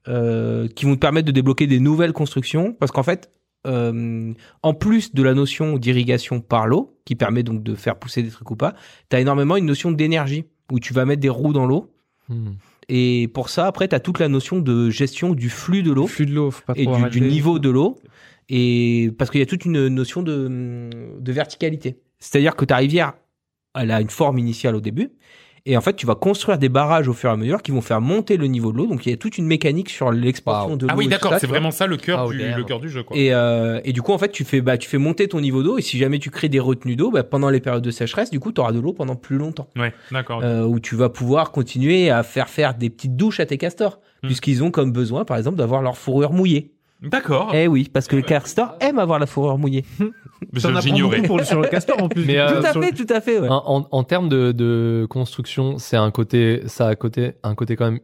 euh, qui vont te permettre de débloquer des nouvelles constructions, parce qu'en fait, euh, en plus de la notion d'irrigation par l'eau, qui permet donc de faire pousser des trucs ou pas, tu as énormément une notion d'énergie, où tu vas mettre des roues dans l'eau, Hmm. et pour ça, après, tu as toute la notion de gestion du flux de Le l'eau flux de l'eau, faut pas et trop du, arrêter. du niveau de l'eau, et parce qu'il y a toute une notion de, de verticalité. C'est-à-dire que ta rivière, elle a une forme initiale au début, et en fait, tu vas construire des barrages au fur et à mesure qui vont faire monter le niveau de l'eau. Donc, il y a toute une mécanique sur l'expansion Waouh. de l'eau. Ah oui, et tout d'accord, ça, c'est tu vois. vraiment ça le cœur, Ah, du, damn. le cœur du jeu, quoi. Et, euh, et du coup, en fait, tu fais, bah, tu fais monter ton niveau d'eau. Et si jamais tu crées des retenues d'eau, bah, pendant les périodes de sécheresse, du coup, tu auras de l'eau pendant plus longtemps. Ouais, d'accord. Euh, où tu vas pouvoir continuer à faire faire des petites douches à tes castors. Hmm. Puisqu'ils ont comme besoin, par exemple, d'avoir leur fourrure mouillée. D'accord. Eh oui, parce que le castor aime avoir la fourrure mouillée. Je- T'en apprends J'ignorais. beaucoup pour le- sur le castor en plus. Mais, euh, tout à Sur- fait, tout à fait, ouais. En, en- en termes de, de construction, c'est un côté, ça a côté, un côté quand même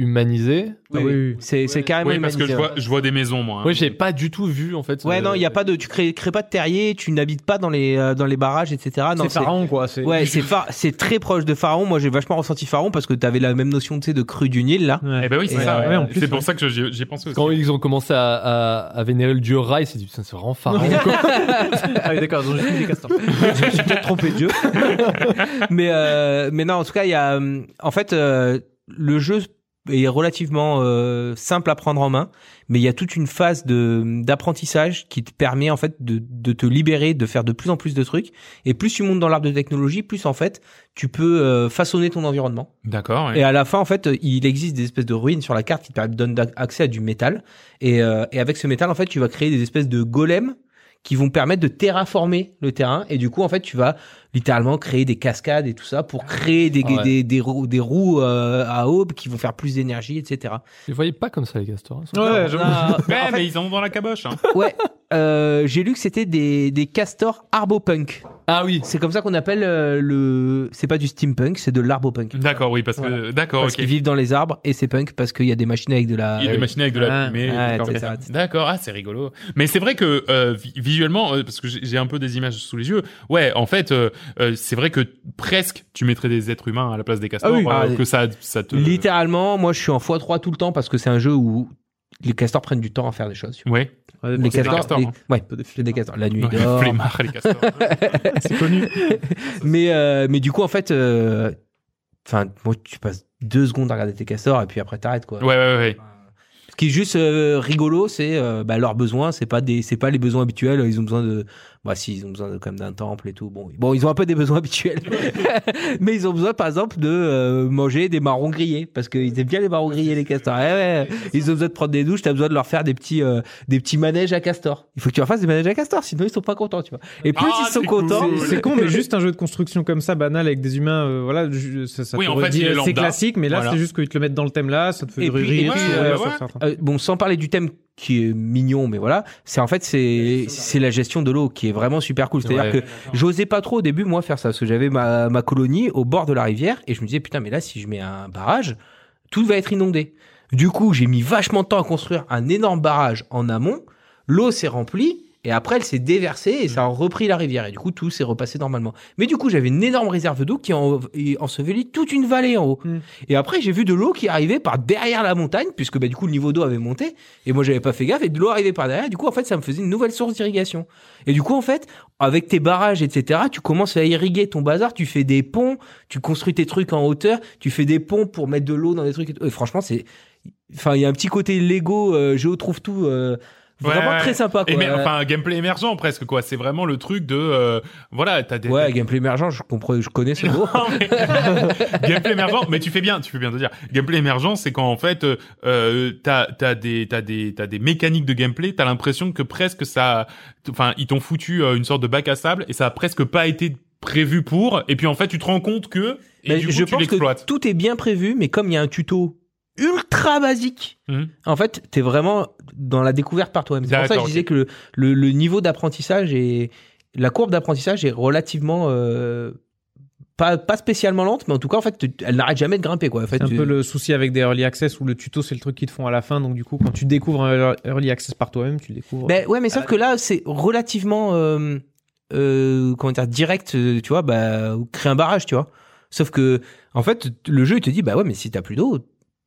humanisé. Oui, oui, oui. C'est c'est carrément Oui, parce que je humanisé, ouais. vois, je vois des maisons, moi. hein. Oui, j'ai pas du tout vu en fait. Ouais, euh, non, il y a pas de, tu crées, crées pas de terrier, tu n'habites pas dans les, euh, dans les barrages, etc. Non, C'est Pharaon, quoi. c'est- Ouais, c'est phar- c'est très proche de Pharaon. Moi, j'ai vachement ressenti Pharaon parce que t'avais la même notion, tu sais, de crue du Nil là. Eh Ouais. ben oui, c'est Et, ça. euh, ouais. ouais, en plus, c'est pour ouais. ça que j'y j'y ai pensé aussi. Quand ils ont commencé à, à, à vénérer le dieu Rai, c'est dit putain, c'est vraiment pharaon. quoi. Ah oui, d'accord, ils ont juste mis des castors. j'ai peut-être trompé Dieu. mais euh, mais non, en tout cas, il y a, hum, en fait, euh, le jeu est relativement euh, simple à prendre en main, mais il y a toute une phase de d'apprentissage qui te permet en fait de, de te libérer, de faire de plus en plus de trucs. Et plus tu montes dans l'arbre de technologie, plus en fait, tu peux euh, façonner ton environnement. D'accord. ouais. Et à la fin, en fait, il existe des espèces de ruines sur la carte qui te permettent- donnent d'ac- accès à du métal. Et, euh, et avec ce métal, en fait, tu vas créer des espèces de golems qui vont permettre de terraformer le terrain. Et du coup, en fait, tu vas littéralement créer des cascades et tout ça pour créer des, Ah ouais. des, des roues, des roues euh, à aube qui vont faire plus d'énergie, etc. Je les voyais pas comme ça les castors. hein. Ouais, je- Ah, Ouais, en fait, mais ils en ont dans la caboche. hein. ouais, euh, j'ai lu que c'était des, des castors arbopunk. Ah oui. C'est comme ça qu'on appelle euh, le... C'est pas du steampunk, c'est de l'arbopunk. D'accord, oui, parce que d'accord, Parce Oh, ok. qu'ils vivent dans les arbres et c'est punk parce qu'il y a des machines avec de la... Il y a des machines avec de la Ah, fumée. ouais, d'accord. c'est ça, c'est D'accord, ah, c'est rigolo. Mais c'est vrai que euh, vi- visuellement, euh, parce que j'ai j'ai un peu des images sous les yeux, ouais, en fait, euh, euh, c'est vrai que presque tu mettrais des êtres humains à la place des castors, Ah oui. euh, Ah, que ça, ça te. Littéralement, moi je suis en x3 tout le temps parce que c'est un jeu où les castors prennent du temps à faire des choses. Ouais. Les c'est des castors, castors, les- hein. ouais, c'est des castors, la nuit Ouais, dehors. flemmards, les castors. c'est connu. Mais, euh, mais du coup, en fait, euh, enfin, moi tu passes deux secondes à regarder tes castors et puis après t'arrêtes quoi. ouais, ouais, ouais. Ce qui est juste euh, rigolo, c'est euh, bah, leurs besoins, c'est pas des, c'est pas les besoins habituels. Ils ont besoin de, bah si, ils ont besoin de comme d'un temple et tout. Bon, bon, ils ont un peu des besoins habituels, mais ils ont besoin par exemple de euh, manger des marrons grillés parce qu'ils aiment bien les marrons grillés les castors. Ouais, ouais. Ils ont besoin de prendre des douches, t'as besoin de leur faire des petits, euh, des petits manèges à castors. Il faut que tu leur fasses des manèges à castors, sinon ils sont pas contents, tu vois. Et plus Ah, ils sont c'est contents, cool. C'est- C'est con, mais juste un jeu de construction comme ça, banal, avec des humains, euh, voilà, ju- ça, ça Oui, te en fait, redit, il est euh, c'est lambda. classique, mais là, Voilà. c'est juste qu'ils te le mettent dans le thème là, ça te fait Et puis- rire. et puis, euh, ouais. Euh, bon, sans parler du thème qui est mignon, mais voilà, c'est en fait c'est c'est la gestion de l'eau qui est vraiment super cool. C'est-à-dire Ouais. que j'osais pas trop au début moi faire ça parce que j'avais ma ma colonie au bord de la rivière et je me disais putain mais là si je mets un barrage, tout va être inondé. Du coup j'ai mis vachement de temps à construire un énorme barrage en amont. L'eau s'est remplie. Et après, elle s'est déversée et ça a repris la rivière. Et du coup, tout s'est repassé normalement. Mais du coup, j'avais une énorme réserve d'eau qui en- ensevelit toute une vallée en haut. Mm. Et après, j'ai vu de l'eau qui arrivait par derrière la montagne, puisque bah, du coup, le niveau d'eau avait monté. Et moi, j'avais pas fait gaffe. Et de l'eau arrivait par derrière. Du coup, en fait, ça me faisait une nouvelle source d'irrigation. Et du coup, en fait, avec tes barrages, etc., tu commences à irriguer ton bazar. Tu fais des ponts, tu construis tes trucs en hauteur, tu fais des ponts pour mettre de l'eau dans des trucs. et tout. Et franchement, c'est Enfin, il y a un petit côté Lego, euh, je trouve tout. euh, vraiment Ouais, ouais. très sympa. Quoi. Et mais, enfin, un gameplay émergent presque quoi. C'est vraiment le truc de euh, voilà, t'as des ouais, gameplay émergent, je comprends, je connais ce mot. gameplay émergent, mais tu fais bien, tu fais bien de dire. Gameplay émergent, c'est quand en fait euh, euh, t'as t'as des t'as des t'as des mécaniques de gameplay, t'as l'impression que presque ça, enfin ils t'ont foutu euh, une sorte de bac à sable et ça a presque pas été prévu pour. Et puis en fait tu te rends compte que et Mais du coup je tu pense que l'exploites. tout est bien prévu, mais comme il y a un tuto ultra basique, Mhm. en fait, t'es vraiment dans la découverte par toi-même. C'est pour ça que je D'accord, disais ok. que le, le, le niveau d'apprentissage et la courbe d'apprentissage est relativement euh, pas, pas spécialement lente, mais en tout cas, en fait, tu- elle n'arrête jamais de grimper, quoi. En fait, C'est un tu- peu le souci avec des early access où le tuto c'est le truc qu'ils te font à la fin. Donc du coup, quand tu découvres un early access par toi-même, tu le découvres. Ben ouais, mais sauf que là, c'est relativement euh, euh, comment dire direct, euh, tu vois, bah créer un barrage, tu vois. Sauf que en fait, le jeu il te dit bah ouais, mais si t'as plus d'eau,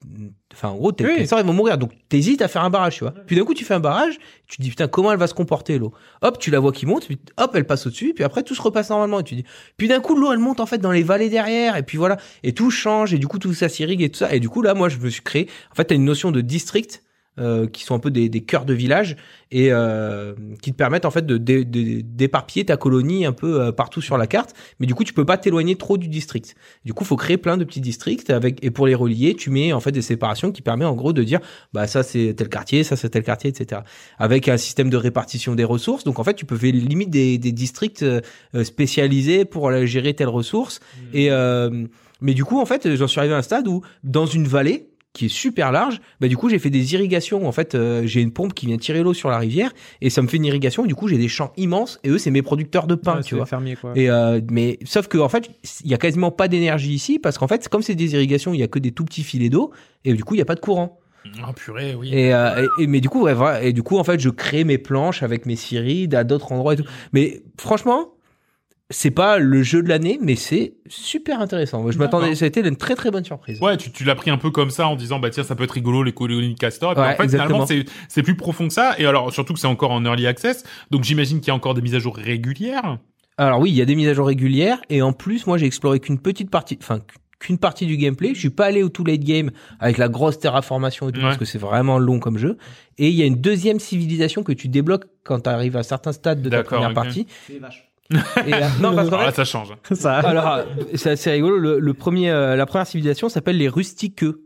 mm, enfin en gros, tes Oui. tes sorts, ils vont mourir, donc t'hésites à faire un barrage, tu vois. Puis d'un coup, tu fais un barrage, tu te dis putain comment elle va se comporter l'eau. Hop, tu la vois qui monte, puis hop, elle passe au dessus, puis après tout se repasse normalement. Et tu dis puis d'un coup l'eau elle monte en fait dans les vallées derrière, et puis voilà, et tout change, et du coup tout ça s'irrigue et tout ça. Et du coup là, moi je me suis créé. En fait, t'as une notion de district. euh, qui sont un peu des, des cœurs de village et euh, qui te permettent en fait de dé- de- d'éparpiller ta colonie un peu euh, partout sur la carte mais du coup tu peux pas t'éloigner trop du district du coup faut créer plein de petits districts avec et pour les relier tu mets en fait des séparations qui permet en gros de dire bah ça c'est tel quartier ça c'est tel quartier etc avec un système de répartition des ressources donc en fait tu peux faire limite des, des districts euh, euh, spécialisés pour euh, gérer telle ressource Mmh. et euh, mais du coup en fait j'en suis arrivé à un stade où dans une vallée qui est super large, bah du coup j'ai fait des irrigations. En fait, euh, j'ai une pompe qui vient tirer l'eau sur la rivière et ça me fait une irrigation. Et du coup j'ai des champs immenses et eux c'est mes producteurs de pain, Ouais, c'est tu vois. fermier, quoi. Et euh, mais sauf que en fait, il y a quasiment pas d'énergie ici parce qu'en fait, comme c'est des irrigations, il y a que des tout petits filets d'eau et du coup, il y a pas de courant. Oh purée, oui. Et, euh, et- et- mais du coup, ouais, voilà. et du coup, en fait, je crée mes planches avec mes cirides à d'autres endroits et tout. Mais franchement, c'est pas le jeu de l'année, mais c'est super intéressant. Je m'attendais, ça a été une très très bonne surprise. Ouais, tu, tu l'as pris un peu comme ça en disant bah tiens ça peut être rigolo les colonies de castor. Et puis Ouais, en fait exactement. finalement c'est c'est plus profond que ça. Et alors surtout que c'est encore en early access, donc j'imagine qu'il y a encore des mises à jour régulières. Alors oui, il y a des mises à jour régulières et en plus, moi, j'ai exploré qu'une petite partie, enfin qu'une partie du gameplay. Je suis pas allé au tout late game avec la grosse terraformation et tout Ouais. parce que c'est vraiment long comme jeu. Et il y a une deuxième civilisation que tu débloques quand tu arrives à certains stades de ta D'accord, première ok. partie. Et, euh, non, parce qu'en Alors là fait, ça change. hein. Ça. alors euh, c'est assez rigolo. Le, le premier, euh, la première civilisation s'appelle les rustiqueux.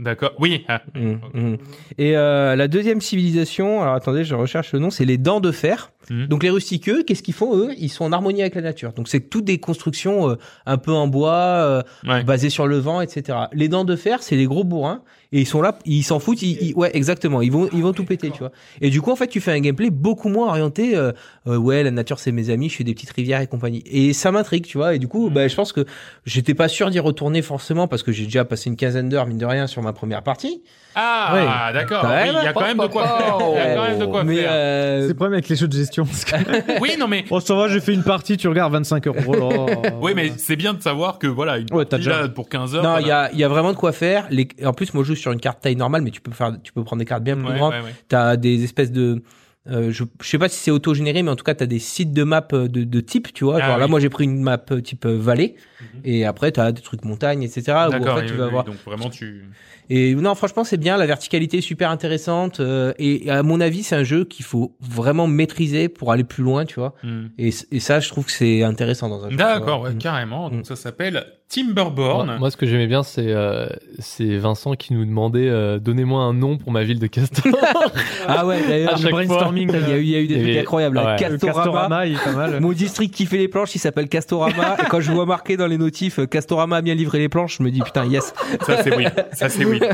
D'accord. Oui. ah. Mm, mm. Et euh, la deuxième civilisation, alors attendez, je recherche le nom, c'est les dents de fer. Mhm. Donc les rustiqueux, qu'est-ce qu'ils font eux Ils sont en harmonie avec la nature. Donc c'est toutes des constructions euh, un peu en bois, euh, Ouais. basées sur le vent, etc. Les dents de fer, c'est les gros bourrins et ils sont là, ils s'en foutent. Ils, ils- ouais, exactement. Ils vont, ils vont tout péter, tu vois. Et du coup, en fait, tu fais un gameplay beaucoup moins orienté. euh, euh, ouais, la nature, c'est mes amis. Je fais des petites rivières et compagnie. Et ça m'intrigue, tu vois. Et du coup, bah, je pense que j'étais pas sûr d'y retourner forcément parce que j'ai déjà passé une quinzaine d'heures mine de rien sur ma première partie. Ah d'accord. Quand Oui, même, Il y a quand même de quoi faire. Il y a quand même de quoi Mais faire. euh, C'est le problème avec les jeux de gestion. parce que- Oui non mais oh, ça va, j'ai fait une partie, tu regardes 25 euros. Oh là là. oui mais c'est bien de savoir que voilà une Ouais, t'as partie déjà- là pour 15 heures. Non, t'en il y a, il y a vraiment de quoi faire. Les, en plus, moi, je joue sur une carte taille normale, mais tu peux faire, tu peux prendre des cartes bien plus Ouais, grandes. ouais, ouais. T'as des espèces de, euh, je, je sais pas si c'est auto-généré, mais en tout cas, t'as des sites de maps euh, de, de type, tu vois. Ah Genre là, oui. moi, j'ai pris une map euh, type euh, vallée, Mhm. et après, t'as des trucs montagne, etc. Où, en D'accord. fait, oui, tu oui, vas oui, voir. Donc vraiment tu. Et non, franchement, c'est bien. La verticalité est super intéressante. euh, et à mon avis, c'est un jeu qu'il faut vraiment maîtriser pour aller plus loin, tu vois. Hmm. Et, c- et ça, je trouve que c'est intéressant dans un jeu. tu D'accord. vois. ouais, Mm. Carrément. Donc ça s'appelle Moi, Timberborn. moi, ce que j'aimais bien, c'est euh, c'est Vincent qui nous demandait euh, donnez-moi un nom pour ma ville de Castor. Ah ouais, d'ailleurs, À je chaque fois. Putain, Il euh, y a eu, il y a eu des Et- trucs incroyables. ouais. Le Castorama. Castorama, il est pas mal. Mon district qui fait les planches, il s'appelle Castorama. et quand je vois marqué dans les notifs euh, Castorama a bien livré les planches, je me dis putain, yes. Ça c'est oui, ça c'est oui.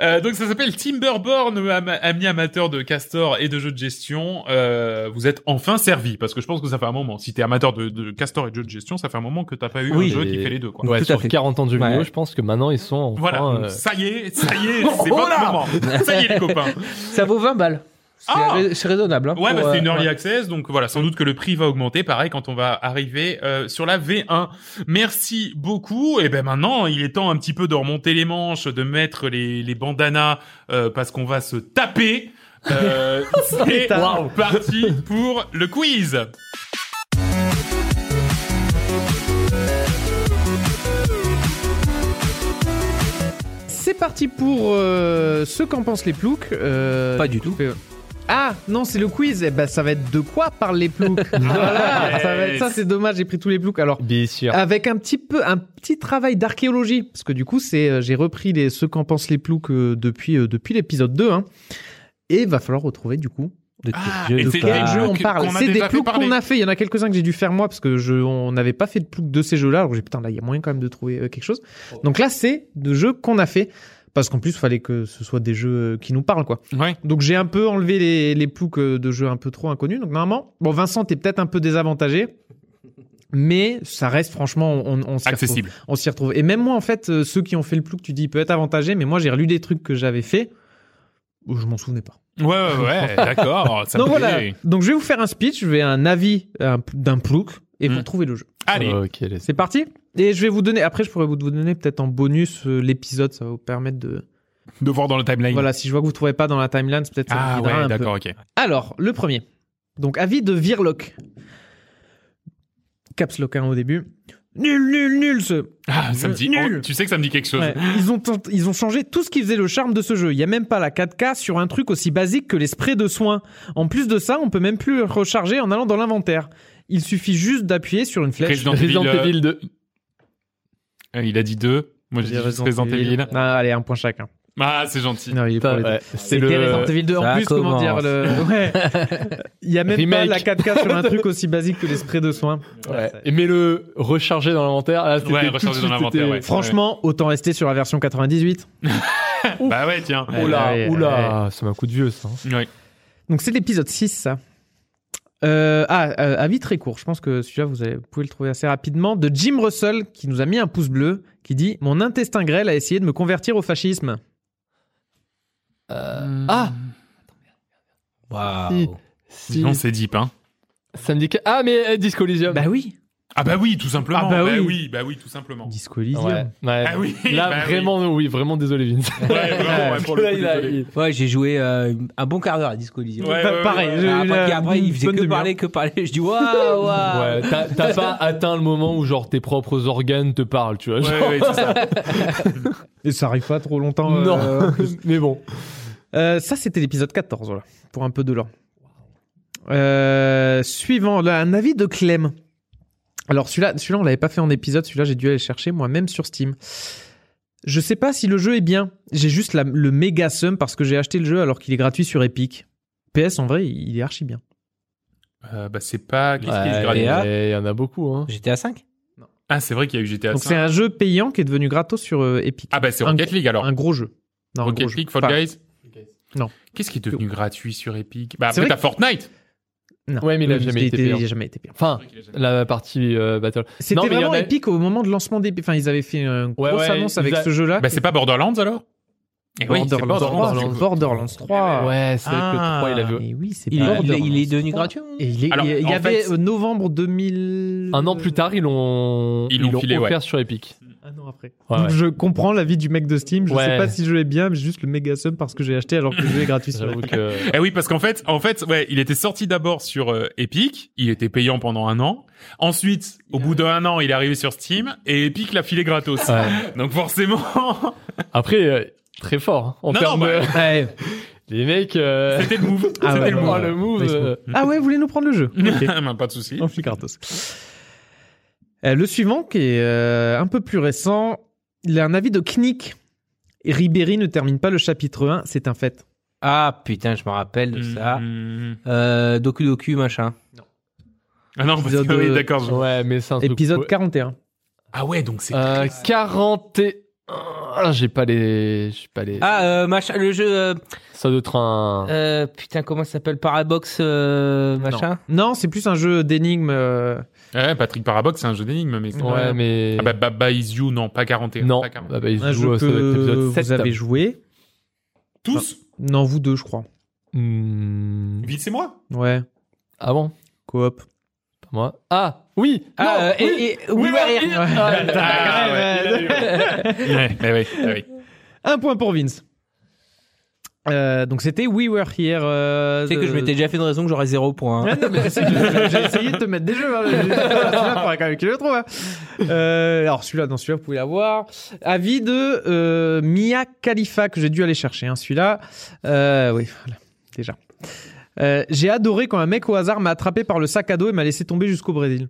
Euh, donc ça s'appelle Timberborn, am- ami amateur de castor et de jeux de gestion. Euh, vous êtes enfin servi parce que je pense que ça fait un moment. Si t'es amateur de, de castor et de jeux de gestion, ça fait un moment que t'as pas eu Oui. un jeu qui Et- fait les deux. Quoi. Ouais, Tout à sur fait. 40 ans de jeux Ouais. vidéo, je pense que maintenant ils sont enfin, Voilà, euh, donc ça y est, ça y est, c'est Voilà. votre moment. Ça y est les copains. Ça vaut 20 balles. C'est Ah rais- c'est raisonnable. hein, Ouais, pour, bah, c'est une euh, early access, donc voilà, sans doute que le prix va augmenter. Pareil quand on va arriver euh, sur la V1. Merci beaucoup. Et ben maintenant, il est temps un petit peu de remonter les manches, de mettre les, les bandanas euh, parce qu'on va se taper. Euh, c'est parti pour le quiz. C'est parti pour euh, ce qu'en pensent les ploucs. Euh, Pas du tout. fais- Ah non, c'est le quiz. Eh ben, ça va être de quoi parlent les ploucs. voilà, ça va être ça. C'est dommage, j'ai pris tous les ploucs. Alors. euh, Bien sûr. Avec un petit peu, un petit travail d'archéologie, parce que du coup, c'est, euh, j'ai repris les, ce qu'en pensent les ploucs euh, depuis, euh, depuis l'épisode 2, hein. Et va falloir retrouver, du coup, De Ah, tes yeux et de c'est pas- des quel jeu on que- parle. qu'on a C'est des déjà fait ploucs parler. qu'on a fait. Il y en a quelques-uns que j'ai dû faire moi, parce que je, on n'avait pas fait de ploucs de ces jeux-là. Alors j'ai, putain, là, il y a moyen quand même de trouver euh, quelque chose. Oh. Donc là, c'est de jeux qu'on a fait. Parce qu'en plus, il fallait que ce soit des jeux euh, qui nous parlent, quoi. Ouais. Donc j'ai un peu enlevé les, les ploucs euh, de jeux un peu trop inconnus. Donc normalement, bon Vincent, t'es peut-être un peu désavantagé, mais ça reste franchement, on, on s'y retrouve. Accessible. On s'y retrouve. Et même moi, en fait, euh, ceux qui ont fait le plouc, tu dis peut être avantagé, mais moi j'ai relu des trucs que j'avais fait, où je m'en souvenais pas. Ouais, ouais, ouais. d'accord. Ça Donc me voilà. plaît. Donc je vais vous faire un speech, je vais un avis euh, d'un plouc et vous Hmm. retrouvez le jeu. Allez. Ok, les- C'est parti. Et je vais vous donner. Après, je pourrais vous donner peut-être en bonus euh, l'épisode. Ça va vous permettre de. De voir dans le timeline. Voilà, si je vois que vous trouvez pas dans la timeline, c'est peut-être ça Ah vous aidera ouais, un peu. d'accord, ok. Alors, le premier. Donc, avis de Virloc. Caps Lock hein, au début. Nul, nul, nul ce. Ah, ça me dit. Nul. oh, tu sais que ça me dit quelque chose. Ouais, Ils, ont tent- ils ont changé tout ce qui faisait le charme de ce jeu. Il n'y a même pas la 4K sur un truc aussi basique que les sprays de soins. En plus de ça, on peut même plus recharger en allant dans l'inventaire. Il suffit juste d'appuyer sur une flèche. Resident Evil. Resident euh, Evil 2. euh, il a dit deux. Moi, j'ai dit juste Resident Evil. Ah, allez, un point chacun. Ah, c'est gentil. Non, il est pour les deux. Ouais, C'est C'est le... Resident le. Evil 2 en Ça plus, comment commence. dire le... ouais. Il n'y a même pas Remake. la 4K sur un truc aussi basique que les sprays de soins. Ouais. Et Mais le recharger dans l'inventaire. là, c'était Ouais, tout de recharger suite, dans l'inventaire, c'était- ouais. Franchement, autant rester sur la version 98. Bah ouais, tiens. Ouais, ouais, Oula, oula, ça m'a Oh un coup de vieux ça. hein. Ouais. Donc c'est l'épisode 6, ça. Euh, ah, euh, avis très court, je pense que celui-là, vous, allez- vous pouvez le trouver assez rapidement, de Jim Russell, qui nous a mis un pouce bleu, qui dit « Mon intestin grêle a essayé de me convertir au fascisme Mm. Ah, Waouh. si. Non, c'est deep, hein. Ça me dit que. Ah, mais euh, Disco Elysium. Bah oui Ah bah oui, tout simplement. Ah bah oui. bah oui, tout simplement. Disco Ouais. ouais. Ah oui, Là, bah oui. vraiment, oui, vraiment désolé, Vince. Ouais, vraiment, ouais, pour le Là, coup, il a- désolé. il- Ouais, j'ai joué euh, un bon quart d'heure à Disco Elysium. Ouais, ouais, ouais, Pareil, ouais. je- Ah, Après, j'ai- après, il faisait bonne que demi-heure. parler, que parler. Je dis waouh, waouh. Ah. Ouais, t'as t'as pas atteint le moment où genre tes propres organes te parlent, tu vois. genre. Ouais, ouais, c'est ça. Et ça arrive pas trop longtemps. euh, non, mais bon. Euh, ça, c'était l'épisode 14, voilà, pour un peu de l'or. Euh, suivant, là, un avis de Clem. Alors, celui-là, celui on l'avait pas fait en épisode, celui-là, j'ai dû aller le chercher moi-même sur Steam. Je sais pas si le jeu est bien. J'ai juste la- le méga sum parce que j'ai acheté le jeu alors qu'il est gratuit sur Epic. PS, en vrai, il est archi bien. Euh, bah c'est pas. Qu'est-ce qui est Ouais, grave et- gratuit et Il y en a beaucoup, hein. J'étais à 5. Ah, c'est vrai qu'il y a eu GTA Donc, c'est 5. un jeu payant qui est devenu gratos sur euh, Epic. Ah bah c'est un- Rocket League alors. un gros jeu. Non, un Rocket gros jeu. League, Fall Enfin, Guys. Non. Qu'est-ce qui est devenu gratuit sur Epic Bah C'est après vrai t'as Fortnite. non. Ouais, mais il a Oui, jamais été payant. Il a jamais été payant. Enfin, la partie euh, Battle. C'était mais il y en vraiment a- Epic au moment de lancement d'Epic. Enfin, ils avaient fait une Ouais, grosse ouais, annonce ils avec a- ce jeu-là. Bah c'est pas Borderlands alors Eh oui, c'est Borderlands 3, du c'est coup. Borderlands 3. Ouais, c'est vrai que Ah. le 3, il avait. Mais oui, c'est Il, est- il est- Borderlands il est devenu 3. gratuit. Et il est- Alors, il y- il y en avait fait- euh, novembre 2000. Un an plus tard, ils l'ont Ils l'ont filé, ouais. offert sur Epic. Un an après. Ouais, Donc ouais. je comprends l'avis du mec de Steam. Je Ouais. sais pas si je l'ai bien, mais juste le méga sum parce que j'ai acheté alors que le jeu est gratuit sur J'avoue Epic. que. Eh oui, parce qu'en fait, en fait, ouais, il était sorti d'abord sur euh, Epic, il était payant pendant un an. Ensuite, au bout d'un an, il est arrivé sur Steam et Epic l'a filé gratos. Ouais. Donc forcément, Après, euh, très fort. hein, En Non, termes non, de- bah, Ouais. Les mecs. euh, c'était le move. Ah c'était ouais. le move. oh, le move. Nice euh, Ah ouais, vous voulez nous prendre le jeu Bah, Ok. pas de souci. On file gratos. Euh, le suivant, qui est euh, un peu plus récent, il a un avis de Knick. Ribéry ne termine pas le chapitre 1, c'est un fait. Ah putain, je me rappelle de ça. Mm, mm. Euh, docu docu machin. Ah non, parce que- Épisode, oui, euh, d'accord. je- Ouais, mais c'est un truc- Épisode ouais. 41. Ah ouais, donc c'est. Euh, 41. Ah, J'ai pas les. J'ai pas les. Ah euh, machin, le jeu. euh, Ça doit être un. euh, putain, comment ça s'appelle Parabox euh, machin. Non, c'est plus un jeu d'énigmes. euh, Eh Ouais, Patrick Parabox, c'est un jeu d'énigmes, mais. c'est- ouais, mais. Ah bah, Baba is You, non, pas 41. non. pas 41. Ah bah, ils un jouent, jeu ça doit être que l'épisode 7. vous avez joué. Tous Non, vous deux, je crois. Hmm, Vite, c'est moi Ouais, Ah bon coop. Pas moi. Ah oui. Ah non, euh, oui. et, et- We Were Here. Ah, putain, Ah, quand même, ouais. bah il a eu. Ouais, mais oui, ah oui. Un point pour Vince. Euh, donc c'était We Were Here. euh, Tu sais de- que je m'étais déjà fait une raison que j'aurais zéro point. hein. Ouais, non, mais je sais, je- j'ai essayé de te mettre des jeux. Hein, mais- celui-là, faudrait quand même que je le trouve. hein. Euh, alors celui-là, dans celui-là, vous pouvez l'avoir. Avis de euh, Mia Khalifa que j'ai dû aller chercher. hein, celui-là, Euh, oui, voilà, déjà. Euh, j'ai adoré quand un mec au hasard m'a attrapé par le sac à dos et m'a laissé tomber jusqu'au Brésil.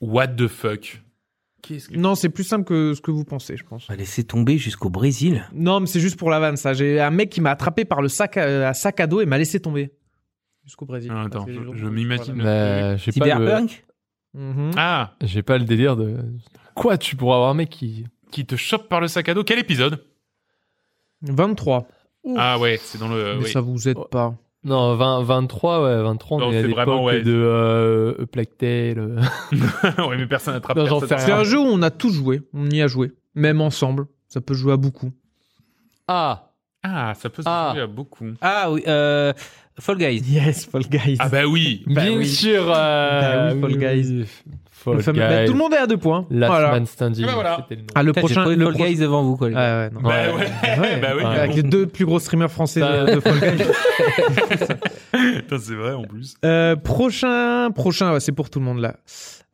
What the fuck Qu'est-ce que... Non, c'est plus simple que ce que vous pensez, je pense. On va laisser tomber jusqu'au Brésil. Non, mais c'est juste pour la vanne, ça. J'ai un mec qui m'a attrapé par le sac à, à sac à dos et m'a laissé tomber jusqu'au Brésil. Ah, attends, C'est je- juste je pour- m'imagine. Bah, j'ai pas, le... Cyberpunk voilà. Mhm. Ah, j'ai pas le délire de. Quoi, tu pourras avoir un mec qui. qui te chope par le sac à dos. Quel épisode 23. Ah ouais, c'est dans le... mais oui. ça vous aide Oh. pas. Non, 20, 23, ouais, 23, on Non, est à c'est l'époque vraiment, ouais. de euh, A Plague Tale, euh, ouais, mais personne n'attrape Non, j'en personne. sais rien. C'est un jeu où on a tous joué, on y a joué, même ensemble. Ça peut jouer à beaucoup. Ah Ah, ça peut se Ah. jouer à beaucoup. Ah oui, euh, Fall Guys. Yes, Fall Guys. Ah bah oui Bien oui. sûr euh, Bah oui, Fall oui, Guys. oui, Fall Guys. tout le monde est à deux points. Last Voilà. Man Standing, Ah bah voilà. c'était le nom. Ah, le Putain, prochain. j'ai pas eu le Fall prochain- Guys devant vous, quoi. les Ouais, gars. ouais, non. Bah ouais, Ouais. bah oui, Ouais. mais Avec bon. les deux plus gros streamers français Ça- de, de Fall Guys. Putain, c'est vrai en plus. Euh, prochain, prochain, ouais, c'est pour tout le monde là.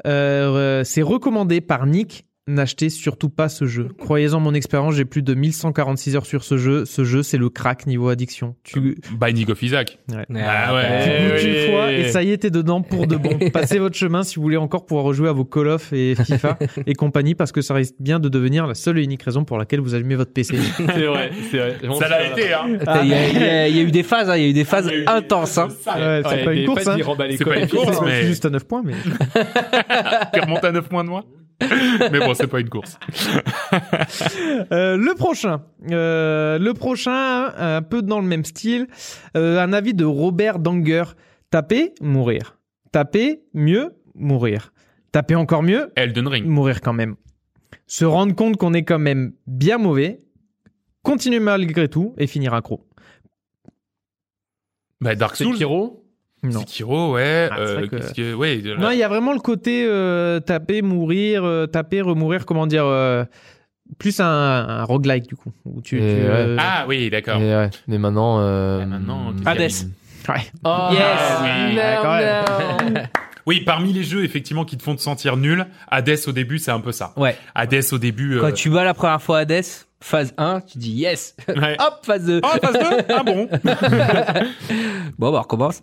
Euh, euh, c'est recommandé par Nick. N'achetez surtout pas ce jeu. Croyez-en mon expérience, j'ai plus de 1146 heures sur ce jeu. Ce jeu, c'est le crack niveau addiction. Tu, Binding of Isaac. ouais. Ah ouais. Tu Eh goûtes oui. une fois et ça y est, t'es dedans pour de bon. Passez votre chemin si vous voulez encore pouvoir rejouer à vos Call of et FIFA et compagnie parce que ça risque bien de devenir la seule et unique raison pour laquelle vous allumez votre PC. C'est vrai, c'est vrai. J'en Ça suis l'a là. été, hein Attends, Il y, a- il y a- il y a eu des phases, hein, il y a eu des phases Il y a eu- intenses. hein. Ça, c'est Ouais, pas et une course, pas hein. dire remballer C'est quoi. pas une course, C'est mais juste à 9 points, mais qui remonte à 9 points de moi. mais bon, c'est pas une course. Euh, le prochain, Euh, le prochain, un peu dans le même style, Euh, un avis de Robert Danger. Taper, mourir. Taper, mieux, mourir. Taper encore mieux, Elden Ring. mourir quand même. Se rendre compte qu'on est quand même bien mauvais, continuer malgré tout et finir accro. Bah, Dark Souls. Sekiro Non. Sekiro, ouais. Ah, c'est euh, vrai que- qu'est-ce que- ouais, de la- Non, il y a vraiment le côté euh, taper, mourir, euh, taper, remourir, comment dire, euh, plus un, un roguelike du coup. Où tu, Et tu, ouais. euh, Ah oui, d'accord. Mais ouais, mais maintenant. euh, Ah, maintenant, qu'est-ce Hades. qu'il y a ouais. Ah, Yes. oui. Ah, merde, merde. Oui, parmi les jeux, effectivement, qui te font te sentir nul, Hades au début, c'est un peu ça. Ouais. Hades au début. euh, Quand tu vas la première fois à Hades, phase 1, tu dis yes. ouais. Hop, phase 2. Oh, phase 2 Ah bon Bon, bah, on recommence.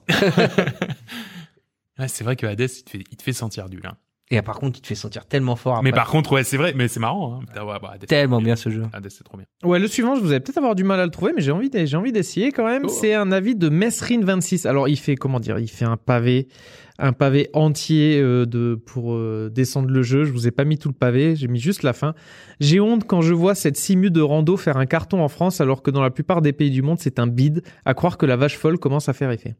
Ouais, C'est vrai que Hades, il te fait, il te fait sentir nul. hein. Et euh, par contre, il te fait sentir tellement fort. Mais après. par contre, ouais, c'est vrai, mais c'est marrant. Hein. Putain, ouais, bah, Hades, Tellement bien ce jeu. Hades, c'est trop bien. Ouais, le suivant, je vous allez peut-être avoir du mal à le trouver, mais j'ai envie, d'e- j'ai envie d'essayer quand même. Oh. C'est un avis de Mesrine26. Alors, il fait, comment dire, il fait un pavé, un pavé entier euh, de, pour euh, descendre le jeu. Je vous ai pas mis tout le pavé, j'ai mis juste la fin. J'ai honte quand je vois cette simu de rando faire un carton en France, alors que dans la plupart des pays du monde, c'est un bide. À croire que la vache folle commence à faire effet.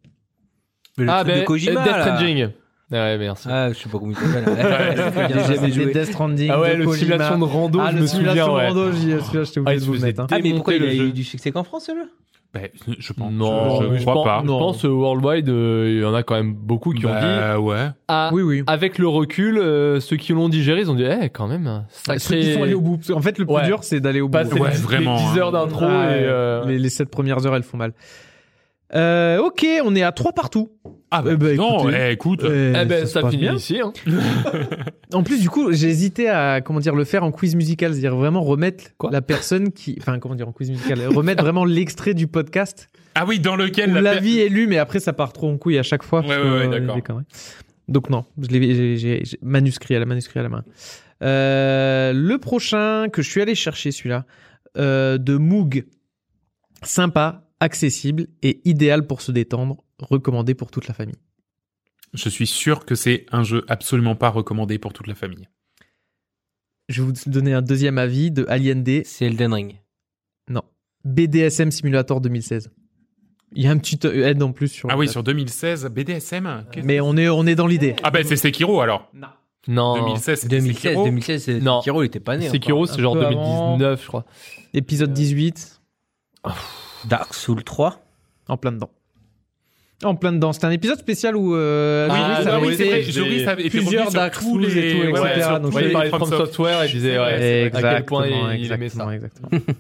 Mais le Ah, truc ben, de Kojima. Death là. Stranding. Ah ouais, merci. Ah, je sais pas comment il s'appelle. J'ai J'ai jamais joué. Death Stranding. Ah ouais, de le Kojima. simulation de rando, Ah, je le me simulation souviens. de ouais. rando, j'y- celui-là, je t'ai Ah, oublié il de se vous le faisait mettre. hein. Ah, mais pourquoi il a Démonter le eu jeu. du succès qu'en France, ce jeu Bah, je pense. Non, je, je je crois pense, pas. je pense, euh, worldwide, euh, il y en a quand même beaucoup qui ont dit. Bah, ouais. Ah, Oui, oui. Avec le recul, euh, ceux qui l'ont digéré, ils ont dit, eh, quand même, un Bah, Ceux sacré. qui sont allés au bout. Parce qu'en fait, le plus Ouais. dur, c'est d'aller au bout. Passer Ouais, les- vraiment, les 10 heures d'intro Ah, et. euh, les, les 7 premières heures, elles font mal. Euh, ok, on est à 3 partout. Ah bah, Eh ben, non, écoutez. eh, écoute. Eh ben, se ça, passe finit bien. ici. Hein. En plus, du coup, j'ai hésité à comment dire le faire en quiz musical, c'est-à-dire vraiment remettre Quoi la personne qui, enfin comment dire en quiz musical, remettre vraiment l'extrait du podcast Ah oui, dans lequel où la per- l'avis est lu, mais après ça part trop en couille à chaque fois. Ouais, parce ouais, que, ouais, euh, d'accord. des conneries. Donc non, je l'ai, j'ai, j'ai- j'ai- manuscrit à la manuscrit à la main. Euh, le prochain que je suis allé chercher, celui-là, euh, de Moog, sympa, accessible et idéal pour se détendre, recommandé pour toute la famille. Je suis sûr que c'est un jeu absolument pas recommandé pour toute la famille. Je vais vous donner un deuxième avis de Alien D. C'est Elden Ring. Non. BDSM Simulator 2016. Il y a un petit euh, aide en plus sur. Ah le oui, chat. sur 2016, BDSM qu'est-ce- Mais on est, on est dans l'idée. Ah bah, c'est Sekiro alors. Non. 2016, c'était 2016, Sekiro. 2016, c'est- Non. Sekiro, il était pas né. encore. Sekiro, c'est genre peu avant. 2019, je crois. Épisode 18, Dark Souls 3. en plein dedans. En plein dedans. C'était un épisode spécial où. euh, Ah, Joris oui, avait bah oui, été- c'est vrai, j'ai- Joris avait été plusieurs revenu sur Dark tous Souls et les- tout, etc., sur donc tous Ouais, les il parlait de From From Software et je disais, ouais, à quel point il- il aimait ça. Exactement, exactement.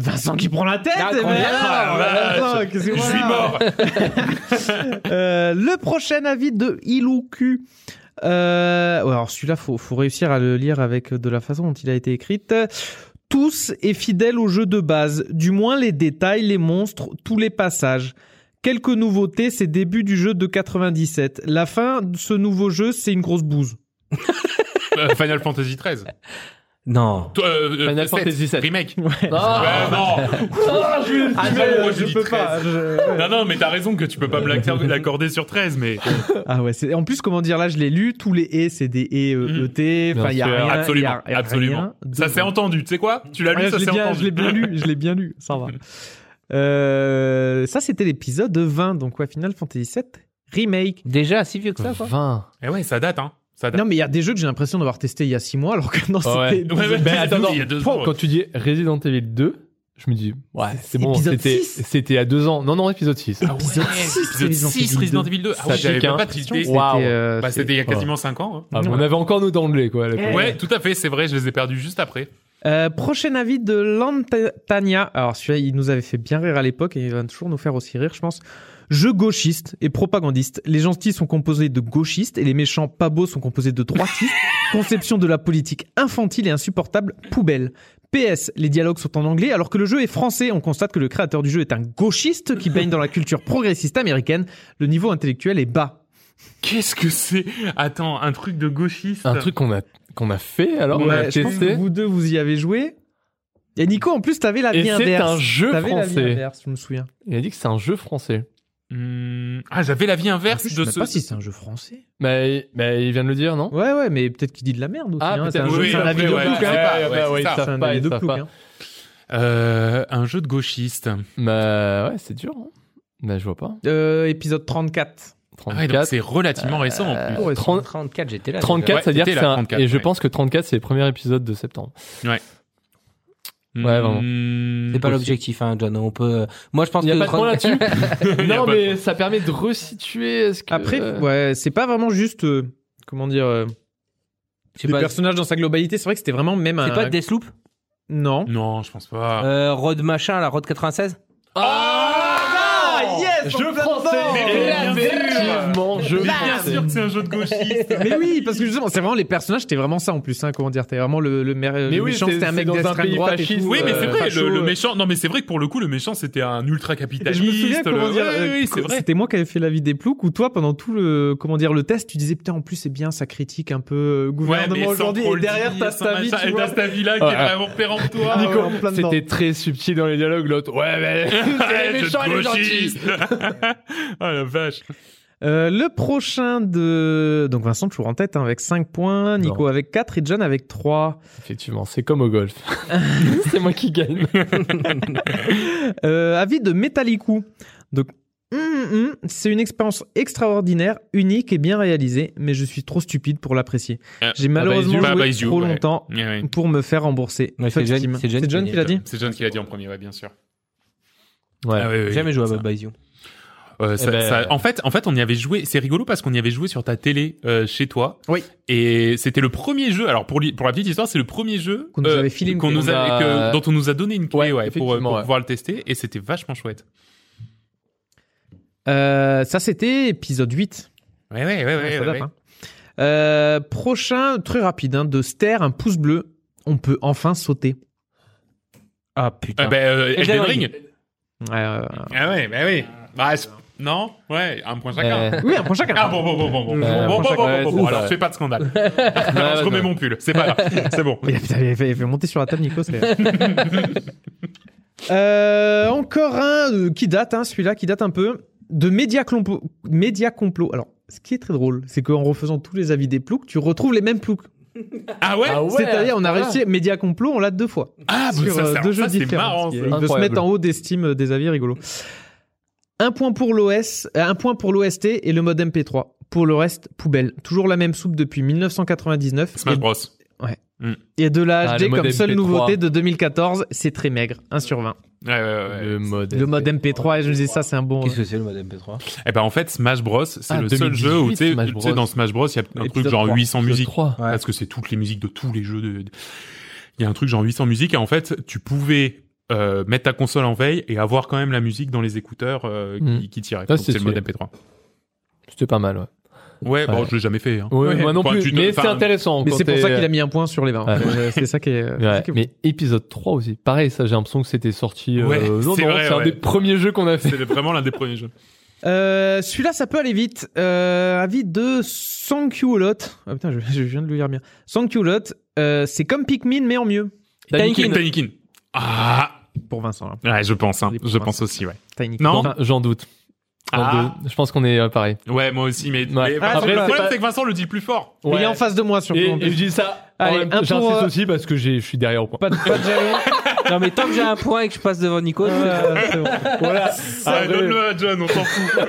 Vincent qui prend la tête Ah, mais combien alors, Ah, Vincent, vache. qu'est-ce que Je voilà suis mort. Euh, le prochain avis de Ilouku. Euh, ouais, alors celui-là, faut, faut réussir à le lire avec de la façon dont il a été écrite. Tous et fidèles au jeu de base, du moins les détails, les monstres, tous les passages. Quelques nouveautés, c'est début du jeu de 97. La fin de ce nouveau jeu, c'est une grosse bouse. Euh, Final Fantasy 13. Non. Toi, euh, euh, Final sept, Fantasy sept. Remake. Ah, Ouais, non. Ah, non, moi, j'ai dit 13. je- Non, ouais. non, mais t'as raison que tu peux pas me l'accorder- l'accorder sur 13, mais Ah ouais, c'est- en plus, comment dire, là, je l'ai lu, tous les et, c'est des et, Mm. euh, ET. Enfin, il y a Bien sûr. rien. il y absolument, a- il y a absolument. rien de Ça s'est bon. entendu, tu sais quoi Tu l'as lu, Ouais, ça je l'ai s'est bien, entendu. je l'ai bien lu, je l'ai bien lu, ça va. Euh, ça, c'était l'épisode 20, donc ouais, Final Fantasy VII Remake. Déjà, si vieux que ça, quoi. 20. Eh ouais, ça date, hein. Ça date. Non, mais il y a des jeux que j'ai l'impression d'avoir testé il y a 6 mois, alors que non, Ouais. c'était Ouais, ouais, Ben, il y a attends, deux- non. il y a deux Quand- ans. Quand tu dis Resident Evil 2, je me dis, ouais, c'est bon, épisode c'était six. c'était il y a deux ans. Non, non, épisode 6. Ah ouais, épisode six, épisode Resident six, Evil Resident 2. Evil 2. Ah Ça ouais, j'avais pique, hein. pas tilté. C'était, Waouh. euh, Bah, c'est- c'était il y a quasiment 5 ans. hein. Ah, on avait encore nous dans le lait, quoi. à l'époque. Ouais, tout à fait, c'est vrai, je les ai perdus juste après. Euh, prochain avis de Lantania. Alors celui-là, il nous avait fait bien rire à l'époque et il va toujours nous faire aussi rire, je pense. Jeu gauchiste et propagandiste. Les gentils sont composés de gauchistes et les méchants pas beaux sont composés de droitistes. Conception de la politique infantile et insupportable, poubelle. PS, les dialogues sont en anglais alors que le jeu est français. On constate que le créateur du jeu est un gauchiste qui baigne dans la culture progressiste américaine. Le niveau intellectuel est bas. Qu'est-ce que c'est Attends, un truc de gauchiste. Un truc qu'on a, qu'on a fait, alors on a Ouais, je pense que testé. vous deux, vous y avez joué. Et Nico, en plus, t'avais la Et vie c'est inverse. un jeu T'avais la vie français. inverse, je me souviens. Il a dit que c'est un jeu français. Hmm, Ah, j'avais la vie inverse En plus, je de sais ce. pas si c'est un jeu français. Mais, mais Bah, il vient de le dire, non Ouais, ouais, mais peut-être qu'il dit de la merde aussi. Ah, hein. peut-être. C'est un, Oui, jeu- oui, c'est un après, avis de ouais, plouc, ouais, hein. ouais, ouais, ouais, c'est ça. C'est un pas, avis ils de savent plouc, pas. hein. Euh, un jeu de gauchiste. Ah Bah, ouais, c'est dur. hein. Bah, je vois pas. Euh, épisode 34. Ah ouais, donc 34. c'est relativement récent en plus. Ouais, 30 34, j'étais là. 34, Ouais, c'est-à-dire que t'étais c'est là, un... 34, Et je ouais. pense que 34, c'est le premier épisode de septembre. ouais, vraiment. Hmm, C'est pas aussi. l'objectif, hein, John. On peut. Moi, je pense Il n'y que. a pas de 30 point là-dessus. Il y a non, pas mais ça permet de resituer. ce que- Après, euh, ouais, c'est pas vraiment juste, euh, comment dire, euh, Je sais les pas, personnages dans sa globalité. C'est vrai que c'était vraiment même hein, un. C'est pas Deathloop Non. Non, je pense Ah. pas. euh, Road machin, la Road 96 Oh Ah, yes, on Jeu fait français dedans. Mais bien sûr. Effectivement, jeu Mais bien français. sûr que c'est un jeu de gauchiste. Mais oui, parce que justement, c'est vraiment les personnages, c'était vraiment ça en plus. Hein, comment dire, t'es vraiment le, le, maire- le oui, méchant, c'est- c'était un c'est mec dans un d'extrême pays droite. Et fasciste, tout, Oui, mais euh, c'est vrai, facho, le, le euh. méchant. Non, mais c'est vrai que pour le coup, le méchant, c'était un ultra capitaliste. Je me souviens comment dire. Oui, euh, oui, c'est que vrai. C'était moi qui avais fait la vie des ploucs où toi pendant tout le comment dire le test tu disais putain en plus c'est bien ça critique un peu euh, mais gouvernement sans aujourd'hui trop le et dire, dire, t'as sans ta vie machin, tu et vois. t'as ta vie là Ah, qui est ah. vraiment péremptoire. Nico, Ouais. en plein dedans. C'était très subtil dans les dialogues, l'autre. Ouais, mais c'est les Jeu méchants et les de gentils. gauchiste. Ah la vache. Euh, le prochain de donc Vincent toujours en tête hein, avec 5 points Nico avec 4 et John avec 3 Effectivement, c'est comme au golf. c'est moi qui gagne. euh, avis de Metallicou donc hum, hum, c'est une expérience extraordinaire, unique et bien réalisée, mais je suis trop stupide pour l'apprécier. Ah, J'ai malheureusement you. Ah, bah, joué is you, trop ouais. longtemps Ouais, ouais. pour me faire rembourser. Ouais, c'est Fuck John- Steam. c'est John qui John l'a qui l'a C'est- dit. C'est John qui l'a dit en premier, ouais, bien sûr. Ouais. Ah, oui, oui, Jamais oui. joué à Baba Is You. Euh, ça- ben- ça- en fait, en fait, on y avait joué. C'est rigolo parce qu'on y avait joué sur ta télé euh, chez toi. Oui. Et c'était le premier jeu. Alors pour li- pour la petite histoire, c'est le premier jeu euh, Qu'on nous avait filé une qu'on clé. nous On a- a- que- dont on nous a donné une clé, Ouais, ouais, pour, euh, effectivement, pour ouais. pouvoir le tester. Et c'était vachement chouette. Euh, ça, c'était épisode 8. Ouais, ouais, ouais, Ouais, ouais. ça ouais, date, hein. Euh, prochain, très rapide, hein, de Ster, un pouce bleu. On peut enfin sauter. Ah putain. Ah, ben, euh, Elden Elden Ring. Ring. Euh, Ah ouais, bah oui. Bah, c'est- non, ouais, un point chacun. Euh, Oui, un point chacun. Ah bon, bon, bon, bon, bon, bon, Euh, bon, bon, chacun, bon, bon, ouais, bon, c'est alors ça. je fais pas de scandale. ouais, Je remets ouais. mon pull, c'est pas grave, c'est bon. Il a, putain, il a fait, il a fait monter sur la table, Nico. c'est- Euh, encore un euh, qui date, hein, celui-là, qui date un peu, de Média Complot. Média Complot. Alors, ce qui est très drôle, c'est qu'en refaisant tous les avis des ploucs, tu retrouves les mêmes ploucs. Ah ouais Ah ouais, C'est-à-dire, on a ça va. réussi Média Complot, on l'a deux fois. Ah, bah, sur ça, euh, ça, deux ça, jeux c'est différents. marrant. Il ça. veut se Incroyable. mettre en haut des Steam euh, des avis rigolos. Un point pour l'OS, euh, un point pour l'OST et le mode MP3. Pour le reste, poubelle. Toujours la même soupe depuis 1999. Smash Bros. Et, et de la Ah, HD le mode comme seule MP3. nouveauté de 2014, c'est très maigre. 1 sur 20. Ouais, ouais, ouais. Le mode. Le mode MP3, et je me disais ça, c'est un bon. euh, Qu'est-ce que c'est le mode MP3 Eh ben en fait Smash Bros c'est Ah, le seul 2018, jeu où tu sais- Smash tu sais Bros. dans Smash Bros il y a un truc Épisode genre 3, 800 musiques 3. Ouais. parce que c'est toutes les musiques de tous les jeux de de- il y a un truc genre 800 musiques et en fait tu pouvais euh, mettre ta console en veille et avoir quand même la musique dans les écouteurs euh, qui, Mm. qui tiraient. Ah, Donc, c'est c'est le mode stylé. MP3. C'était pas mal, ouais. Ouais, bon, Ouais. je l'ai jamais fait. hein. Ouais, moi non Enfin, plus, tu te- mais c'est enfin, intéressant. Mais quand c'est pour t'es- ça qu'il a mis un point sur les 20. Ouais. Euh, c'est ça qui est. c'est ça Ouais, qui est- mais épisode 3 aussi. Pareil, ça, j'ai l'impression que c'était sorti. euh, Ouais, non, non, c'est c'est vrai, un ouais. des premiers jeux qu'on a fait. C'est vraiment l'un des premiers jeux. Euh, celui-là, ça peut aller vite. Euh, avis de Sankulot. Ah putain, je, je viens de le lire bien. Sankulot, euh, c'est comme Pikmin, mais en mieux. Tanikin. Tanikin. Ah, Pour Vincent, hein. ouais, je pense, hein. On dit pour je moi, pense aussi, ouais. Tiny. Non. Enfin, J'en doute. J'en Ah. doute. Je pense qu'on est euh, pareil. Ouais, moi aussi, mais, Ouais. mais Ah, Vincent- c'est le pas- problème pas- c'est que Vincent le dit plus fort. Il Ouais. est en face de moi, surtout. Et, en et plus. je dis ça. en Allez, même- un pour, J'insiste euh, aussi parce que j'ai- je suis derrière au point. Pas de, pas de jaloux. Non, mais tant que j'ai un point et que je passe devant Nico, Euh, c'est bon. voilà. Ça donne-le à John, on s'en fout.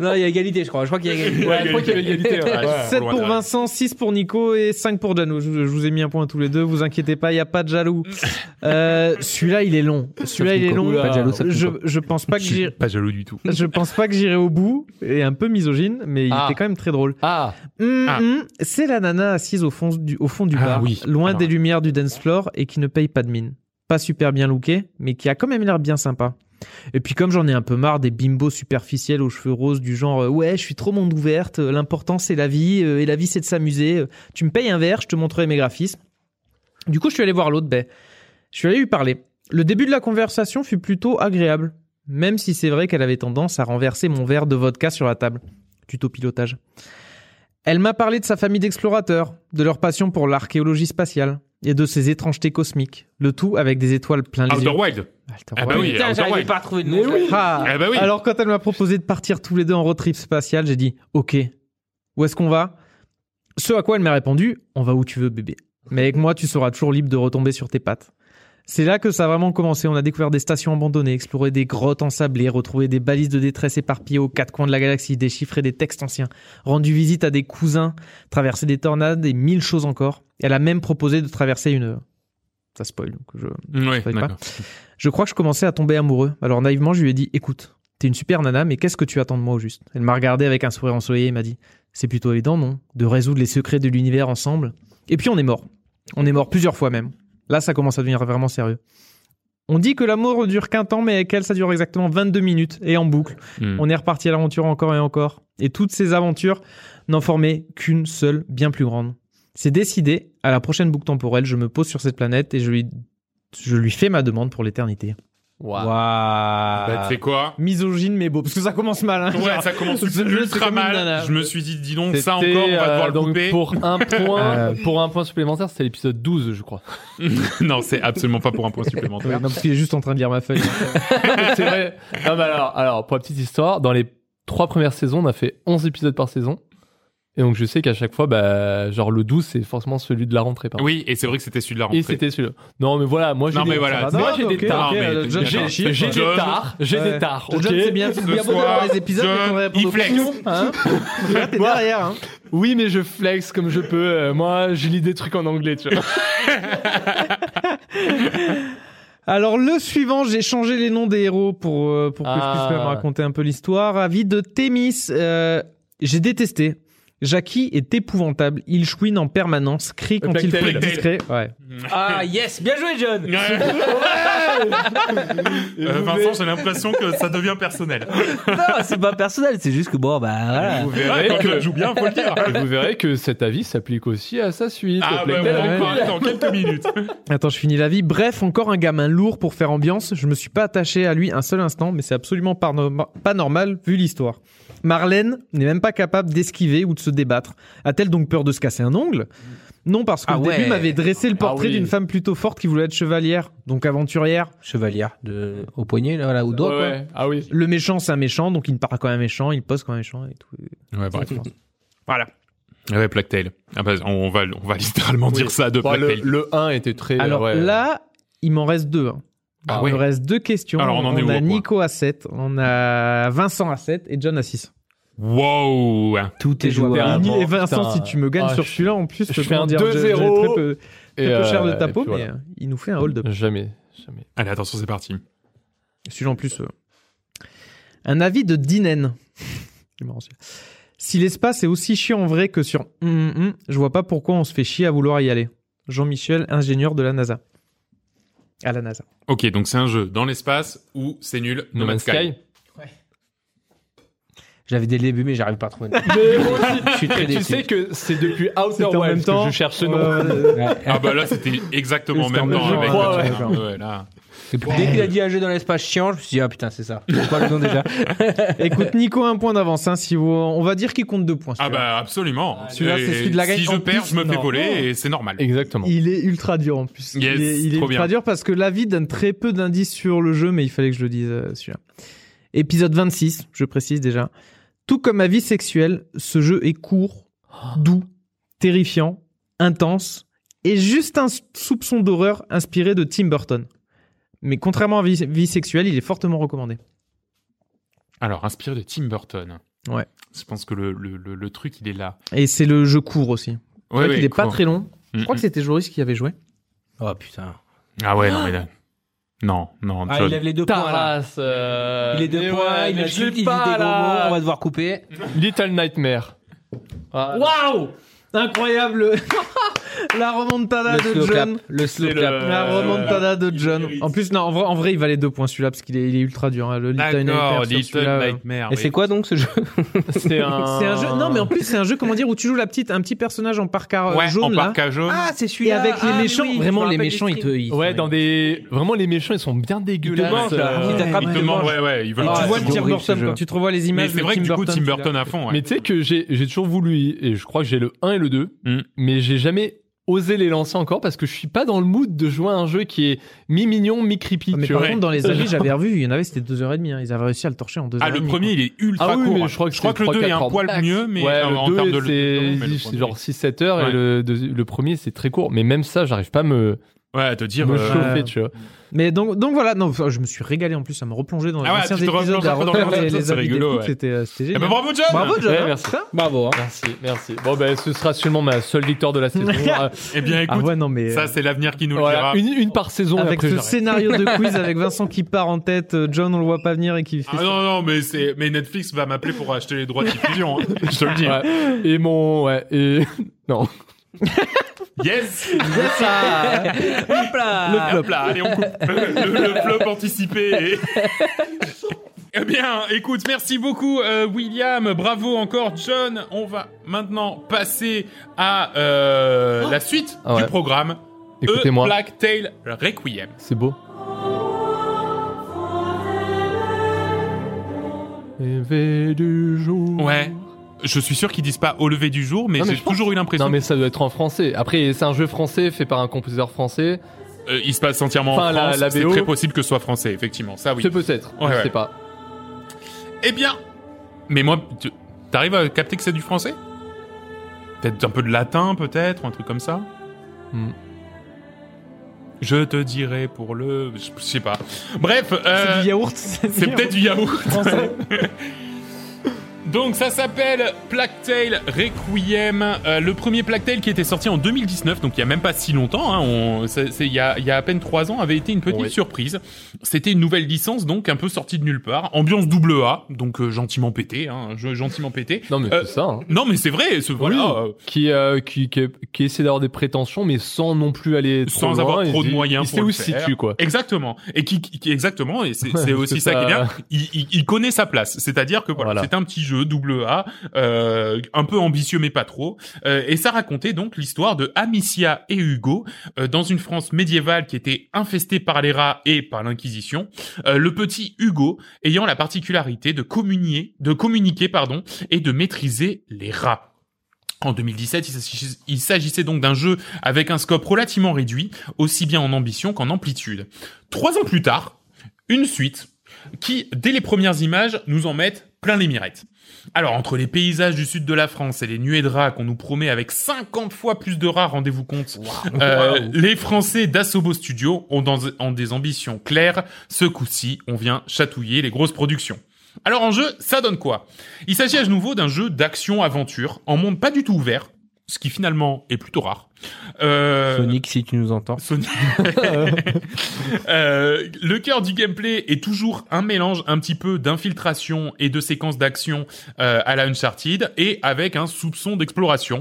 non, il y a égalité, je crois. Je crois qu'il y a égalité. Ouais, je crois qu'il y avait égalité, ouais. Ouais, 7 on le pour voit Vincent, 6 pour Nico et 5 pour Jano. Je, je vous ai mis un point tous les deux, vous inquiétez pas, il n'y a pas de jaloux. Euh, celui-là, il est long. Celui-là, il est Nico. long. Pas de jaloux, sauf je, Nico. je pense pas que Je suis j'irai. pas jaloux du tout. Je pense pas que j'irai au bout, et un peu misogyne, mais il Ah. était quand même très drôle. Ah, Hum, Ah. hum, c'est la nana assise au fond du, au fond du Ah bar, oui. loin Alors. des lumières du dance floor et qui ne paye pas de mine. Pas super bien looké, mais qui a quand même l'air bien sympa. Et puis comme j'en ai un peu marre des bimbos superficiels aux cheveux roses du genre euh, ouais je suis trop monde ouverte, euh, l'important c'est la vie euh, et la vie c'est de s'amuser. euh, Tu me payes un verre, je te montrerai mes graphismes. Du coup je suis allé voir l'autre baie. Je suis allé lui parler. Le début de la conversation fut plutôt agréable, même si c'est vrai qu'elle avait tendance à renverser mon verre de vodka sur la table. Tuto pilotage. Elle m'a parlé de sa famille d'explorateurs, de leur passion pour l'archéologie spatiale et de ses étrangetés cosmiques. Le tout avec des étoiles plein les Outer yeux. Wild. Alter Ah bah Wild. oui, Putain, Outer j'arrivais Wild. pas à trouver de nom. Mais oui. Ah. Ah bah oui. Alors quand elle m'a proposé de partir tous les deux en road trip spatial, j'ai dit OK. Où est-ce qu'on va Ce à quoi elle m'a répondu On va où tu veux bébé. Mais avec moi, tu seras toujours libre de retomber sur tes pattes. C'est là que ça a vraiment commencé. On a découvert des stations abandonnées, exploré des grottes ensablées, retrouvé des balises de détresse éparpillées aux quatre coins de la galaxie, déchiffré des textes anciens, rendu visite à des cousins, traversé des tornades et mille choses encore. Elle a même proposé de traverser une... Ça spoil, donc je... Ouais, pas. d'accord. Je crois que je commençais à tomber amoureux. Alors naïvement, je lui ai dit "Écoute, t'es une super nana, mais qu'est-ce que tu attends de moi au juste Elle m'a regardé avec un sourire ensoleillé et m'a dit "C'est plutôt évident, non De résoudre les secrets de l'univers ensemble." Et puis on est mort. On est mort plusieurs fois même. Là, ça commence à devenir vraiment sérieux. On dit que l'amour dure qu'un temps, mais avec elle, ça dure exactement 22 minutes et en boucle. Hmm. On est reparti à l'aventure encore et encore. Et toutes ces aventures n'en formaient qu'une seule, bien plus grande. C'est décidé, à la prochaine boucle temporelle, je me pose sur cette planète et je lui, je lui fais ma demande pour l'éternité. Waouh. Bah, tu Waouh. sais quoi Misogyne mais beau, parce que ça commence mal. hein. Ouais, ça commence c'est comme ultra une nana. mal. Je me suis dit, dis donc, ça encore, C'était, on va devoir euh, le donc, couper. Pour un point, Euh, pour un point supplémentaire, c'était l'épisode 12, je crois. non, c'est absolument pas pour un point supplémentaire. Ouais, non, parce qu'il est juste en train de lire ma feuille. c'est vrai. Non, mais alors, alors, pour la petite histoire, dans les trois premières saisons, on a fait 11 épisodes par saison. Et donc, je sais qu'à chaque fois, bah, genre, le 12, c'est forcément celui de la rentrée, par Oui, et c'est vrai que c'était celui de la rentrée. Et c'était celui-là. Non, mais voilà, moi, j'ai Non, des, mais voilà. moi, j'ai des tards, tares. ok, mais euh, John, d'accord. c'est chiant, J'ai quoi. des John. tares, j'ai Ouais. des tares, John, ok c'est bien, c'est Ce bien beau soir, d'avoir les épisodes, mais John, faudrait il répondre aux flex. questions, hein. Là, t'es Moi- derrière. hein. Oui, mais je flex comme je peux. Euh, moi, je lis des trucs en anglais, tu vois. Alors le suivant, j'ai changé les noms des héros pour, euh, pour que Ah. je puisse quand même raconter un peu l'histoire. Avis de Thémis, euh, j'ai détesté. Jackie est épouvantable, il chouine en permanence, crie quand il faut Blacktail. être discret. Ouais. Ah, yes. Bien joué, John. Ouais. Euh, Vincent, j'ai l'impression que ça devient personnel. Non, c'est pas personnel. C'est juste que bon, bah voilà. Vous Ouais, verrez quand que- tu joue bien, faut le dire. vous verrez que cet avis s'applique aussi à sa suite. Ah, bah, Black on Tail est avec- encore dans quelques minutes. Attends, je finis la vie. Bref, encore un gamin lourd pour faire ambiance. Je me suis pas attaché à lui un seul instant, mais c'est absolument pas, norma- pas normal vu l'histoire. Marlène n'est même pas capable d'esquiver ou de se débattre. A-t-elle donc peur de se casser un ongle Non, parce que Ah le ouais. début m'avait dressé le Ah portrait oui. d'une femme plutôt forte qui voulait être chevalière, donc aventurière. Chevalière de au poignet là, là au doigt. Ouais, quoi. ouais. Ah oui. Le méchant, c'est un méchant, donc il parle quand même méchant, il pose quand même méchant et tout. Ouais, Je pense. Voilà. Ouais, Plague Tale. Ah bah, on va, on va littéralement Oui. dire ça de Bah, Bon, Plague le, Tale. le 1 était très. Alors ouais. là, il m'en reste deux. hein. Ah Il ouais. me reste deux questions. Alors, on en est où, au a point Nico à 7, on a Vincent à 7 et John à 6. Wow. Tout est Et Ah, jouable. Ni- bon, et Vincent, putain. si tu me gagnes Ah, sur je- celui-là, en plus, je peux fais pas un dire, j'ai- j'ai 2-0, très peu, Et, très peu cher de euh, ta et peau, mais puis voilà. euh, il nous fait un hold-up. Jamais, jamais. Allez, attention, c'est parti. Celui-là, en plus. euh, Un avis de Dinen. C'est marrant, celui-là. si l'espace est aussi chiant en vrai que sur hum, hum, hum, je vois pas pourquoi on se fait chier à vouloir y aller. Jean-Michel, ingénieur de la NASA. à la NASA. Ok, donc c'est un jeu dans l'espace où c'est nul. No Man's Sky. J'avais dès le début, mais j'arrive pas à trouver. le nom. Mais moi aussi. Je suis très Et tu déçu. sais que c'est depuis C'était Outer en même Wilds que temps. je cherche ce nom. Euh, Ouais. Ah bah là c'était exactement en C'était en même temps. même avec temps, le ouais, truc, hein. Ouais, là. Et puis, Dès qu'il a dit un jeu dans l'espace chiant, je me suis dit, ah putain, c'est ça. C'est quoi le nom déjà Écoute, Nico, un point d'avance. hein, si vous... On va dire qu'il compte deux points. Ah celui-là. bah absolument. Celui-là, c'est Et celui de la gagne Si je en perds, plus, je me fais non. voler et c'est normal. Exactement. Il est ultra dur en plus. Yes, il est, il est trop ultra bien. dur parce que l'avis donne très peu d'indices sur le jeu, mais il fallait que je le dise euh, celui-là. Épisode 26, je précise déjà. Tout comme avis sexuel, ce jeu est court, doux, terrifiant, intense et juste un soupçon d'horreur inspiré de Tim Burton. Mais contrairement à vie, vie sexuelle, il est fortement recommandé. Alors inspiré de Tim Burton. Ouais. Je pense que le, le, le, le truc il est là. Et c'est le jeu court aussi. Ouais, ouais, il n'est pas cool. très long. Je Mm, crois que c'était Joris qui avait joué. Oh putain. mm. Ah ouais non mais là. Non non. Ah, John. il lève les deux points là. Taras. euh, Il est deux mais points, ouais, il mais a je l'ai dit, il dit des gros mots, pas là. on va devoir couper. Little Nightmare. Ah, Waouh Incroyable La remontada de slow clap, John. le slow C'est clap. le- La Euh, remontada de John. mérite. En plus, non, en vrai, en vrai, il valait deux points celui-là parce qu'il est, il est ultra dur. hein, le Little D'accord. Nightmares sur Little celui-là, euh. Nightmare. Et Ah, oui. c'est quoi donc ce jeu C'est un... C'est un jeu. Non, mais en plus, c'est un jeu, comment dire, où tu joues la petite, un petit personnage en parka euh, Ouais, jaune en là. parc à jaune. Ah, c'est Et celui-là. avec les méchants, vraiment les méchants, ils te. ils- Ouais, dans des. Vraiment, les méchants, ils sont bien dégueulasses. mangent, là. euh, Ils t'attrapent. Ah, Il Ouais, te ouais, ment- ouais. ouais ouais. Ils veulent. Et Ah, tu Ouais, vois c'est le bon. Tim horrible, ce Burton jeu. quand tu te revois les Mais images. c'est de vrai que Tim du coup Tim tu l'as. Burton à fond. ouais. Mais tu sais que j'ai j'ai toujours voulu, et je crois que j'ai le 1 et le 2, Mm. mais j'ai jamais osé les lancer encore parce que je suis pas dans le mood de jouer à un jeu qui est mi-mignon, mi-creepy. Ah, Mais tu par vois. contre, dans les avis, j'avais revu, il y en avait, c'était 2h30. hein. Ils avaient réussi à le torcher en 2h30. Ah le premier il est ultra Ah oui, court. hein. mais je crois que le c'est deux est un 3-4 poil heures. mieux mais euh, ouais, en, en le termes deux, de c'est long, mais le premier- genre 6-7 heures Ouais. et le, deux- le premier c'est très court mais même ça j'arrive pas à me, Ouais, à te dire. me euh, chauffer tu vois Mais donc, donc voilà, non, enfin, je me suis régalé en plus, ça me replongeait dans les Ah ouais, anciens tu te épisodes, replonges à dans les refaire anciens les, épisodes, les c'est avis rigolo, d'écoute, ouais. c'était euh, c'était Eh génial. ben, bravo John. Bravo John. Ah Ouais, merci. Bravo. hein. merci merci bon ben ce sera sûrement ma seule victoire de la saison Euh, Eh bien Ah écoute, ouais, non mais ça c'est l'avenir qui nous le voilà, dira. une, une par saison et avec après ce j'arrête. scénario de quiz avec Vincent qui part en tête, euh, John on le voit pas venir et qui fait Ah ça. non non mais c'est mais Netflix va m'appeler pour acheter les droits de diffusion. hein. Je te le dis. Ouais. et mon ouais Euh, et non Yes. Ah, Hop là. Hop là, allez, on coupe le, le flop anticipé. et- Eh bien, écoute, merci beaucoup euh, William, bravo encore John. On va maintenant passer à euh, la suite Ah ouais. du programme. Écoutez-moi. E Black Tail Requiem. c'est beau Lever du jour Ouais. Je suis sûr qu'ils disent pas au lever du jour, mais Non, mais j'ai je pense- toujours eu l'impression. Non mais ça doit être en français. Après c'est un jeu français fait par un compositeur français. Euh, il se passe entièrement en Enfin, la- France. la C'est BO. très possible que ce soit français, effectivement. Ça, oui. C'est peut-être. Ouais, je ouais. sais pas. Eh bien, mais moi, tu- t'arrives à capter que c'est du français Peut-être un peu de latin, peut-être, ou un truc comme ça Hmm. Je te dirai pour le... Je je sais pas. Bref, euh, C'est du yaourt. C'est c'est du peut-être du yaourt. yaourt français. Donc ça s'appelle Plague Tale Requiem, Euh, le premier Plague Tale qui était sorti en 2019, donc il y a même pas si longtemps, hein, on- c'est- c'est- il y, a, il y a à peine trois ans, avait été une petite Oui. surprise. C'était une nouvelle licence, donc un peu sortie de nulle part, ambiance double A, donc euh, gentiment pété, hein, jeu gentiment pété. Non mais Euh, c'est ça. hein. Non mais c'est vrai, ce, voilà, euh, Qui, euh, qui qui qui essaie d'avoir des prétentions mais sans non plus aller trop sans loin, avoir il trop de dit- moyens Il pour sait où le se faire. situe quoi. Exactement. Et qui, qui- qui- exactement. Et c'est c'est aussi c'est ça qui est ça. bien. Il, il- il connaît sa place. C'est-à-dire que voilà, Voilà. c'est un petit jeu double A, euh, un peu ambitieux mais pas trop. Euh, et ça racontait donc l'histoire de Amicia et Hugo euh, dans une France médiévale qui était infestée par les rats et par l'inquisition. Euh, le petit Hugo ayant la particularité de communier, de communiquer pardon, et de maîtriser les rats. En 2017, il s'agissait- il s'agissait donc d'un jeu avec un scope relativement réduit, aussi bien en ambition qu'en amplitude. Trois ans plus tard, une suite qui, dès les premières images, nous en mettent plein les mirettes. Alors, entre les paysages du sud de la France et les nuées de rats qu'on nous promet avec 50 fois plus de rats, rendez-vous compte, euh, les Français d'Assobo Studio ont, dans- ont des ambitions claires. Ce coup-ci, on vient chatouiller les grosses productions. Alors en jeu, ça donne quoi Il s'agit à nouveau d'un jeu d'action-aventure en monde pas du tout ouvert, ce qui finalement est plutôt rare. Euh, Sonic, si tu nous entends. Sony. Euh, le cœur du gameplay est toujours un mélange un petit peu d'infiltration et de séquences d'action euh, à la Uncharted et avec un soupçon d'exploration.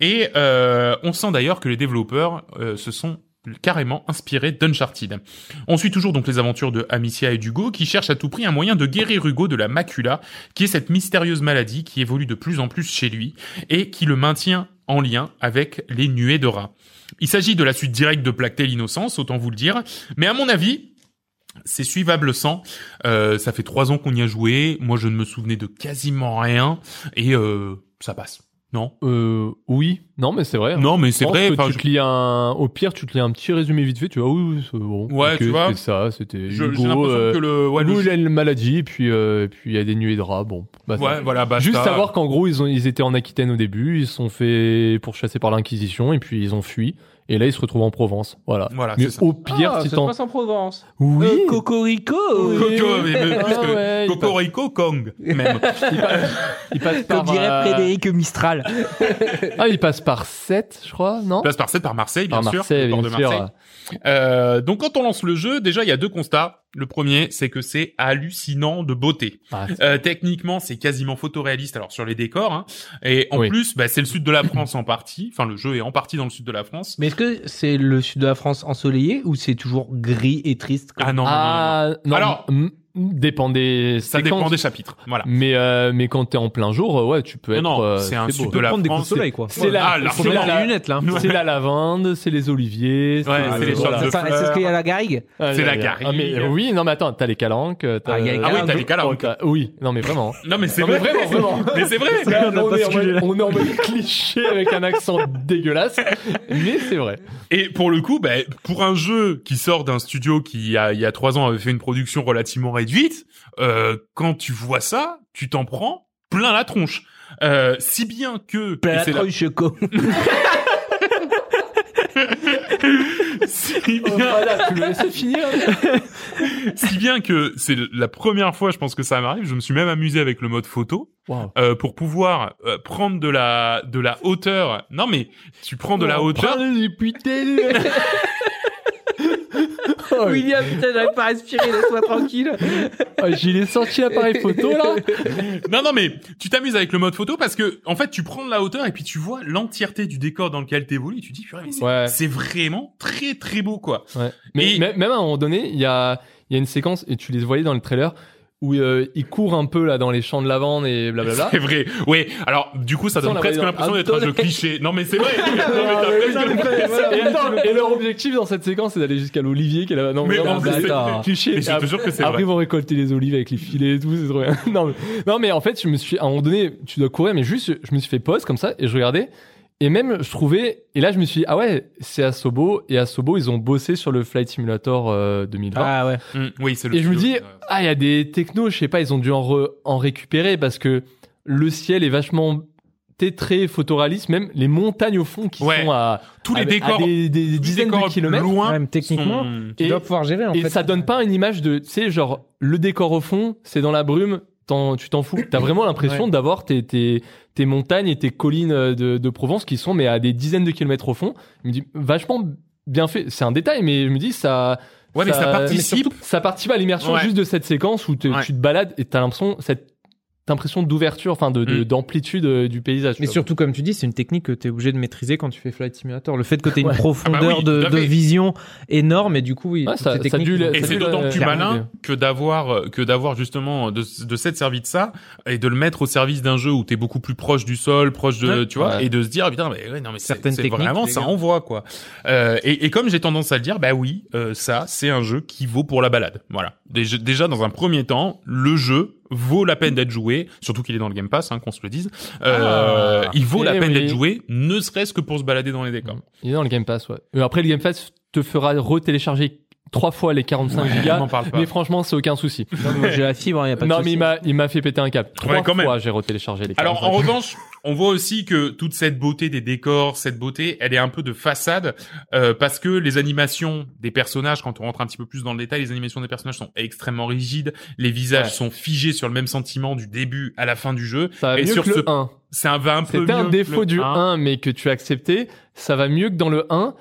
Et euh, on sent d'ailleurs que les développeurs euh, se sont carrément inspiré d'Uncharted. On suit toujours donc les aventures de Amicia et d'Hugo qui cherchent à tout prix un moyen de guérir Hugo de la macula, qui est cette mystérieuse maladie qui évolue de plus en plus chez lui et qui le maintient en lien avec les nuées de rats. Il s'agit de la suite directe de Plague Tale Innocence, autant vous le dire, mais à mon avis, c'est suivable sans. Euh, ça fait trois ans qu'on y a joué, moi je ne me souvenais de quasiment rien, et euh, ça passe. Non Euh, oui, non, mais c'est vrai. hein. Non, mais c'est Je pense vrai. que enfin, tu je- te lis un, au pire, tu te lis un petit résumé vite fait. Tu vois, oui, oui, c'est bon. Ouais, ok, tu vois. C'était ça, c'était. je- J'ai Hugo, l'impression euh, que le... ouais, le- Hugo, il a une maladie, et puis euh, et puis il y a des nuées de rats. Bon, bah, ça. Ouais, voilà, basta. Juste savoir qu'en gros, ils, ont, ils étaient en Aquitaine au début, ils se sont fait pourchasser par l'Inquisition, et puis ils ont fui. Et là, ils se retrouvent en Provence. Voilà. Voilà, mais c'est ça. au pire, Ah, si ça se t'en- passe en Provence. Oui, Euh, Cocorico Oui. Coco, mais- mais plus Ah que- ouais, il Cocorico Kong, même. il passe, il passe Comme par. dirait euh, Frédéric Mistral. Ah, il passe par 7, je crois, non Passe par 7 par Marseille, bien Par sûr. Marseille, le port bien de sûr. Marseille. Euh, donc quand on lance le jeu, déjà il y a deux constats. Le premier, c'est que c'est hallucinant de beauté. Ah, c'est- Euh, techniquement, c'est quasiment photoréaliste. Alors sur les décors, hein. et en Oui. plus, bah, c'est le sud de la France en partie. Enfin, le jeu est en partie dans le sud de la France. Mais est-ce que c'est le sud de la France ensoleillé ou c'est toujours gris et triste comme- Ah non, non, non, non. Ah, non, Alors- m- m- dépend des ça séquences. dépend des chapitres. Voilà. Mais, euh, mais quand t'es en plein jour, euh, ouais, tu peux être. Non, non, euh, c'est un beau. sud de peut la prendre des coups de France. soleil, quoi. C'est la, Ah, c'est Faut c'est mettre la- les lunettes, là. c'est la lavande, c'est les oliviers. Ouais, euh, c'est les voilà. sortes de Ça, c'est ce fleurs. qu'il y a à la garrigue Ah, c'est la là, là. garrigue. Ah, mais oui, non, mais attends, t'as les calanques. euh, t'as- Ah, il y a les Ah oui, t'as calanques. les calanques. t'as- Oui, non, mais vraiment. Non, mais c'est Non, mais vrai. vraiment, vraiment. Mais c'est vrai. on, est en mode, on est en mode cliché avec un accent dégueulasse, mais c'est vrai. Et pour le coup, bah, pour un jeu qui sort d'un studio qui il y a, il y a trois ans avait fait une production relativement réduite, euh, quand tu vois ça, tu t'en prends plein la tronche. Euh, si bien que et La c'est la- tronche, quoi. si, Oh, bien, voilà, tu le laisses finir. si bien que c'est la première fois, je pense que ça m'arrive. Je me suis même amusé avec le mode photo Waouh. euh, pour pouvoir euh, prendre de la de la hauteur. Non mais tu prends de la Oh, hauteur. putain, les putains. Oh, William, putain, j'arrive pas à respirer, laisse-moi tranquille. oh, J'ai les sorti l'appareil photo là. Non, non, mais tu t'amuses avec le mode photo parce que, en fait, tu prends de la hauteur et puis tu vois l'entièreté du décor dans lequel t'évolues et tu te dis, purée, mais c'est Ouais. c'est vraiment très, très beau, quoi. Ouais. Mais Et- mê- même à un moment donné, il y a, il y a une séquence, et tu les voyais dans le trailer, où euh, ils courent un peu là dans les champs de lavande et blablabla. C'est vrai. Ouais. Alors, du coup, ça Ça, on donne l'a presque pas dit. l'impression d'être un jeu cliché. Non, mais c'est vrai. Non, mais Ah, t'as mais presque ça, mais l'impression- voilà. Et attends, et leur objectif dans cette séquence, c'est d'aller jusqu'à l'olivier qui est là. Non, Mais vraiment, en plus, c'est- c'est- c'est cliché. Mais je te Après, jure que c'est après, vrai. ils vont récolter les olives avec les filets et tout, c'est trop bien. non, mais, non, mais en fait, je me suis, à un moment donné, tu dois courir, mais juste, je me suis fait pause comme ça et je regardais. Et même, je trouvais, et là, je me suis dit, ah ouais, c'est Asobo, et Asobo, ils ont bossé sur le Flight Simulator euh, 2020. Ah ouais. Hum, Oui, c'est le Et je me studio. dis, ah, il y a des technos, je sais pas, ils ont dû en, re- en récupérer parce que le ciel est vachement tétré, photoréaliste, même les montagnes au fond qui Ouais. sont à, tous à- les à décors, des, des tous les dizaines décors de kilomètres. loin. Ouais, mais techniquement, sont- tu Et- dois pouvoir gérer, en et fait. ça donne pas une image de, tu sais, genre, le décor au fond, c'est dans la brume, t'en- tu t'en fous. T'as vraiment l'impression d'avoir tes, tes, tes montagnes et tes collines euh, de, de Provence qui sont, mais à des dizaines de kilomètres au fond. Je me dis, vachement bien fait. C'est un détail, mais je me dis, ça, Ouais, mais ça participe. ça participe à l'immersion Ouais. juste de cette séquence où te- Ouais. tu te balades et t'as l'impression cette cette impression d'ouverture, enfin de de- Mm. d'amplitude euh, du paysage. tu Mais vois. surtout, comme tu dis, c'est une technique que tu es obligé de maîtriser quand tu fais Flight Simulator. Le fait que tu aies Ouais. une profondeur Ah bah oui, de, tout à de fait. vision énorme, et du coup, oui, Ouais, toutes ça- ces ça techniques, dû le- ils ont- Et ça c'est doit, d'autant euh, plus clairement malin aider. que d'avoir euh, que d'avoir justement de, de s'être servi de ça et de le mettre au service d'un jeu où t'es beaucoup plus proche du sol, proche de Ouais. tu vois, Ouais. et de se dire putain mais ouais, non mais c'est- Certaines c'est techniques, vraiment les ça gars. envoie quoi. Euh, et, et comme j'ai tendance à le dire, bah oui, euh, ça c'est un jeu qui vaut pour la balade. Voilà. Déjà, déjà, dans un premier temps, le jeu vaut la peine d'être joué, surtout qu'il est dans le Game Pass, hein, qu'on se le dise. Euh, il vaut la eh peine oui. d'être joué, ne serait-ce que pour se balader dans les décors. Il est dans le Game Pass, ouais. Euh, Après, le Game Pass te fera retélécharger trois fois les 45 on gigas. m'en parle pas. Mais franchement, c'est aucun souci. Non, mais moi, J'ai la fibre, il y a pas de non, mais souci. il m'a, il m'a fait péter un câble. Trois Ouais, quand même. fois, j'ai retéléchargé les Alors 45 en revanche, on voit aussi que toute cette beauté des décors, cette beauté, elle est un peu de façade euh, parce que les animations des personnages, quand on rentre un petit peu plus dans le détail, les animations des personnages sont extrêmement rigides, les visages Ouais. sont figés sur le même sentiment du début à la fin du jeu. Ça va Et mieux sur que ce- le 1. C'est un va un peu C'était un mieux défaut le du 1, un. mais que tu as accepté. Ça va mieux que dans le 1.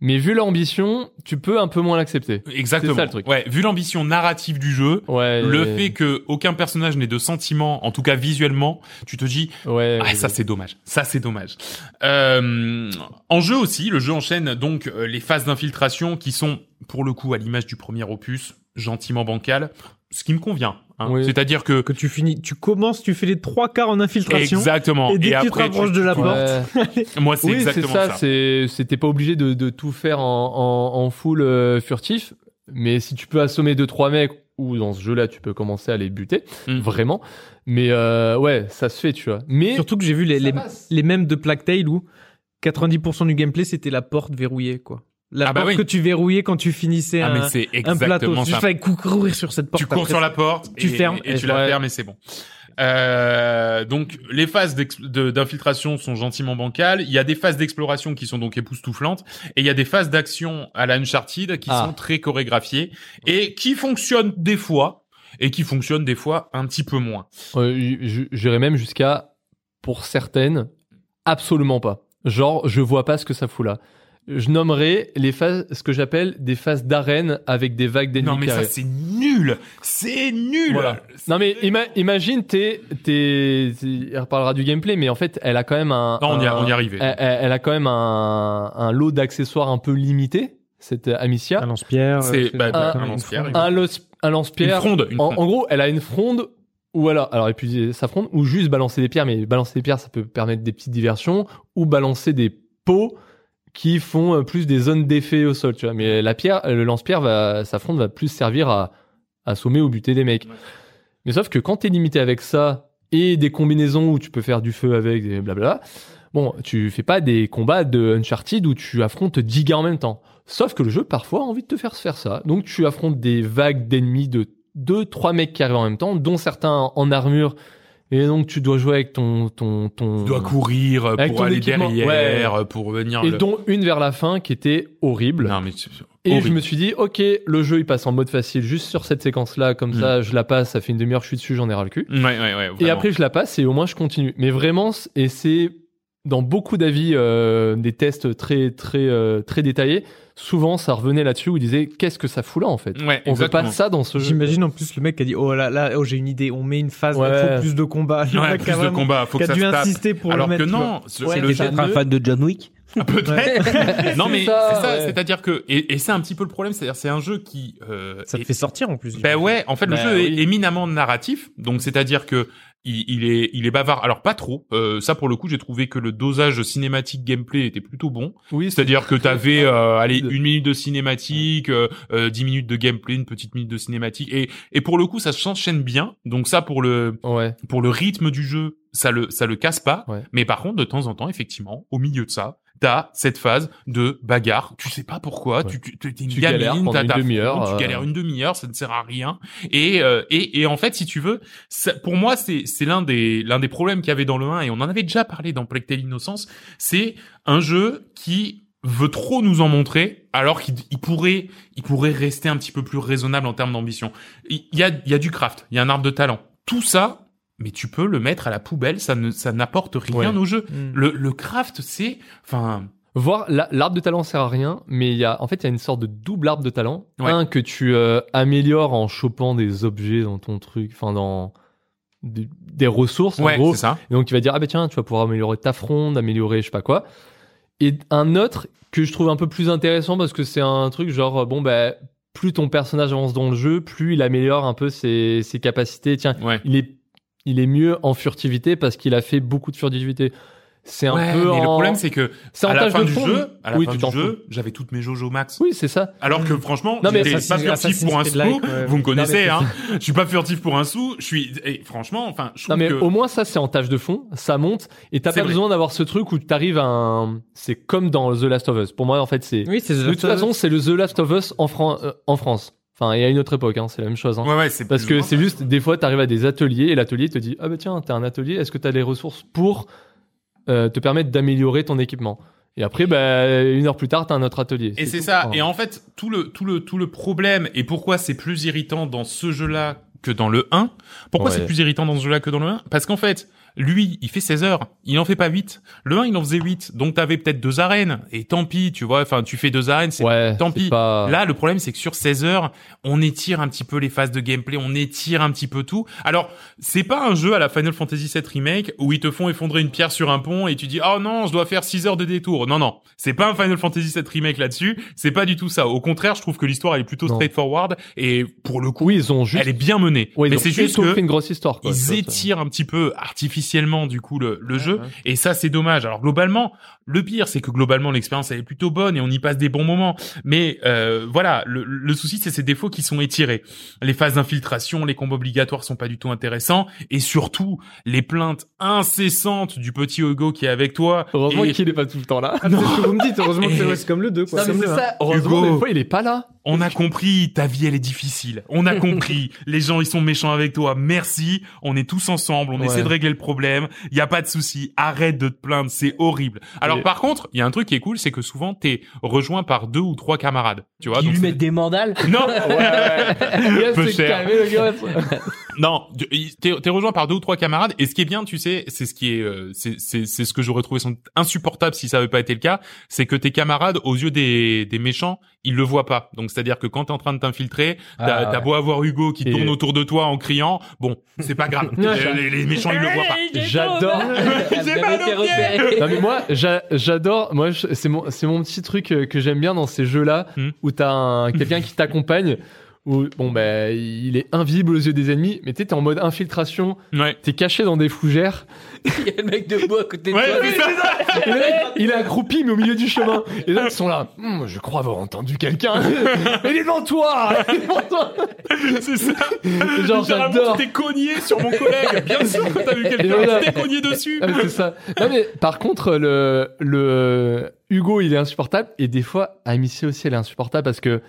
Mais vu l'ambition, tu peux un peu moins l'accepter. Exactement. C'est ça, le truc. Euh. Ouais, vu l'ambition narrative du jeu, Ouais. le et- fait que aucun personnage n'ait de sentiments, en tout cas visuellement, tu te dis Ouais. ah ouais. ça c'est dommage, ça c'est dommage. Euh, en jeu aussi, le jeu enchaîne donc euh, les phases d'infiltration qui sont pour le coup à l'image du premier opus, gentiment bancales, ce qui me convient. hein. Oui. C'est-à-dire que Que tu finis, tu commences, tu fais les trois quarts en infiltration. exactement. Et dès que tu te après, rapproches de la tu- Ouais. porte. Moi c'est Oui, c'est exactement ça. c'est c'est- T'es pas obligé de, de tout faire en, en, en full euh, furtif, mais si tu peux assommer deux trois mecs ou dans ce jeu-là, tu peux commencer à les buter, Mm. vraiment. Mais euh, ouais, ça se fait, tu vois. Mais Surtout que j'ai vu les, ça les, passe. les mêmes de Plague Tale où 90% du gameplay c'était la porte verrouillée quoi. La Ah bah porte oui. que tu verrouillais quand tu finissais Ah mais un, c'est un plateau. exactement Tu ça. fallait cou- courir sur cette porte. Tu cours après sur ça. la porte, Tu et, fermes, et, et tu la ouais. fermes et c'est bon. Euh, donc les phases d'ex- de- d'infiltration sont gentiment bancales. Il y a des phases d'exploration qui sont donc époustouflantes et il y a des phases d'action à la Uncharted qui Ah. sont très chorégraphiées et qui fonctionnent des fois et qui fonctionnent des fois un petit peu moins. Euh, j- j- J'irais même jusqu'à, pour certaines, absolument pas. Genre, je vois pas ce que ça fout là. Je nommerai les phases, ce que j'appelle des phases d'arène avec des vagues d'ennemis. non mais qui ça arrivent. c'est nul, c'est nul. Voilà. Non mais ima- imagine, t'es, t'es, t'es- elle reparlera du gameplay, mais en fait, elle a quand même un. Non, on y, a- un- on y arrivait. Elle, Euh, elle- elle a quand même un, un lot d'accessoires un peu limité, cette euh, Un Amicia. lance-pierre. C'est- euh, bah, bah, une un lance-pierre, fronde. Un, los- un une lance-pierre. fronde, une En, fronde. en gros, elle a une fronde ou alors, alors épuiser sa fronde ou juste balancer des pierres. Mais balancer des pierres, ça peut permettre des petites diversions ou balancer des pots qui font euh, plus des zones d'effet au sol. Tu vois, mais la pierre, euh, le lance-pierre, va, sa fronde va plus servir à à assommer ou buter des mecs. Ouais. Mais sauf que quand t'es limité avec ça et des combinaisons où tu peux faire du feu avec des blablabla, bon, tu fais pas des combats de Uncharted où tu affrontes 10 gars en même temps. Sauf que le jeu parfois a envie de te faire faire ça. Donc tu affrontes des vagues d'ennemis de deux, trois mecs qui arrivent en même temps, dont certains en armure. Et donc tu dois jouer avec ton ton ton. Tu dois courir euh, Avec pour ton aller équipement, derrière, euh, pour venir. Et le- dont une vers la fin qui était horrible. Non mais c'est- c'est Et horrible. je me suis dit, ok, le jeu il passe en mode facile juste sur cette séquence là, comme Mm. ça je la passe, ça fait une demi-heure que je suis dessus, j'en ai ras le cul. Ouais ouais ouais. Et vraiment. après je la passe et au moins je continue. Mais vraiment, c- et c'est dans beaucoup d'avis, euh, des tests très très euh, très détaillés, souvent ça revenait là-dessus où ils disaient, qu'est-ce que ça fout là en fait Ouais, On veut pas exactement. ça dans ce jeu. J'imagine en plus le mec qui a dit oh là là oh j'ai une idée on met une phase Ouais. il faut plus de combats. Le Ouais, mec plus a de vraiment- combat, faut que qui a ça se dû tape. insister pour Alors le que mettre. tu vois. non, ce- Ouais, le mais jeu- ça- un fan de John Wick. peut-être. non mais c'est C'est ça, ça, ouais. c'est-à-dire que et, et c'est un petit peu le problème, c'est-à-dire c'est un jeu qui euh, Ça te est- fait sortir en plus. ben ouais, en fait le Bah jeu oui. est éminemment narratif, donc c'est-à-dire que il, il est il est bavard. Alors pas trop. Euh, ça pour le coup, j'ai trouvé que le dosage cinématique gameplay était plutôt bon. Oui, C'est-à-dire que t'avais euh, allez rapide. une minute de cinématique, euh, euh, dix minutes de gameplay, une petite minute de cinématique, et et pour le coup ça s'enchaîne bien. Donc ça pour le Ouais. pour le rythme du jeu, ça le ça le casse pas. Ouais. Mais par contre, de temps en temps, effectivement, au milieu de ça, t'as cette phase de bagarre. Tu sais pas pourquoi. Ouais. Tu tu t'es une Tu gamine, galères pendant t'as une ta demi-heure, fronde, euh. Tu galères une demi-heure, ça ne sert à rien. Et euh, et et en fait, si tu veux, ça- pour moi, c'est c'est l'un des l'un des problèmes qu'il y avait dans le 1 et on en avait déjà parlé dans Plague Tale Innocence. C'est un jeu qui veut trop nous en montrer alors qu'il il pourrait il pourrait rester un petit peu plus raisonnable en termes d'ambition. Il il y a il y a du craft, il y a un arbre de talent. Tout ça, mais tu peux le mettre à la poubelle, ça ne ça n'apporte rien Ouais. au jeu. Mm. Le, le craft, c'est, enfin, Voir la- l'arbre de talent sert à rien, mais il y a en fait il y a une sorte de double arbre de talent. Ouais. Un que tu euh, améliores en chopant des objets dans ton truc, enfin dans des, des ressources en ouais, gros. c'est ça. Et donc il va dire ah ben tiens tu vas pouvoir améliorer ta fronde, améliorer je sais pas quoi. Et un autre que je trouve un peu plus intéressant parce que c'est un truc genre euh, bon ben plus ton personnage avance dans le jeu, plus il améliore un peu ses, ses capacités. Tiens Ouais. il est il est mieux en furtivité parce qu'il a fait beaucoup de furtivité. C'est un Ouais, peu mais en- le problème, c'est que c'est en à la tâche fin de du fond. jeu, à la Oui, fin tu du t'en jeu, j'avais toutes mes jauges au max. Oui, c'est ça. Alors que franchement, Non, mais j'étais Assassin's- pas furtif Assassin's pour un Creed sou. Like, ouais. Vous me connaissez, Non, hein. Je suis pas furtif pour un sou. Je suis, et franchement, enfin, je trouve Non, mais que. au moins, ça, c'est en tâche de fond, ça monte, et t'as C'est pas vrai. besoin d'avoir ce truc où t'arrives à un. C'est comme dans The Last of Us. Pour moi, en fait, c'est. Oui, c'est de toute façon, c'est le The Last of Us en, Fran- euh, en France. Enfin, et à une autre époque, hein, c'est la même chose. hein. Ouais, ouais, c'est Parce plus que ou c'est juste, des fois, t'arrives à des ateliers, et l'atelier te dit Ah, bah tiens, t'as un atelier, est-ce que t'as les ressources pour euh, te permettre d'améliorer ton équipement Et après, bah, une heure plus tard, t'as un autre atelier. Et c'est tout. hein. ça. Enfin, Et en fait, tout le tout le tout le problème et pourquoi c'est plus irritant dans ce jeu-là que dans le 1. Pourquoi Ouais. c'est plus irritant dans ce jeu-là que dans le 1 Parce qu'en fait, lui, il fait 16 heures, il en fait pas 8. Le 1, il en faisait 8, donc t'avais peut-être deux arènes, et tant pis, tu vois, enfin, tu fais deux arènes, c'est Ouais, tant c'est pis. pas- Là, le problème, c'est que sur 16 heures, on étire un petit peu les phases de gameplay, on étire un petit peu tout. Alors, c'est pas un jeu à la Final Fantasy VII Remake où ils te font effondrer une pierre sur un pont et tu dis, oh non, je dois faire 6 heures de détour. Non, non. C'est pas un Final Fantasy VII Remake là-dessus. C'est pas du tout ça. Au contraire, je trouve que l'histoire, elle est plutôt Non. straightforward et pour le coup, Oui, ils ont juste. elle est bien menée. Ouais, ils Mais ont c'est juste étoffé que une grosse histoire. Quoi, ils Ça, ça- étirent un petit peu artificiellement du coup le, le jeu ouais. et ça c'est dommage. Alors globalement, le pire c'est que globalement l'expérience elle est plutôt bonne et on y passe des bons moments. Mais euh, voilà, le, le souci c'est ces défauts qui sont étirés. Les phases d'infiltration, les combats obligatoires sont pas du tout intéressants et surtout les plaintes incessantes du petit Hugo qui est avec toi. Heureusement Et qu'il est pas tout le temps là. Ah, c'est ce que vous me dites. Heureusement que c'est Et- ouais, c'est comme le 2. Quoi. Non, mais Comme c'est le un. ça. Heureusement, Hugo. des fois, il est pas là. On a compris, ta vie elle est difficile. On a compris, les gens ils sont méchants avec toi. Merci, on est tous ensemble, on Ouais. essaie de régler le problème. Il y a pas de souci, arrête de te plaindre, c'est horrible. Alors Et- par contre, il y a un truc qui est cool, c'est que souvent t'es rejoint par deux ou trois camarades. Tu vois Ils donc lui c'est- mettent des mandales. Non, Le gars Peu s'est cher. calmé, le gars. non, tu- il- t'es t'es rejoint par deux ou trois camarades. Et ce qui est bien, tu sais, c'est ce qui est, euh, c'est c'est c'est ce que j'aurais trouvé sans- insupportable si ça avait pas été le cas, c'est que tes camarades, aux yeux des des méchants, ils le voient pas. Donc c'est à dire que quand t'es en train de t'infiltrer, t'as Ah, t'as beau avoir Hugo qui Et- tourne autour de toi en criant, bon, c'est pas grave. les, les- les méchants ils le voient pas. J'adore. Elle hein. J'ai m'avait mal au été pied. repérée. Non mais moi j'a- j'adore moi je- c'est mon c'est mon petit truc euh, que j'aime bien dans ces jeux là Hmm. où t'as un- quelqu'un qui t'accompagne où bon bah, il est invisible aux yeux des ennemis mais tu sais, t'es en mode infiltration Ouais. t'es caché dans des fougères Il y a le mec debout à côté de Ouais, toi. c'est ça. et le mec, il est accroupi mais au milieu du chemin et là ils sont là Hmm, je crois avoir entendu quelqu'un il est devant toi il est devant toi C'est ça. Genre, Littéralement, j'adore. tu t'es cogné sur mon collègue. Bien sûr que t'as vu quelqu'un. voilà. Tu t'es cogné dessus. Ah, mais c'est ça. Non, mais par contre, le, le Hugo, il est insupportable. Et des fois, Amicia aussi, elle est insupportable parce que,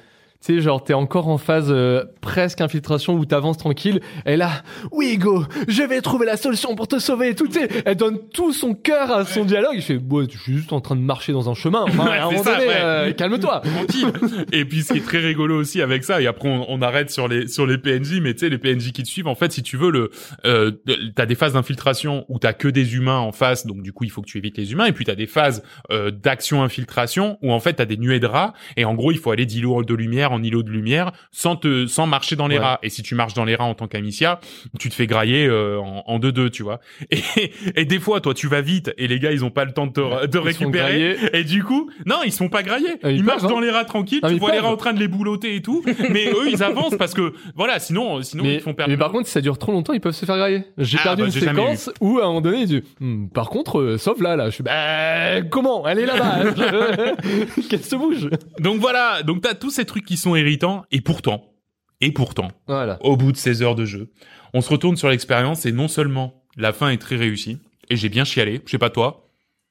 tu sais, genre, t'es encore en phase euh, presque infiltration où t'avances tranquille. Et là, oui, Hugo, je vais trouver la solution pour te sauver et tout. Tu sais, elle donne tout son cœur à son dialogue. Il fait, ouais, je suis juste en train de marcher dans un chemin. Enfin, Ouais, à un c'est moment ça, donné, ouais. euh, calme-toi. tranquille. Et puis ce qui est très rigolo aussi avec ça, et après on, on arrête sur les sur les PNJ, mais tu sais les PNJ qui te suivent, en fait si tu veux le, euh, t'as des phases d'infiltration où t'as que des humains en face, donc du coup il faut que tu évites les humains, et puis t'as des phases euh, d'action infiltration où en fait t'as des nuées de rats, et en gros il faut aller d'îlot de lumière en îlot de lumière sans te sans marcher dans les Ouais. rats. Et si tu marches dans les rats en tant qu'amicia, tu te fais grailler euh, en, en deux deux, tu vois. Et, et des fois toi tu vas vite et les gars ils ont pas le temps de te, de Ils se font récupérer. grailler. Et du coup, non, ils sont pas graillés. Ah, ils ils marchent peuvent, hein. dans les rats tranquilles. Ah, tu ils vois les peuvent. rats en train de les boulotter et tout. mais eux, ils avancent parce que, voilà, sinon, sinon mais, ils te font perdre. mais par contre, si ça dure trop longtemps, ils peuvent se faire grailler. J'ai Ah, perdu bah, une j'ai jamais séquence où, à un moment donné, ils disent Hmm, Par contre, euh, sauf là, là. Je suis Bah, comment Elle est là-bas. Je- Qu'elle se bouge. Donc voilà, donc t'as tous ces trucs qui sont irritants. Et pourtant, et pourtant, Voilà. au bout de ces heures de jeu, on se retourne sur l'expérience et non seulement la fin est très réussie, et j'ai bien chialé, je sais pas toi,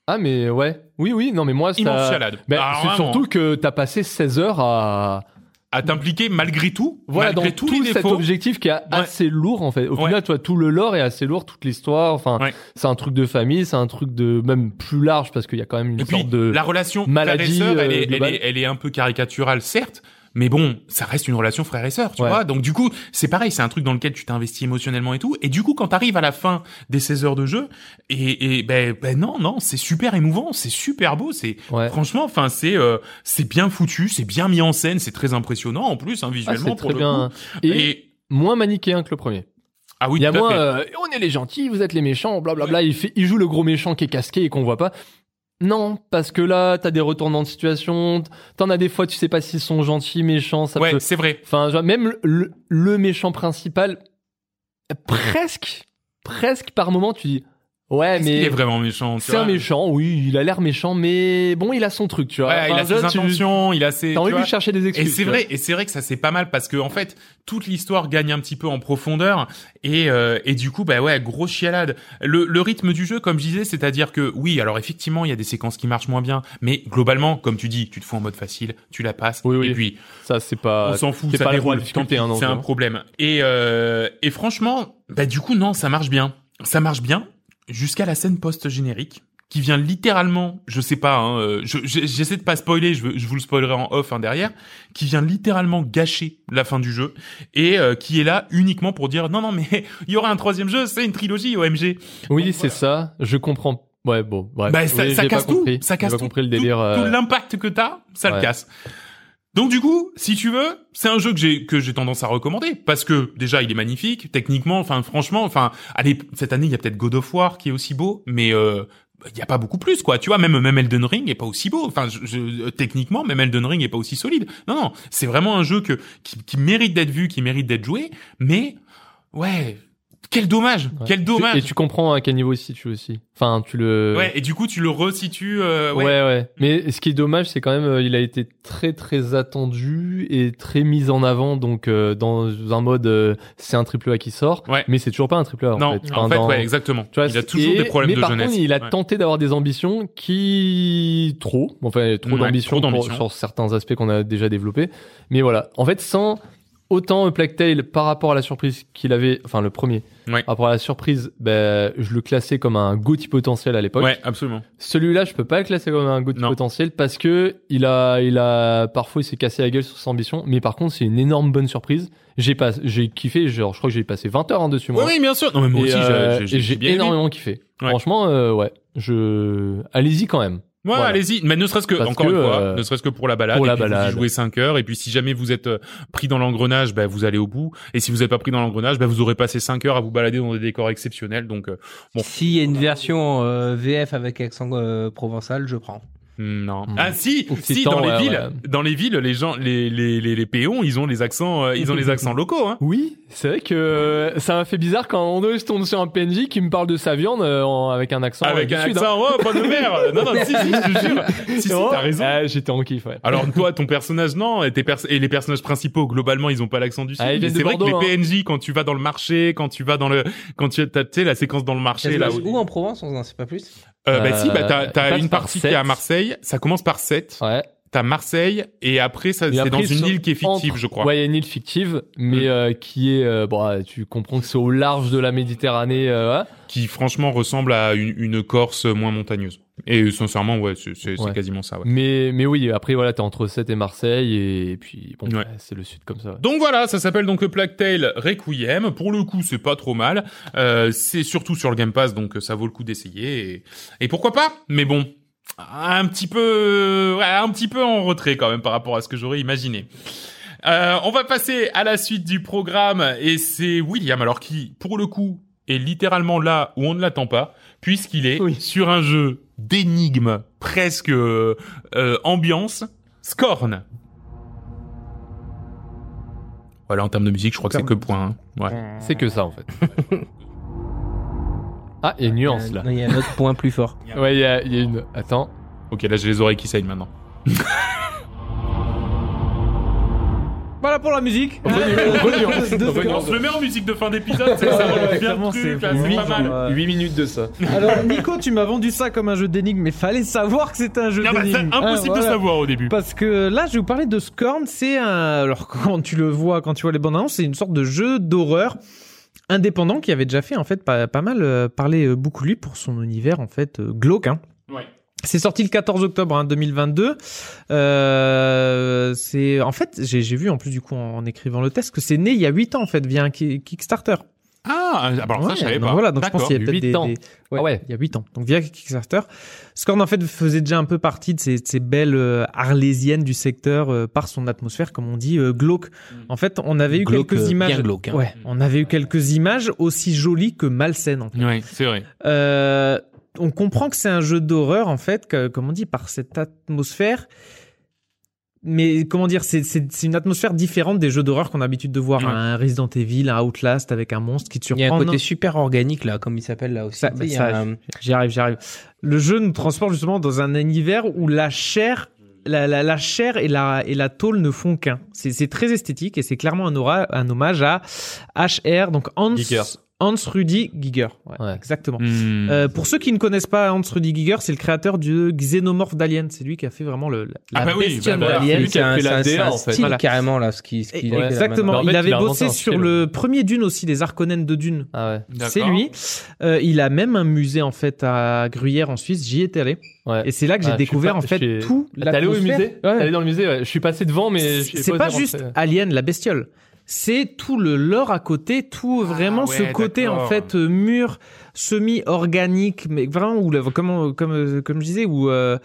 Ah, mais ouais. Oui, oui, non, mais moi, ça. immense chialade. Bah, Ah, c'est vraiment, surtout que t'as passé 16 heures à. à t'impliquer malgré tout, Voilà, malgré dans tous tout les cet défauts. objectif qui est assez lourd, en fait. Au Ouais. final, tu vois, tout le lore est assez lourd, toute l'histoire. Enfin, Ouais. c'est un truc de famille, c'est un truc de même plus large parce qu'il y a quand même une Et puis, sorte de. la relation frère et maladie, sœur, elle, euh, est- elle globale. est, elle est un peu caricaturale, certes, mais bon, ça reste une relation frère et sœur, tu Ouais. vois. Donc, du coup, c'est pareil, c'est un truc dans lequel tu t'investis émotionnellement et tout. Et du coup, quand t'arrives à la fin des 16 heures de jeu, et, et ben, ben non, non, c'est super émouvant, c'est super beau, c'est Ouais. franchement, enfin, c'est euh, c'est bien foutu, c'est bien mis en scène, c'est très impressionnant en plus, hein, Ah, visuellement c'est pour très le bien. coup. Et, Et, moins manichéen que le premier. ah oui, il y a tout à moins, fait. euh, on est les gentils, vous êtes les méchants, blablabla. Il, fait, il joue le gros méchant qui est casqué et qu'on voit pas. Non, parce que là, t'as des retournements de situation. T'en as des fois, tu sais pas s'ils sont gentils, méchants. Ça ouais, peut... c'est vrai. Enfin, genre, même le, le méchant principal, presque, presque par moment, tu dis ouais, Il mais est vraiment méchant. tu c'est un vois. méchant. Oui, il a l'air méchant, mais bon, il a son truc, tu vois. Ouais, il a Enfin, genre, ses tu- intentions, il a ses. T'as tu envie de vois. lui chercher des Et excuses. c'est tu vrai, et c'est vrai que ça c'est pas mal parce que en fait toute l'histoire gagne un petit peu en profondeur et euh, et du coup bah ouais gros chialade. Le, le rythme du jeu comme je disais, c'est-à-dire que oui alors effectivement il y a des séquences qui marchent moins bien, mais globalement comme tu dis tu te fous en mode facile, tu la passes Oui, oui. et puis vois. Ça, c'est pas. on s'en fout, c'est ça pas le déroule, roi de la difficulté, tant hein, pis, non, c'est un vraiment. problème. Et, euh, et franchement, bah du coup non, ça marche bien, ça marche bien, ça marche bien jusqu'à la scène post-générique qui vient littéralement, je sais pas, hein, euh, je- je- j'essaie de pas spoiler, je, veux- je vous le spoilerai en off hein, derrière, qui vient littéralement gâcher la fin du jeu et euh, qui est là uniquement pour dire non non mais il y aura un troisième jeu, c'est une trilogie OMG. Oui, c'est ça. Je comprends. Ouais, bon, bref. Bah, ça, Oui, ça j'ai casse pas tout, compris. ça J'ai casse pas tout, compris le tout- délire. euh, tout l'impact que t'as, ça le ouais. casse. Donc du coup, si tu veux, c'est un jeu que j'ai que j'ai tendance à recommander parce que déjà il est magnifique techniquement, enfin franchement, enfin allez cette année il y a peut-être God of War qui est aussi beau, mais euh, bah, il y a pas beaucoup plus quoi, tu vois même même Elden Ring est pas aussi beau, enfin je, je- euh, techniquement même Elden Ring est pas aussi solide. Non non, c'est vraiment un jeu que qui, qui mérite d'être vu, qui mérite d'être joué, mais ouais quel dommage, ouais. quel Tu- dommage. Et tu comprends à quel niveau il se situe aussi. Enfin, tu le. Ouais et du coup tu le resitues. euh, Ouais, ouais. Mais ce qui est dommage, c'est quand même, euh, il a été très, très attendu et très mis en avant. Donc, euh, dans un mode, euh, c'est un triple A qui sort. Ouais. Mais c'est toujours pas un triple A. non, en fait, en Enfin, fait, dans- ouais, exactement. Tu vois, il a c'est- toujours et- des problèmes mais de par jeunesse. Contre, il a Ouais. tenté d'avoir des ambitions qui trop, enfin trop Ouais, d'ambition trop pour- d'ambition. sur certains aspects qu'on a déjà développés. Mais voilà, en fait, sans autant euh, Plague Tale par rapport à la surprise qu'il avait, enfin le premier, Ouais. par rapport à la surprise, ben, je le classais comme un Gothi potentiel à l'époque. Ouais, absolument. Celui-là, je peux pas le classer comme un Gothi Non. potentiel parce que il a, il a parfois il s'est cassé la gueule sur ses ambitions, mais par contre, c'est une énorme bonne surprise. J'ai pas, j'ai kiffé, genre je crois que j'ai passé 20 heures en dessus Oui, moi. oui, bien sûr. Non, mais moi Et, aussi, euh, j'ai- et j'ai j'ai bien j'ai aimé. énormément kiffé. Ouais. Franchement, euh, ouais. Je... Allez-y quand même. Ouais, Voilà. allez-y. Mais ne serait-ce que, Parce encore que, une fois, euh, ne serait-ce que pour la balade. pour et la puis vous y balade. jouez 5 heures. Et puis, si jamais vous êtes euh, pris dans l'engrenage, bah, vous allez au bout. Et si vous n'êtes pas pris dans l'engrenage, bah, vous aurez passé 5 heures à vous balader dans des décors exceptionnels. Donc, euh, Bon. S'il y a une version euh, VF avec accent euh, provençal, je prends. non. Mm. Ah, si, si, Occitan, dans les ouais, villes, ouais. dans les villes, les gens, les, les, les, les péons, ils ont les accents, euh, ils ont les accents locaux, hein. Oui, c'est vrai que euh, ça m'a fait bizarre quand on je tombe sur un PNJ qui me parle de sa viande euh, en- avec un accent Avec un euh, du sud, hein. accent, oh, pomme de mer. Non, non, si, si, je te jure. Si, si, Oh, t'as raison. ah, J'étais en kiff, ouais. Alors toi, ton personnage non, et, tes pers- et les personnages principaux globalement, ils ont pas l'accent du sud. Ah, ils mais viennent de c'est vrai Bordeaux, que les PNJ, quand tu vas dans le marché, quand tu vas dans le, quand tu t'as, tu sais, la séquence dans le marché là. Où... Ou en Provence, on n'en sait pas plus. Euh, bah si, bah t'as, Euh, t'as il passe une par partie sept. qui est à Marseille. Ça commence par 7 Ouais. T'as Marseille et après ça, Et c'est après, dans une sur- île qui est fictive, entre- je crois. Mm. Ouais, il y a une île fictive, mais euh, qui est, euh, bon, euh, tu comprends que c'est au large de la Méditerranée. euh, ouais. Qui franchement ressemble à une, une Corse moins montagneuse. Et euh, sincèrement, ouais, c'est, c'est, c'est Ouais. quasiment ça. Ouais. Mais, mais oui, après voilà, t'es entre Sète et Marseille, et, puis bon, Ouais. ouais, c'est le sud comme ça. ouais. Donc voilà, ça s'appelle donc Plague Tale Requiem. Pour le coup, c'est pas trop mal. Euh, c'est surtout sur le Game Pass, donc euh, ça vaut le coup d'essayer. Et, et pourquoi pas Mais bon, un petit peu, euh, ouais, un petit peu en retrait quand même par rapport à ce que j'aurais imaginé. Euh, on va passer à la suite du programme et c'est William alors qui, pour le coup, est littéralement là où on ne l'attend pas puisqu'il est Oui. sur un jeu d'énigmes presque euh, euh, ambiance Scorn. Voilà, en termes de musique, je crois que c'est que point. hein. Ouais. C'est que ça en fait. ah, il y a une nuance Euh, là. non, Il y a un autre point plus fort. Ouais, il y, a- il y a une. Attends. Ok, là j'ai les oreilles qui saignent maintenant. Voilà pour la musique. Deux On secondes. se le met en musique de fin d'épisode, ça, ça relève bien le Clairement, truc, c'est là, c'est oui, pas mal. genre, euh, 8 minutes de ça. Alors Nico, tu m'as vendu ça comme un jeu d'énigmes, mais fallait savoir que c'était un jeu Ah bah, c'est d'énigmes. impossible Ah, de voilà. savoir au début. Parce que là, je vais vous parler de Scorn. C'est un. Alors, quand tu le vois, quand tu vois les bandes annonces, c'est une sorte de jeu d'horreur indépendant qui avait déjà fait, en fait, pas, pas mal euh, parler euh, beaucoup de lui pour son univers, en fait, euh, glauque. hein. Ouais. C'est sorti le 14 octobre hein, 2022. Euh, c'est en fait, j'ai j'ai vu en plus du coup en, en écrivant le test que c'est né il y a 8 ans en fait via un ki- Kickstarter. Ah, alors ça je Ouais, savais donc pas. Voilà, donc je pense D'accord. qu'il y a peut-être Huit des, ans. des- Ouais, Ah ouais. il y a 8 ans. Donc via Kickstarter, Scorn en fait faisait déjà un peu partie de ces, de ces belles euh, arlésiennes du secteur euh, par son atmosphère, comme on dit, euh, glauque. En fait, on avait eu Glauque, quelques euh, images. bien glauque, hein. Ouais, on avait eu quelques images aussi jolies que malsaines. En fait. Ouais, c'est vrai. Euh, on comprend que c'est un jeu d'horreur en fait, que- comme on dit, par cette atmosphère. Mais comment dire, c'est c'est- c'est une atmosphère différente des jeux d'horreur qu'on a l'habitude de voir. Ouais. Un Resident Evil, un Outlast avec un monstre qui te Il surprend. y a un Non, côté super organique là, comme il s'appelle là aussi. Ça- Tu sais, il y ça- a un- J'y arrive, j'y arrive. Le jeu nous transporte justement dans un univers où la chair, la, la, la chair et la, et la tôle ne font qu'un. C'est c'est très esthétique et c'est clairement un, aura, un hommage à HR, donc Hans Giger. Hans Rudy Giger. Ouais, Ouais. Mm. Exactement. Hmm. Euh, pour ceux qui ne connaissent pas Hans Rudy Giger, c'est le créateur du Xenomorph d'Alien. C'est lui qui a fait vraiment le, la Ah bah oui, bestiole bah voilà. d'Alien. Lui qui a fait la c'est DA, un en fait. style Voilà. carrément là, ce qui, ce qu'il Et- Ouais. est Exactement. Bah, en fait, il avait il a inventé bossé un sur style. le premier Dune aussi, les Arconènes de Dune. Ah ouais. C'est D'accord. lui. Euh, il a même un musée en fait à Gruyère en Suisse. J'y étais allé. ouais. Et c'est là que j'ai Ah, je suis découvert pas- en je fait suis- tout. T'es allé au l'atmosphère. musée T'es Ouais. allé dans le musée ouais. Je suis passé devant, mais j'ai C'est pas osé juste rentrer. Alien, la bestiole. C'est tout le lore à côté, tout vraiment Ah ce ouais, côté en d'accord. fait euh, mûr, semi-organique, mais vraiment où la- comment- comme euh, comme je disais où euh,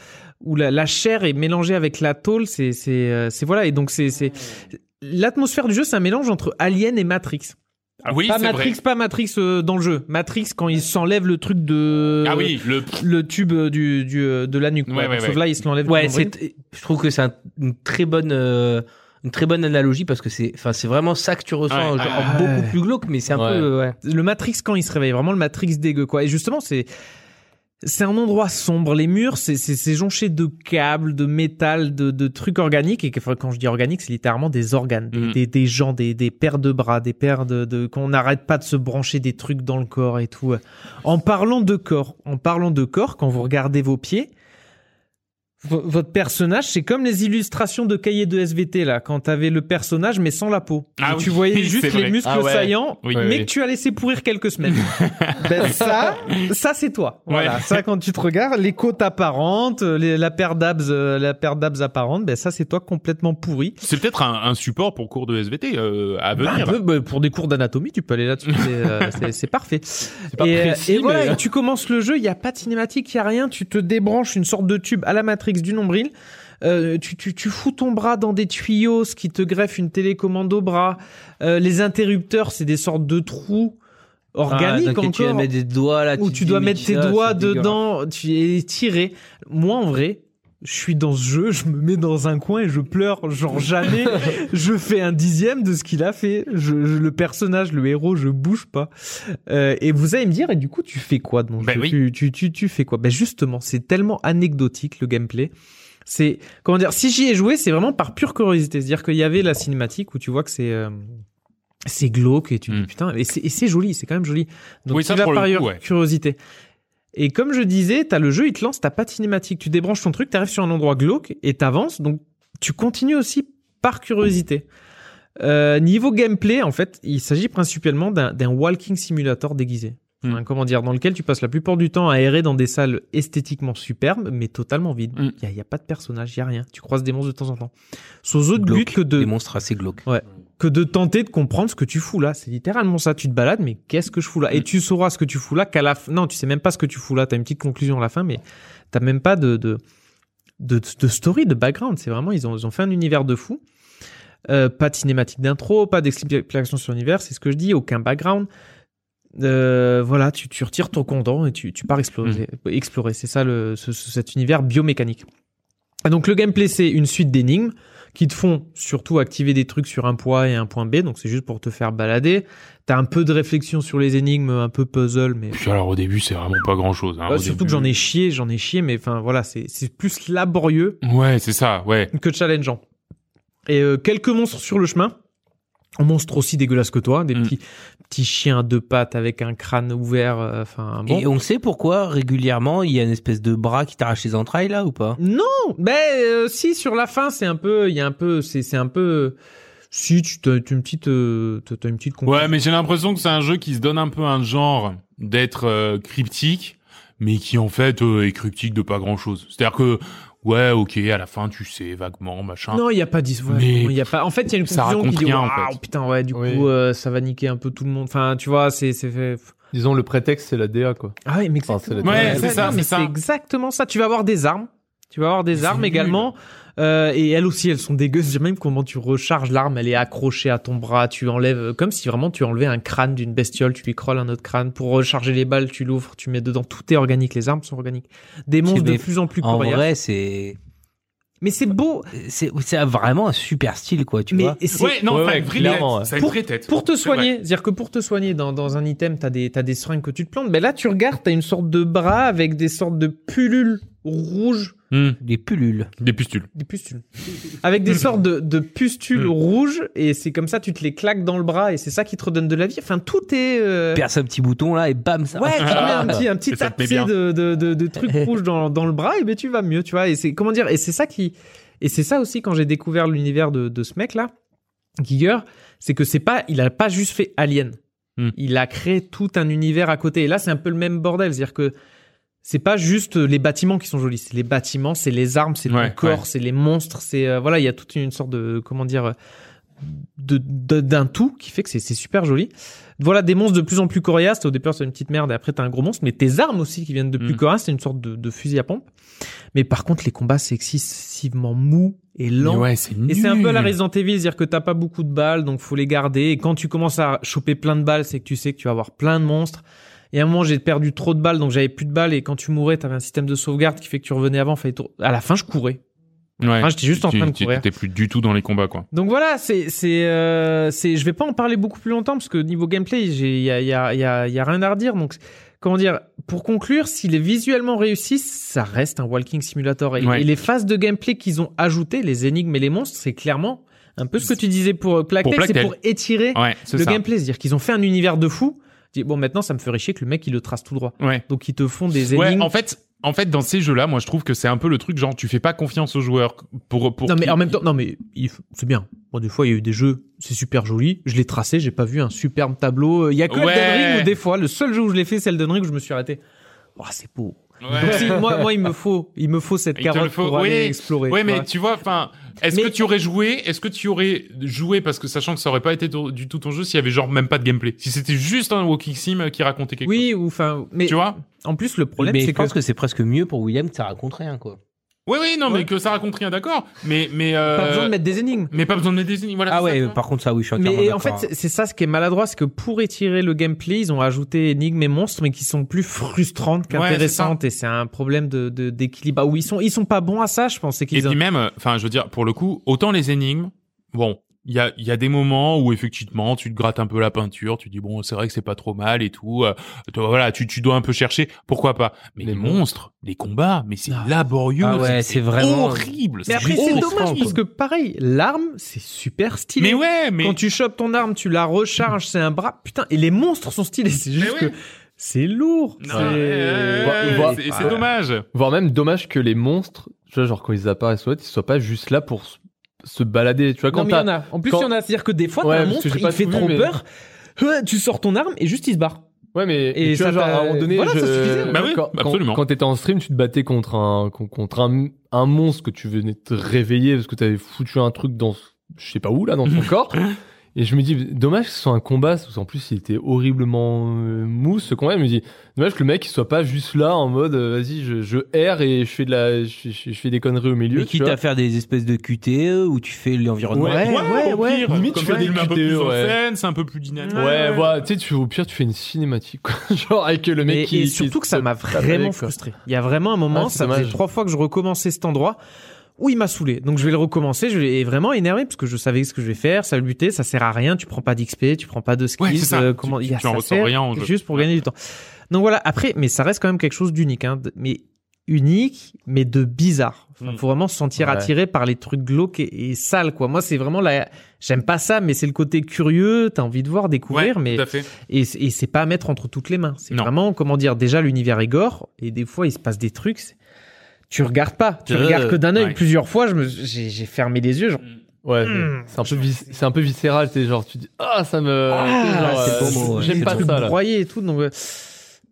où la, la chair est mélangée avec la tôle, c'est c'est euh, c'est voilà et donc c'est c'est Ah. l'atmosphère du jeu, c'est un mélange entre Alien et Matrix. Ah oui, pas c'est Matrix, vrai. pas Matrix euh, dans le jeu. Matrix quand il s'enlève le truc de Ah oui, le le tube euh, du, du euh, de la nuque. quoi. Ouais, ouais, Sauf ouais. là, il se l'enlève. du Ouais, nombril. c'est. Je trouve que c'est un- une très bonne. euh, Une très bonne analogie parce que c'est, enfin, c'est vraiment ça que tu ressens, Ouais. genre Ah ouais. beaucoup plus glauque, mais c'est un Ouais. peu, euh, ouais. le Matrix quand il se réveille, vraiment le Matrix dégueu quoi. Et justement, c'est c'est un endroit sombre, les murs, c'est c'est c'est jonché de câbles, de métal, de, de trucs organiques. Et que- enfin, quand je dis organique, c'est littéralement des organes, des- Mhm. des, des gens, des, des paires de bras, des paires de, de qu'on n'arrête pas de se brancher des trucs dans le corps et tout. En parlant de corps, en parlant de corps, quand vous regardez vos pieds, vo- votre personnage, c'est comme les illustrations de cahiers de SVT là, quand t'avais le personnage mais sans la peau. Ah Et tu oui, voyais c'est juste vrai. les muscles Ah ouais. saillants, Oui. mais Oui, oui. que tu as laissé pourrir quelques semaines. ben ça, ça c'est toi. Voilà, Ouais. ça quand tu te regardes, les côtes apparentes, euh, les- la paire d'abs, euh, la paire d'abs apparente, ben ça c'est toi complètement pourri. C'est peut-être un, un support pour cours de SVT euh, à Un venir. peu, ben, pour des cours d'anatomie, tu peux aller là-dessus, c'est, euh, c'est c'est parfait. C'est pas et, euh, précis, et mais- voilà, et tu commences le jeu, il y a pas de cinématique, il y a rien, tu te débranches une sorte de tube à la Matrix du nombril. euh, tu, tu, tu fous ton bras dans des tuyaux, ce qui te greffe une télécommande au bras. Euh, les interrupteurs, c'est des sortes de trous organiques Ah, donc, et encore Tu dois mettre des doigts là. où te tu dois dis, mettre mais tes ça, doigts c'est dégueulasse. dedans, tu es tiré. Moi, en vrai, je suis dans ce jeu, je me mets dans un coin et je pleure. Genre, jamais je fais un dixième de ce qu'il a fait. Je, je- le personnage, le héros, je bouge pas. Euh, et vous allez me dire, et du coup, tu fais quoi donc Ben oui. tu, tu, tu, tu fais quoi Ben justement, c'est tellement anecdotique le gameplay. C'est comment dire Si j'y ai joué, c'est vraiment par pure curiosité. C'est-à-dire qu'il y avait la cinématique où tu vois que c'est euh, c'est glauque et tu te dis Mm. putain et c'est et c'est joli, c'est quand même joli. Donc Oui, tu ça, vas pour le par coup, ailleurs, ouais. curiosité. Et comme je disais, t'as le jeu, il te lance, t'as pas de cinématique. Tu débranches ton truc, t'arrives sur un endroit glauque et t'avances. Donc tu continues aussi par curiosité. Euh, niveau gameplay, en fait, il s'agit principalement d'un d'un walking simulator déguisé. Hmm. Enfin, comment dire, dans lequel tu passes la plupart du temps à errer dans des salles esthétiquement superbes, mais totalement vides. Il Hmm. n'y a, y a pas de personnage, il n'y a rien. Tu croises des monstres de temps en temps. Sous autre but Glauque. que de, Des monstres assez glauques. que de tenter de comprendre ce que tu fous là. C'est littéralement ça. Tu te balades, mais qu'est-ce que je fous là Hmm. Et tu sauras ce que tu fous là qu'à la fin. Non, tu sais même pas ce que tu fous là. T'as une petite conclusion à la fin, mais t'as même pas de de, de de story, de background. C'est vraiment ils ont ils ont fait un univers de fou. Euh, pas de cinématique d'intro, pas d'explication sur l'univers. C'est ce que je dis. Aucun background. Euh, voilà, tu, tu retires ton condom et tu, tu pars explorer. explorer. C'est ça le, ce- ce- cet univers biomécanique. Et donc le gameplay, c'est une suite d'énigmes qui te font surtout activer des trucs sur un point A et un point B. Donc c'est juste pour te faire balader. T'as un peu de réflexion sur les énigmes, un peu puzzle, mais Puis alors au début, c'est vraiment pas grand-chose. hein, Ouais, au Bah, surtout début. que j'en ai chié, j'en ai chié, mais enfin voilà, c'est c'est plus laborieux Ouais, c'est ça. Ouais. que challengeant. Et euh, quelques monstres sur le chemin. Un monstre aussi dégueulasse que toi, des Mm. petits, petits chiens à deux pattes avec un crâne ouvert, euh, enfin bon. Et on sait pourquoi régulièrement il y a une espèce de bras qui t'arrache les entrailles là ou pas Non, mais euh, si sur la fin c'est un peu, il y a un peu, c'est c'est un peu. Si tu as une petite, euh, t'as- t'as une petite. conclusion. Ouais, mais j'ai l'impression que c'est un jeu qui se donne un peu un genre d'être euh, cryptique, mais qui en fait euh, est cryptique de pas grand-chose. C'est-à-dire que ouais, ok, à la fin, tu sais vaguement, machin. Non, il n'y a pas d'histoire. Mais- il y a pas. En fait, il y a une Ça conclusion qui raconte dit rien, en Waouh, fait. putain, ouais, du Oui. coup, euh, ça va niquer un peu tout le monde. Enfin, tu vois, c'est c'est fait. Disons, le prétexte, c'est la DA, quoi. Ah oui, mais Enfin, exactement. c'est la- Ouais, c'est ça, non, mais c'est ça. c'est exactement ça. Tu vas avoir des armes. Tu vas avoir des C'est armes nul. également. Euh, et elles aussi, elles sont dégueuses. J'aime même comment tu recharges l'arme. Elle est accrochée à ton bras. Tu enlèves, euh, comme si vraiment tu enlevais un crâne d'une bestiole. Tu lui crolles un autre crâne. Pour recharger les balles, tu l'ouvres, tu mets dedans. Tout est organique. Les armes sont organiques. Des monstres de mais plus en plus En coriaces. vrai, c'est Mais c'est beau. c'est c'est vraiment un super style quoi, tu mais vois. c'est- Ouais, non, ça Ouais, a ouais, une vraie clairement, tête. ouais. Ça a une Pour- vraie tête. Pour te C'est vrai. soigner, c'est-à-dire que pour te soigner, dans, dans Ben un item, t'as des, t'as des seringues que tu te plantes, mais là, tu regardes, t'as une sorte de bras avec des sortes de pullules rouges, Hmm. Des pullules. Des pustules. des pustules. Avec des sortes de, de pustules Mm. rouges, et c'est comme ça, tu te les claques dans le bras, et c'est ça qui te redonne de la vie. Enfin, tout est. euh, Perce un petit bouton là et bam, ça Ouais, tu mets Ah. un petit, un petit Et ça te met tapis bien. de, de, de, de trucs rouges dans, dans le bras, et ben tu vas mieux, tu vois. Et c'est comment dire Et c'est ça qui, et c'est ça aussi quand j'ai découvert l'univers de, de ce mec là, Giger, c'est que c'est pas, il a pas juste fait Alien, Hmm. il a créé tout un univers à côté. Et là, c'est un peu le même bordel, c'est-à-dire que c'est pas juste les bâtiments qui sont jolis, c'est les bâtiments, c'est les armes, c'est Ouais, le corps, ouais. c'est les monstres, c'est euh, voilà, il y a toute une sorte de comment dire de- de- d'un tout qui fait que c'est c'est super joli. Voilà des monstres de plus en plus coriaces. Au départ, c'est une petite merde et après, t'as un gros monstre. Mais tes armes aussi qui viennent de plus Mm. coriaces, c'est une sorte de, de fusil à pompe. Mais par contre, les combats, c'est excessivement mou et lent. Ouais, c'est Et c'est un nul. peu la Resident Evil, c'est-à-dire que t'as pas beaucoup de balles, donc faut les garder. Et quand tu commences à choper plein de balles, c'est que tu sais que tu vas avoir plein de monstres. Et à un moment, j'ai perdu trop de balles, donc j'avais plus de balles. Et quand tu mourais, t'avais un système de sauvegarde qui fait que tu revenais avant. Fallait tour- À la fin, je courais. Ouais. Enfin, j'étais juste en Tu- train de tu- courir. T'es plus du tout dans les combats, quoi. Donc voilà, c'est c'est euh, c'est je vais pas en parler beaucoup plus longtemps parce que niveau gameplay, j'ai il y a il y a il y a, il y a rien à redire. Donc comment dire Pour conclure, s'il est visuellement réussi, ça reste un walking simulator et, Ouais. et les phases de gameplay qu'ils ont ajoutées, les énigmes et les monstres, c'est clairement un peu ce que tu disais pour Plactel, Pour c'est Plague pour étirer Ouais, c'est le ça. gameplay, c'est-à-dire qu'ils ont fait un univers de fou. Tu dis, Bon, maintenant, ça me ferait chier que le mec il le trace tout droit. Ouais. Donc ils te font des Ouais, énigmes. en fait, en fait, dans ces jeux-là, moi, je trouve que c'est un peu le truc genre, tu fais pas confiance aux joueurs pour pour. non mais qu'ils- en même temps, non mais il faut- c'est bien. Moi des fois il y a eu des jeux, c'est super joli. Je l'ai tracé, j'ai pas vu un superbe tableau. Euh, Il y a que Ouais. Elden Ring où des fois le seul jeu où je l'ai fait c'est Elden Ring où je me suis arrêté. Oh, c'est beau. Ouais. Donc, si, moi, moi il me faut, il me faut cette Il te le carotte faut, pour oui. aller explorer. Ouais, tu mais vois. tu vois, enfin, est-ce Mais- que tu aurais joué Est-ce que tu aurais joué parce que sachant que ça aurait pas été ton- du tout ton jeu s'il y avait genre même pas de gameplay, si c'était juste un walking sim euh, qui racontait quelque oui ou enfin mais chose. Tu vois en plus le problème mais c'est je que pense que, c'est presque mieux pour William que ça raconte rien quoi. Oui, oui, non, Ouais. mais que ça raconte rien, d'accord. Mais mais euh, pas besoin de mettre des énigmes. mais pas besoin de mettre des voilà. Ah c'est ça, tu ouais, vois. par contre ça oui, je suis entièrement Mais en fait, d'accord. c'est- c'est ça ce qui est maladroit, c'est que pour étirer le gameplay, ils ont ajouté énigmes et monstres, mais qui sont plus frustrantes Ouais, qu'intéressantes. et c'est un problème de de- d'équilibre. Ah oui, ils sont ils sont pas bons à ça, je pense. c'est Et qu'ils ont- puis même, euh, enfin, je veux dire, pour le coup, autant les énigmes, bon, il y a, il y a des moments où effectivement, tu te grattes un peu la peinture, tu dis bon, c'est vrai que c'est pas trop mal et tout. euh, toi, voilà, tu, tu dois un peu chercher, pourquoi pas. Mais Les les monstres, les combats, mais c'est Ah. laborieux, Ah ouais, c'est vraiment- horrible. Mais après, juste c'est frustrant, dommage quoi. parce que pareil, l'arme, c'est super stylé. Mais ouais, mais Quand tu chopes ton arme, tu la recharges, c'est un bras. Putain, et les monstres sont stylés. C'est juste ouais. que c'est lourd. Non, C'est- ouais, ouais, Voire- ouais, c'est c'est dommage. Voire même dommage que les monstres, tu vois, genre quand ils apparaissent, ouais, ils soient pas juste là pour se- se balader. Tu vois, Non, quand mais il y t'as. en a. En plus, quand- il y en a. C'est-à-dire que des fois, Ouais, t'as un parce que monstre, j'ai il pas te fait tout vu, trop mais- peur. Euh, Tu sors ton arme et juste il se barre. Ouais, mais Et mais tu vois, ça genre, à un t'a- moment donné, voilà, ça je- suffisait. Bah oui, quand, quand- absolument. quand t'étais en stream, tu te battais contre un con- contre un, un monstre que tu venais te réveiller parce que t'avais foutu un truc dans ce- je sais pas où là dans ton corps. Et je me dis dommage que ce soit un combat parce qu'en plus il était horriblement euh, mou ce combat. Je me dis dommage que le mec il soit pas juste là en mode euh, vas-y je, je erre et je fais de la je, je- je fais des conneries au milieu. Mais tu quitte vois. à faire des espèces de QTE où tu fais l'environnement. Ouais. ouais, au pire, Limite, comme tu ça, fais il met un peu des plus en vidéos, ouais. scène, c'est un peu plus dynamique. Ouais, voilà, tu sais, tu, au pire, tu fais une cinématique, quoi. Genre, avec le mec Mais- qui. et qui surtout que ça se m'a tape avec, vraiment quoi. frustré. Il y a vraiment un moment, Ah, c'est ça faisait dommage. trois fois que je recommençais cet endroit où il m'a saoulé. Donc je vais le recommencer, je vais vraiment énervé parce que je savais ce que je vais faire, ça va le buter, ça sert à rien, tu prends pas d'XP, tu prends pas de skills, Ouais, c'est ça. euh, Tu- comment tu- il y a tu en ça ressors sert rien en jeu. juste pour gagner du temps. Donc voilà, après mais ça reste quand même quelque chose d'unique hein, de- mais unique mais de bizarre. Enfin, Mm. Faut vraiment se sentir Ouais. attiré par les trucs glauques et, et sales quoi. Moi c'est vraiment la j'aime pas ça mais c'est le côté curieux, t'as envie de voir découvrir Ouais, mais tout à fait. et, c'est- et c'est pas à mettre entre toutes les mains. C'est Non. vraiment, comment dire, déjà l'univers est gore, et des fois il se passe des trucs. c'est- Tu regardes pas, tu Euh, regardes que d'un œil. ouais. Plusieurs fois, je me, j'ai, j'ai fermé les yeux. Genre, Ouais, Mm. c'est un peu, vis- c'est un peu viscéral, tu sais, genre, tu dis, ah, ça me. Ah, genre, Ah, c'est euh, bon mot, ouais. J'aime C'est pas le ça, là. broyé et tout. Donc, euh,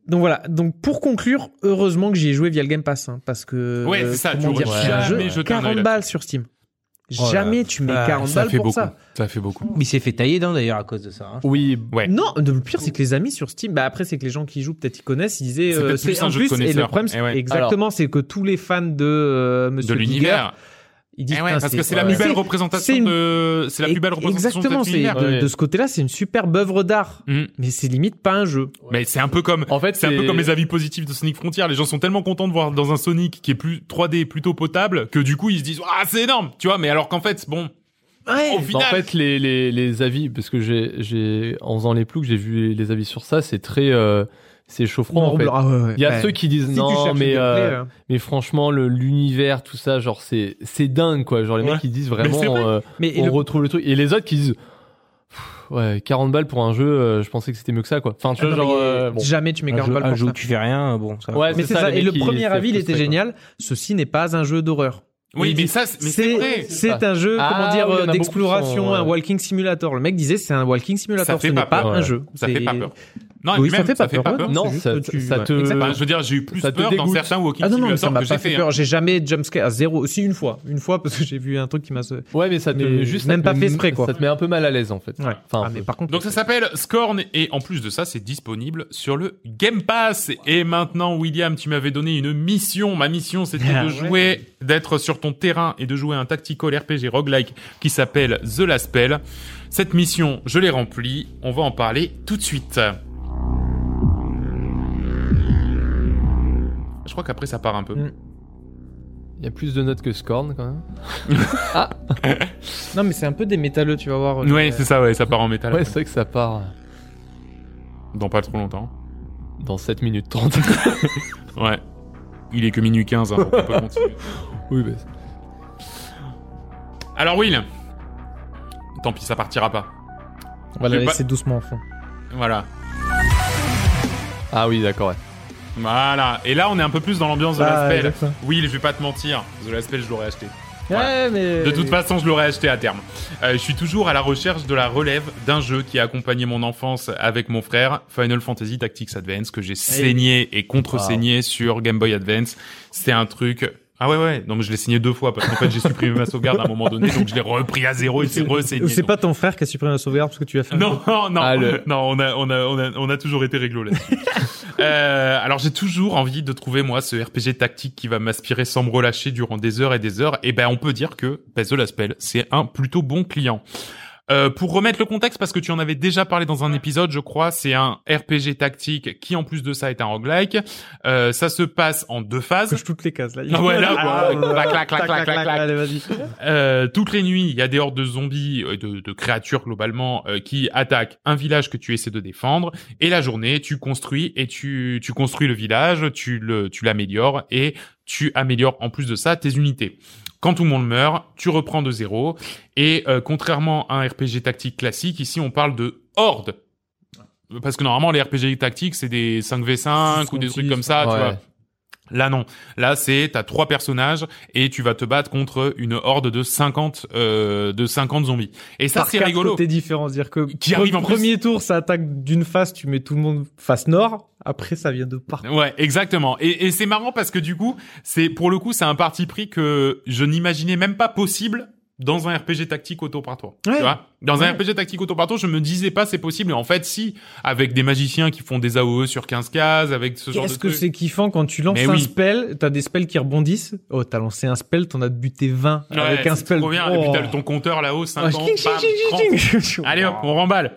donc voilà. Donc pour conclure, heureusement que j'y ai joué via le Game Pass, hein, parce que Ouais, euh, c'est ça, comment tu dire, aurais c'est un jamais jeu jeté un œil 40 là-dessus. Ah, balles sur Steam. Oh là Jamais tu mets là, 40 Ça balles fait pour beaucoup. ça. Ça fait beaucoup. Mais il s'est fait tailler d'un d'ailleurs à cause de ça. hein. Oui, Ouais. Non, le pire c'est que les amis sur Steam, bah après c'est que les gens qui y jouent peut-être ils connaissent, ils disaient euh, C'est peut-être plus un en jeu de plus et le connaisseurs. problème Eh c'est ouais. exactement c'est que tous les fans de euh, De Monsieur Giger, l'univers. Ils disent, Eh ouais, putain, parce que c'est la ouais. plus belle C'est- représentation c'est une- de. C'est la plus belle représentation Exactement, de cet c'est univers. de, Ouais. de ce côté-là, c'est une superbe œuvre d'art. Mm. Mais c'est limite pas un jeu. Mais c'est un peu comme. en fait, C'est un peu comme les avis positifs de Sonic Frontier. Les gens sont tellement contents de voir dans un Sonic qui est plus 3D plutôt potable que du coup ils se disent ah c'est énorme tu vois mais alors qu'en fait bon Eh, Oh, au Bah, final en fait, les, les, les avis, parce que j'ai, j'ai, en faisant les ploucs, j'ai vu les, les avis sur ça, c'est très, euh, c'est chauffant. en fait. ah, ouais, ouais. Il y a Ouais. ceux qui disent Si tu non, cherches mais, une euh, clé, euh, mais franchement, le- l'univers, tout ça, genre, c'est c'est dingue, quoi. Genre, les Ouais. mecs qui disent Mais vraiment, c'est vrai. euh, mais on le- retrouve le truc. Et les autres qui disent, Pff, ouais, 40 balles pour un jeu, euh, je pensais que c'était mieux que ça, quoi. Enfin, tu vois, non, genre, mais euh, bon. jamais tu mets un 40 jeu, balles un pour jeu où ça. tu fais rien, bon, ça. Ouais, Mais c'est ça, les et le mecs, ils- premier c'est avis, il frustré, était quoi. génial. Ceci n'est pas un jeu d'horreur. Oui, Il mais dit, ça, c'est- mais c'est vrai. c'est un jeu, Ah comment dire, oui, il y en a euh, beaucoup qui d'exploration, sont, un ouais. walking simulator. Le mec disait, c'est un walking simulator, fait ce pas n'est pas peur, un ouais. jeu. Ça C'est- fait pas peur. Non, et Oui, puis ça Ah, même, fait pas peur. ouais. euh, peur. C'est Non, juste ça- que tu- ça ouais. te- Exactement. Enfin, je veux dire, j'ai eu plus Ça te peur dans dégoûte. certains Walking Ah non, non, mais ça Simulator m'a que j'ai pas fait. fait hein. peur. J'ai jamais jumpscare à zéro. Si, une fois. Une fois, parce que j'ai vu un truc qui m'a. Ouais, mais ça te Mais met juste. même ça te pas met- fait exprès, quoi. Ça te met un peu mal à l'aise, en fait. Ouais. Enfin, ah, mais par contre. Donc ça s'appelle Scorn et en plus de ça, c'est disponible sur le Game Pass. Et maintenant, William, tu m'avais donné une mission. Ma mission, c'était Ah de ouais. jouer, d'être sur ton terrain et de jouer à un tactical RPG roguelike qui s'appelle The Last Spell. Cette mission, je l'ai remplie. On va en parler tout de suite. Je crois qu'après ça part un peu. Mm. Il y a plus de notes que Scorn, quand même. Non, mais c'est un peu des métalleux, tu vas voir. euh, Ouais, c'est ça, ouais, ça part en métal. Ouais, c'est vrai que ça part Dans pas trop longtemps. dans 7 minutes 30. Ouais. Il est que minuit 15, hein, donc on peut continuer. oui, bah, Alors Will, tant pis, ça partira pas. On va la J'ai pas- laisser doucement en fond. Voilà. Ah oui, d'accord. ouais. Voilà. Et là, on est un peu plus dans l'ambiance de Ah, l'aspect. exactement. Will, je vais pas te mentir, de l'aspect, je l'aurais acheté. Ouais, mais. De toute façon, je l'aurais acheté à terme. Euh, je suis toujours à la recherche de la relève d'un jeu qui a accompagné mon enfance avec mon frère, Final Fantasy Tactics Advance, que j'ai Eh saigné et contre-saigné sur Game Boy Advance. C'était un truc... Ah ouais, ouais, non mais je l'ai saigné deux fois parce qu'en fait j'ai supprimé ma sauvegarde à un moment donné, donc je l'ai repris à zéro et c'est re-saigné. C'est Donc, pas ton frère qui a supprimé la sauvegarde parce que tu as fait. un- Non, non, non, Ah, le- non on, a, on, a, on, a, on a toujours été réglo là euh, alors j'ai toujours envie de trouver moi ce RPG tactique qui va m'aspirer sans me relâcher durant des heures et des heures. Et ben on peut dire que ben, The Last Spell, c'est un plutôt bon client. Euh, pour remettre le contexte, parce que tu en avais déjà parlé dans un épisode, je crois, c'est un RPG tactique qui, en plus de ça, est un roguelike. Euh, ça se passe en deux phases. Coche toutes les cases là. Ah ouais, là, Ah, quoi. Clac, clac, clac, clac, clac, clac. Allez, vas-y. Euh, toutes les nuits, il y a des hordes de zombies, euh, de, de créatures globalement, euh, qui attaquent un village que tu essaies de défendre. Et la journée, tu construis et tu, tu construis le village, tu le, tu l'améliores et tu améliores en plus de ça tes unités. Quand tout le monde meurt, tu reprends de zéro. Et euh, contrairement à un RPG tactique classique, ici on parle de hordes. Parce que normalement les RPG tactiques c'est des 5v5 ou des trucs comme ça, tu Ouais. vois. Là non, là c'est t'as trois personnages et tu vas te battre contre une horde de 50 euh, de 50 zombies. Et ça Par c'est quatre rigolo. côtés différents. C'est-à-dire que Qui arrive en plus. premier tour, ça attaque d'une face, tu mets tout le monde face nord. Après, ça vient de partout. Ouais, exactement. Et, et c'est marrant parce que du coup, c'est pour le coup, c'est un parti pris que je n'imaginais même pas possible dans un RPG tactique auto par tour. Tu Ouais. vois dans un Ouais. RPG tactique auto par tour, je me disais pas c'est possible. Et en fait, si, avec des magiciens qui font des AOE sur 15 cases, avec ce genre de Qu'est-ce que truc. c'est kiffant quand tu lances Mais un oui. spell, t'as des spells qui rebondissent. Oh, t'as lancé un spell, t'en as buté 20 Ouais, avec un c'est spell. trop bien. Et Oh. puis t'as ton compteur là-haut, Ah, 50, ching, ching, bam, ching, 30. ching, ching, ching. Allez hop, on remballe.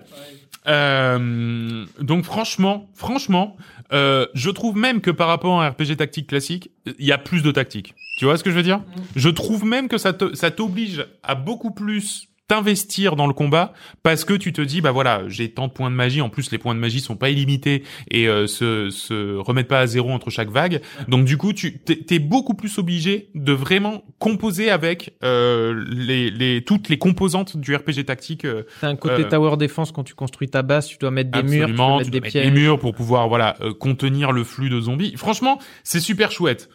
Euh, donc franchement, franchement, euh, je trouve même que par rapport à un RPG tactique classique, il y a plus de tactique. Tu vois ce que je veux dire Je trouve même que ça te- ça t'oblige à beaucoup plus t'investir dans le combat parce que tu te dis bah voilà j'ai tant de points de magie en plus les points de magie sont pas illimités et euh, se se remettent pas à zéro entre chaque vague donc du coup tu t'es t'es beaucoup plus obligé de vraiment composer avec euh, les les toutes les composantes du RPG tactique euh, T'as un côté Euh, tower défense quand tu construis ta base, tu dois mettre des murs, tu dois Absolument, mettre tu des dois mettre des pièges. murs pour pouvoir voilà euh, contenir le flux de zombies. Franchement, c'est super chouette.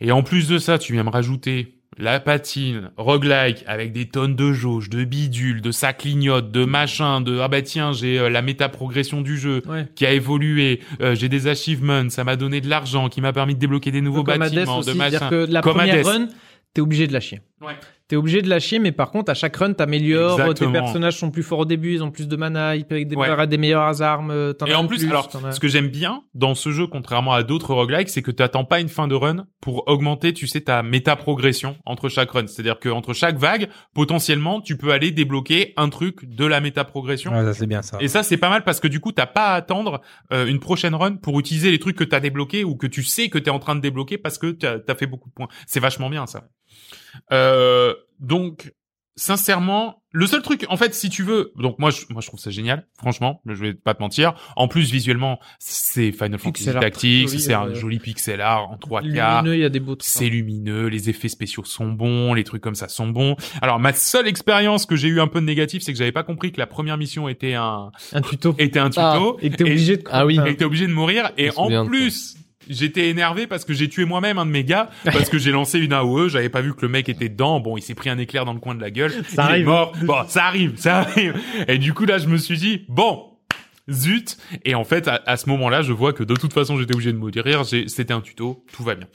Et en plus de ça, tu viens me rajouter la patine roguelike avec des tonnes de jauges, de bidules, de ça clignote, de machin, de ah bah tiens, j'ai euh, la méta progression du jeu Ouais. qui a évolué, euh, j'ai des achievements, ça m'a donné de l'argent qui m'a permis de débloquer des nouveaux Comme Hades bâtiments, aussi, de c'est-à-dire machin. que la Comme première Hades. run, t'es obligé de la chier. Ouais. T'es obligé de la chier, mais par contre, à chaque run, t'améliores, tes Exactement. personnages sont plus forts au début, ils ont plus de mana, ils peuvent Ouais. des meilleures armes, euh, t'en Et as en plus, alors, t'en as- ce que j'aime bien dans ce jeu, contrairement à d'autres roguelikes, c'est que tu attends pas une fin de run pour augmenter, tu sais, ta méta progression entre chaque run. C'est-à-dire que entre chaque vague, potentiellement, tu peux aller débloquer un truc de la méta progression. Ouais, ça c'est bien ça. Et ça, c'est pas mal parce que du coup, t'as pas à attendre euh, une prochaine run pour utiliser les trucs que t'as débloqués ou que tu sais que t'es en train de débloquer parce que t'as as fait beaucoup de points. C'est vachement bien ça. Euh, donc, sincèrement, le seul truc, en fait, si tu veux, donc moi, je, moi, je trouve ça génial, franchement, je vais pas te mentir. En plus, visuellement, c'est Final Fantasy Pixel art Tactics, très joli, c'est un euh, joli pixel art en 3K. Lumineux, il y a des beaux trucs. hein. C'est lumineux, les effets spéciaux sont bons, les trucs comme ça sont bons. Alors ma seule expérience que j'ai eu un peu de négatif, c'est que j'avais pas compris que la première mission était un Un tuto. était un tuto Et que t'es obligé de. Ah oui. et que t'es obligé de mourir. Je Et me souviens en de plus, j'étais énervé parce que j'ai tué moi-même un de mes gars parce que j'ai lancé une AOE. J'avais pas vu que le mec était dedans. Bon, il s'est pris un éclair dans le coin de la gueule. il arrive. est mort. Bon, ça arrive, ça arrive. Et du coup là, je me suis dit bon. Zut Et en fait, à, à ce moment-là, je vois que de toute façon, j'étais obligé de mourir. J'ai- C'était un tuto, tout va bien.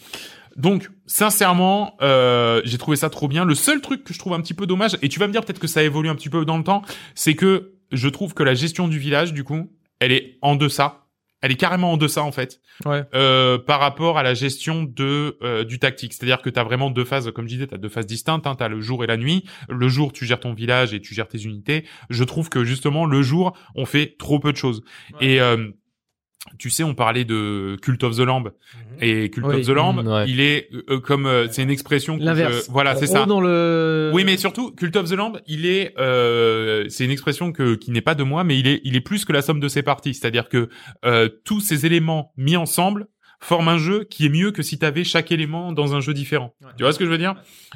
Donc, sincèrement, euh, j'ai trouvé ça trop bien. Le seul truc que je trouve un petit peu dommage, et tu vas me dire peut-être que ça évolue un petit peu dans le temps, c'est que je trouve que la gestion du village, du coup, elle est en deçà. Elle est carrément en deçà en fait, Ouais. euh, par rapport à la gestion de euh, du tactique. C'est-à-dire que t'as vraiment deux phases, comme je disais, t'as deux phases distinctes. Hein, t'as le jour et la nuit. Le jour, tu gères ton village et tu gères tes unités. Je trouve que justement le jour, on fait trop peu de choses. Ouais. Et euh, tu sais, on parlait de Cult of the Mhm. Lamb et Cult Oui. Mhm, of the Lamb, Mm, ouais. il est euh, comme euh, c'est une expression. que L'inverse. Oh, je- voilà, c'est On ça. roule dans le. Oui, mais surtout, Cult of the Lamb, il est, euh, c'est une expression que, qui n'est pas de moi, mais il est, il est plus que la somme de ses parties. C'est-à-dire que euh, tous ces éléments mis ensemble forment un jeu qui est mieux que si t'avais chaque élément dans un jeu différent. Tu vois ce que je veux dire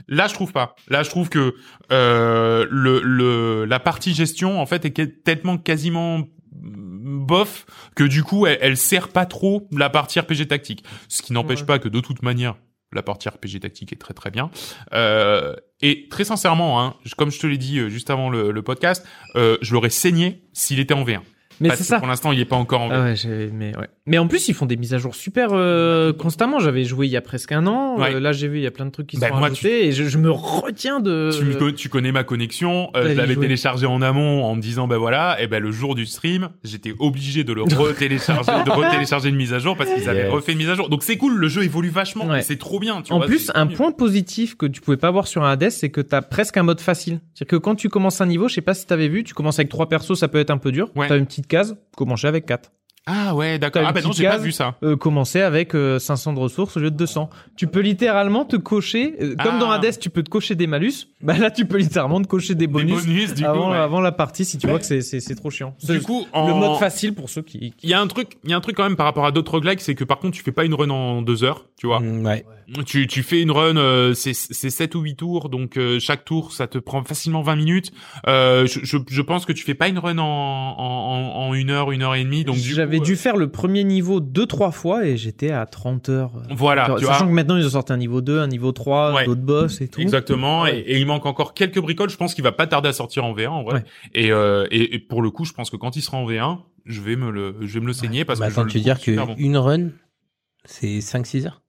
Là, je trouve pas. Là, je trouve que euh, le, le, la partie gestion, en fait, est que- tellement quasiment mm, bof que du coup elle, elle sert pas trop la partie RPG tactique ce qui n'empêche Ouais. pas que de toute manière la partie RPG tactique est très très bien euh, et très sincèrement, hein, je- comme je te l'ai dit euh, juste avant le, le podcast, euh, je l'aurais saigné s'il était en V1. Mais Parce c'est que ça. Pour l'instant, il est pas encore en V1. Ah ouais, j'ai- mais ouais. Mais en plus, ils font des mises à jour super euh, constamment. J'avais joué il y a presque un an. Ouais. Euh, là, j'ai vu il y a plein de trucs qui Bah, sont moi, ajoutés et je, je me retiens de. tu, me con- tu connais ma connexion, euh, D'aller je l'avais jouer. téléchargé en amont en me disant ben voilà, et ben le jour du stream, j'étais obligé de le re-télécharger, de re-télécharger une mise à jour parce qu'ils avaient Yes. refait une mise à jour. Donc c'est cool, le jeu évolue vachement, Ouais. c'est trop bien. Tu en vois, plus, c'est un mieux. point positif que tu pouvais pas voir sur un Hades, c'est que t'as presque un mode facile. C'est-à-dire que quand tu commences un niveau, je sais pas si t'avais vu, tu commences avec trois persos, ça peut être un peu dur. Ouais. T'as une petite case, commencer avec quatre. Ah ouais, d'accord. T'as Ah une ben non, petite j'ai pas case. vu ça. Euh, commencer avec euh, 500 de ressources au lieu de 200. Tu peux littéralement te cocher, euh, comme Ah. dans Hades, tu peux te cocher des malus. Bah là, tu peux littéralement te cocher Des des bonus. bonus du avant, coup. ouais. avant la partie, si tu vois que c'est- c'est c'est trop chiant. Du coup, en... Le mode facile pour ceux qui. Il y a un truc, il y a un truc quand même par rapport à d'autres roguelikes, c'est que par contre tu fais pas une run en deux heures, tu vois. Mm, ouais. Tu, tu fais une run, euh, c'est c'est sept ou huit tours, donc euh, chaque tour ça te prend facilement 20 minutes. Euh, je, je, je pense que tu fais pas une run en, en, en, en une heure, une heure et demie, donc du J'avais coup, euh, dû faire le premier niveau deux, trois fois et j'étais à 30 heures. euh, voilà, Alors, tu vois. Sachant que maintenant ils ont sorti un niveau 2, un niveau 3, Ouais. d'autres boss et tout. Exactement, Ouais. et, et il manque encore quelques bricoles. Je pense qu'il va pas tarder à sortir en V1 en vrai. Ouais. Et, euh, et, et pour le coup, je pense que quand il sera en V1, je vais me le, je vais me le saigner parce Bah, que je attends, le tu veux trouve dire que super bon. une run, c'est 5-6 heures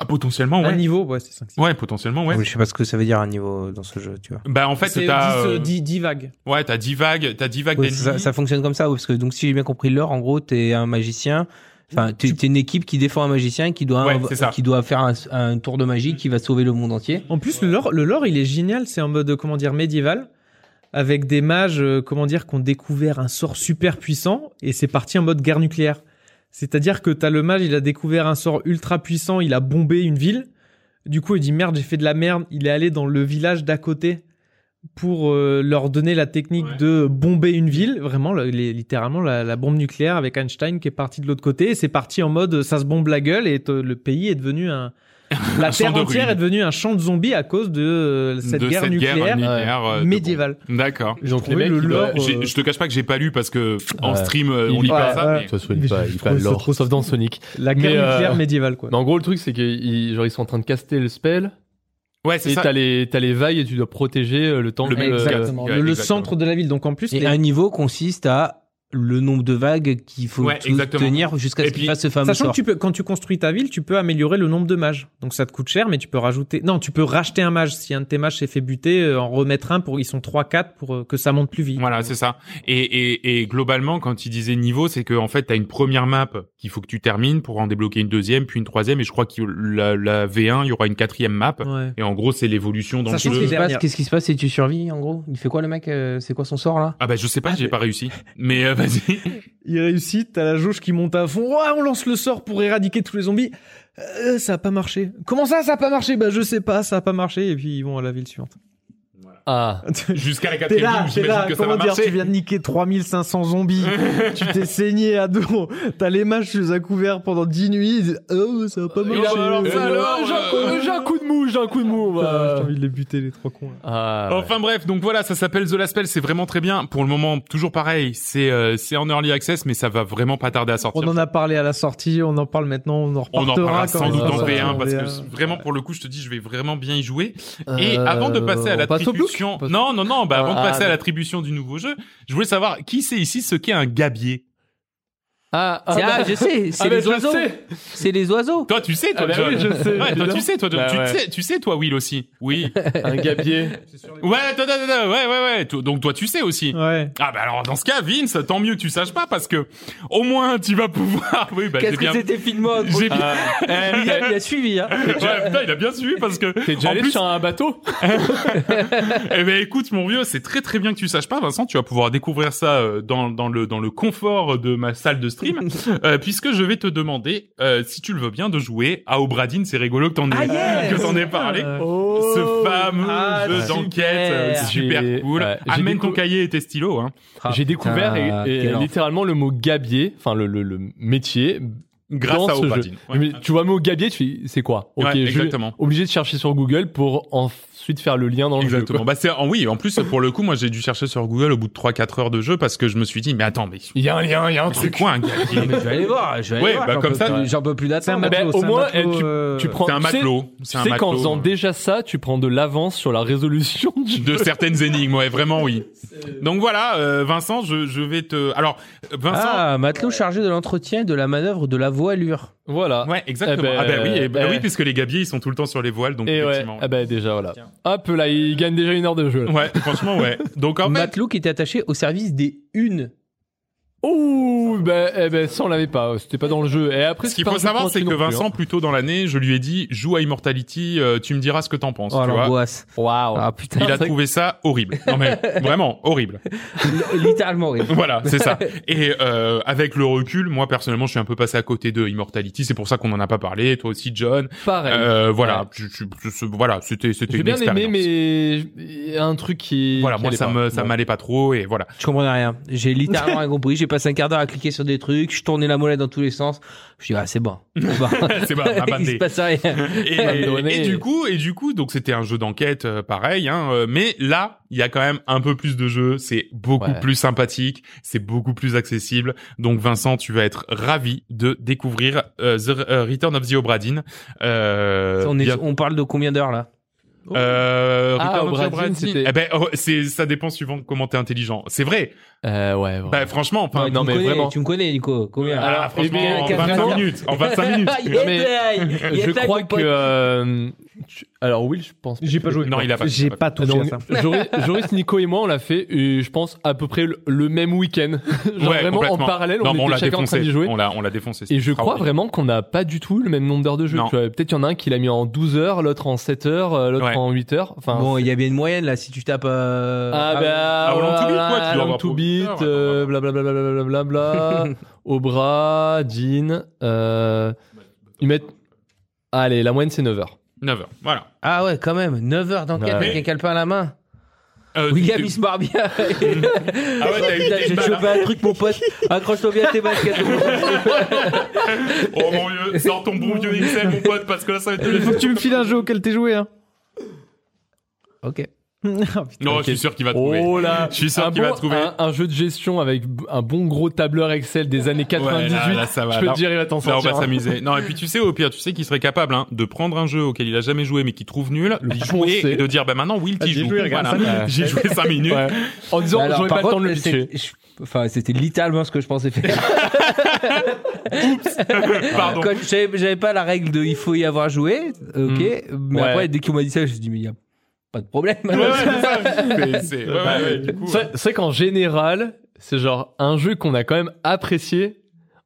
ah, potentiellement, Un ouais, niveau, ouais, c'est 5 ouais, potentiellement, ouais. Je sais pas ce que ça veut dire un niveau dans ce jeu, tu vois. Bah en fait, C'est t'as 10, euh, 10, 10 vagues. Ouais, t'as 10 vagues, t'as 10 vagues Ouais, d'ennemis. ça, ça fonctionne comme ça, ouais, parce que donc si j'ai bien compris l'heure, en gros, t'es un magicien. Enfin, t'es t'es une équipe qui défend un magicien et qui doit Ouais, c'est ça. qui doit faire un, un tour de magie qui va sauver le monde entier. En plus, le, lore, le lore, il est génial. C'est en mode, comment dire, médiéval. Avec des mages, euh, comment dire, qui ont découvert un sort super puissant. Et c'est parti en mode guerre nucléaire. C'est-à-dire que t'as le mage, il a découvert un sort ultra puissant. Il a bombé une ville. Du coup, il dit merde, j'ai fait de la merde. Il est allé dans le village d'à côté pour euh, leur donner la technique de bomber une ville. Vraiment, le- les- littéralement, la, la bombe nucléaire avec Einstein qui est parti de l'autre côté. Et c'est parti en mode, euh, ça se bombe la gueule. Et te- le pays est devenu un. La champ terre de entière ruines. est devenue un champ de zombies à cause de euh, cette de guerre cette nucléaire, guerre nucléaire euh, de médiévale. bon. D'accord. Donc trouvais le ils doivent- lore, euh, J'ai- Je te cache pas que j'ai pas lu parce que en Ouais. stream euh, on Il lit lit pas pas, ça. ouais. mais- De toute façon, il Mais est pas- je il est pas trouve ça lore, trop sauf dans Sonic. La guerre Mais, euh, nucléaire médiévale, quoi. Mais en gros, le truc, c'est qu'ils genre, ils sont en train de caster le spell Ouais, c'est et ça. t'as les, t'as les vagues et tu dois protéger euh, le temps Le que, mec, euh, Exactement. ouais, le, le exactement. centre de la ville. Donc en plus, Et les- un niveau consiste à le nombre de vagues qu'il faut Ouais, tous exactement. tenir jusqu'à ce Et qu'il puis- fasse ce fameux sachant sort. que tu peux, quand tu construis ta ville, tu peux améliorer le nombre de mages. Donc ça te coûte cher, mais tu peux rajouter. Non, tu peux racheter un mage si un de tes mages s'est fait buter, euh, en remettre un pour ils sont 3-4 pour euh, que ça monte plus vite. Voilà, c'est ça. Et, et, et globalement, quand il disait niveau, c'est que en fait, t'as une première map qu'il faut que tu termines pour en débloquer une deuxième, puis une troisième, et je crois que la, la V1, il y aura une quatrième map. Ouais. Et en gros, c'est l'évolution dans Sachant le que jeu. Qu'est-ce qui se passe- dernière. Qu'est-ce qui se passe si tu survis, en gros Il fait quoi le mec euh, C'est quoi son sort là Ah bah je sais pas, j'ai pas réussi. Mais euh, vas-y. Il réussit, t'as la jauge qui monte à fond. Ouah, on lance le sort pour éradiquer tous les zombies. Euh, ça a pas marché. Comment ça, ça a pas marché Bah je sais pas, ça a pas marché. Et puis ils vont à la ville suivante. Ah, Jusqu'à la T'es quatrième là, ligne, t'es là, j'imagine que ça comment va dire, tu marcher. viens de niquer 3500 zombies, tu t'es saigné à dos, t'as les mains, tu les as couverts pendant 10 nuits, ils disent, oh, ça va pas Et marcher. alors, Euh, ça, alors, j'ai un, euh, coup- j'ai un coup de mou, j'ai un coup de mou. putain, bah. J'ai envie de les buter, les trois cons. là. Ah, ouais. Enfin bref, donc voilà, ça s'appelle The Last Spell, c'est vraiment très bien. Pour le moment, toujours pareil, c'est euh, c'est en early access, mais ça va vraiment pas tarder à sortir. On en a parlé à la sortie, on en parle maintenant, on en On en repartera parlera quand Ah, sans ils doute en sortiront V1 en parce V1. que vraiment pour le coup, je te dis, je vais vraiment bien y jouer. Et Euh, avant de passer à on passe au plouc l'attribution, On passe- non non non, bah avant de Ah, passer à d'accord. l'attribution du nouveau jeu, je voulais savoir qui c'est ici ce qu'est un gabier. Ah, ah, Tiens, bah- je sais, c'est ah, bah, les je le oiseaux. sais. C'est les oiseaux. Toi tu sais toi, Ah bah John. oui, je sais, Ouais, toi évidemment. tu sais toi John. Bah tu, ouais. sais, tu sais toi Will aussi. Oui. Un gabier. ouais, toi, toi, toi, toi, ouais ouais ouais, Toi- donc toi tu sais aussi. Ouais. Ah bah alors dans ce cas Vince, tant mieux que tu saches pas parce que au moins tu vas pouvoir. Oui bah j'ai Qu'est-ce que bien. c'était filmant J'ai bien... Ah. Il a, il a suivi, hein. Ouais, putain, il a bien suivi parce que. T'es déjà en allé plus, sur un bateau Eh ben écoute mon vieux, c'est très très bien que tu saches pas Vincent, tu vas pouvoir découvrir ça euh, dans, dans le dans le confort de ma salle de stream euh, puisque je vais te demander euh, si tu le veux bien de jouer à Obradine, c'est rigolo que t'en aies Ah, yes que t'en aies parlé. Euh, Ce fameux Ah, jeu super. d'enquête euh, super Oh. J'ai- cool. ouais, j'ai Amène décou- ton cahier et tes stylos hein. J'ai découvert Ah, putain, et- et quel littéralement le mot gabier, enfin le, le- le métier. grâce dans à ce jeu. Obradine. Ouais. Mais tu vois le mot gabier, tu fais c'est quoi Ok, Ouais, je vais- exactement. Obligé de chercher sur Google pour ensuite faire le lien dans le Exactement. jeu. Bah c'est en oui, en plus pour le coup, moi j'ai dû chercher sur Google au bout de 3 4 heures de jeu parce que je me suis dit mais attends mais Il y a un lien, il y a un c'est truc. quoi un gabier Non, mais je vais aller voir, je vais aller Ouais, voir, bah, j'en comme peux ça, plus- ouais. j'en peux plus C'est un d'attendre. Ah, bah, au matelot, c'est un moins, matelot, eh, tu- euh, tu prends- C'est un tu sais- matelot, Tu c'est un sais qu'en matelot. faisant hein. déjà ça, tu prends de l'avance sur la résolution du jeu. de certaines énigmes, ouais, vraiment oui. Donc voilà, euh, Vincent, je, je vais te. Alors, Vincent. Ah, matelot chargé de l'entretien, de la manœuvre, de la voilure. Voilà. Ouais, exactement. Eh ben, ah bah oui, eh ben euh, oui, puisque les gabiers ils sont tout le temps sur les voiles, donc Et ouais, effectivement. ah bah déjà voilà. Hop là, il gagne déjà une heure de jeu. là. Ouais, franchement ouais. Donc en fait, matelot qui était attaché au service des unes. Ouh, bah, eh ben ça on l'avait pas, c'était pas dans le jeu. Et après, Oh, ce qu'il pas faut un jeu savoir, c'est tranquille que non plus, Vincent, plus tôt dans l'année, je lui ai dit, joue à Immortality, euh, tu me diras ce que t'en penses. Oh, tu vois. l'angoisse. hein. Waouh. Ah, putain. Il a c'est- trouvé ça horrible. Non mais vraiment horrible. Littéralement, oui. Voilà, c'est ça. Et euh, avec le recul, moi personnellement, je suis un peu passé à côté de Immortality. C'est pour ça qu'on en a pas parlé. Toi aussi, John. Pareil. Euh, voilà, Ah Ouais. je- je- je- voilà, c'était c'était J'ai une bien aimé, expérience. mais il y a un truc qui. voilà, qui moi allait ça pas. me ça Bon. m'allait pas trop et voilà. Je comprenais rien. J'ai littéralement rien compris. J'ai passé un quart d'heure à cliquer sur des trucs. Je tournais la molette dans tous les sens. Je dis, ah, c'est bon. C'est bon. C'est pas ma Il se bandée. passe rien. Et, va me et donner- du coup, et du coup, donc c'était un jeu d'enquête, euh, pareil. Hein, euh, mais là, il y a quand même un peu plus de jeu. C'est beaucoup Ouais. plus sympathique, c'est beaucoup plus accessible. Donc Vincent, tu vas être ravi de découvrir euh, The euh, Return of the Obradin. Euh, on, est- bien- on parle de combien d'heures là Euh, Ah, Return of the Obradin, Obradin. c'était- Eh ben, oh, c'est ça dépend suivant comment t'es intelligent. C'est vrai. Euh, ouais, ouais. Bah franchement, enfin, Ouais, tu non, me mais connais, vraiment. Tu me connais, Nico. Combien ah, alors, franchement, eh bien, en quatre 25 heures. minutes, en 25 minutes. je crois que. euh, tu- Alors, Will, je pense. J'ai pas joué. Non, il a pas- J'ai il a pas touché à Donc, ça. Joris, Joris, Nico et moi, on l'a fait, et je pense à peu près le, le même week-end. Genre Ouais, vraiment en complètement. parallèle, Non, mais on était l'a chacun en train défoncé. d'y jouer. On l'a, on l'a défoncé. Et je c'était crois extraordinaire. vraiment qu'on n'a pas du tout le même nombre d'heures de jeu. Non. Tu vois, Peut-être il y en a un qui l'a mis en 12 heures, l'autre en 7 heures, euh, l'autre Ouais. en 8 heures. Enfin, Bon, il y a bien une moyenne là si tu tapes. euh, Ah ah, bah, Ah, au long to beat, voilà, quoi, tu dois long avoir to pour- beat, Ah, ouais, euh, ouais. blablabla, blablabla, blablabla, au bras, jean, euh, Bah, ils mettent, allez, la moyenne c'est 9 heures. 9 heures. Voilà. ah ouais, quand même. 9 heures d'enquête Ouais. avec Mais- un calepin à la main. Euh, William, tu- il se marre bien. Ah ouais, t'as eu Putain, des J'ai balles, chopé un truc, mon pote. Accroche-toi bien à tes baskets. hein. Oh mon dieu, sors ton bon vieux XL, mon pote, parce que là, ça va être Il le faut que tu me files un jeu auquel t'es joué, hein. ok. Ah, putain. Non, Ok. je suis sûr qu'il va trouver. Oh là, Je suis sûr un, qu'il va bon- trouver. un, un jeu de gestion avec b- un bon gros tableur Excel des années 98. là, là, ça va. Je peux Là, te dire, il va t'en Là, on sortir. va hein. s'amuser. Non, et puis tu sais, au pire, tu sais qu'il serait capable hein, de prendre un jeu auquel il a jamais joué, mais qu'il trouve nul, d'y jouer poncer. et de dire, bah maintenant, Will, Ah, t'y j'y ai joue. joué, regarde, Voilà. cinq minutes. J'ai joué 5 minutes. Ouais. En disant, Alors, j'aurais pas par le temps de le contre, c'est- pitcher. je- Enfin, c'était littéralement ce que je pensais faire. Pardon. Quand j'avais j'avais pas la règle de il faut y avoir joué, ok. Mais Ouais. après, dès qu'on m'a dit ça, je me suis dit, mais il y a pas de problème. Hmm. Ouais, ouais, c'est ça. C'est- c'est- ouais, ouais, ouais, du coup, ouais. C'est c'est qu'en général, c'est genre un jeu qu'on a quand même apprécié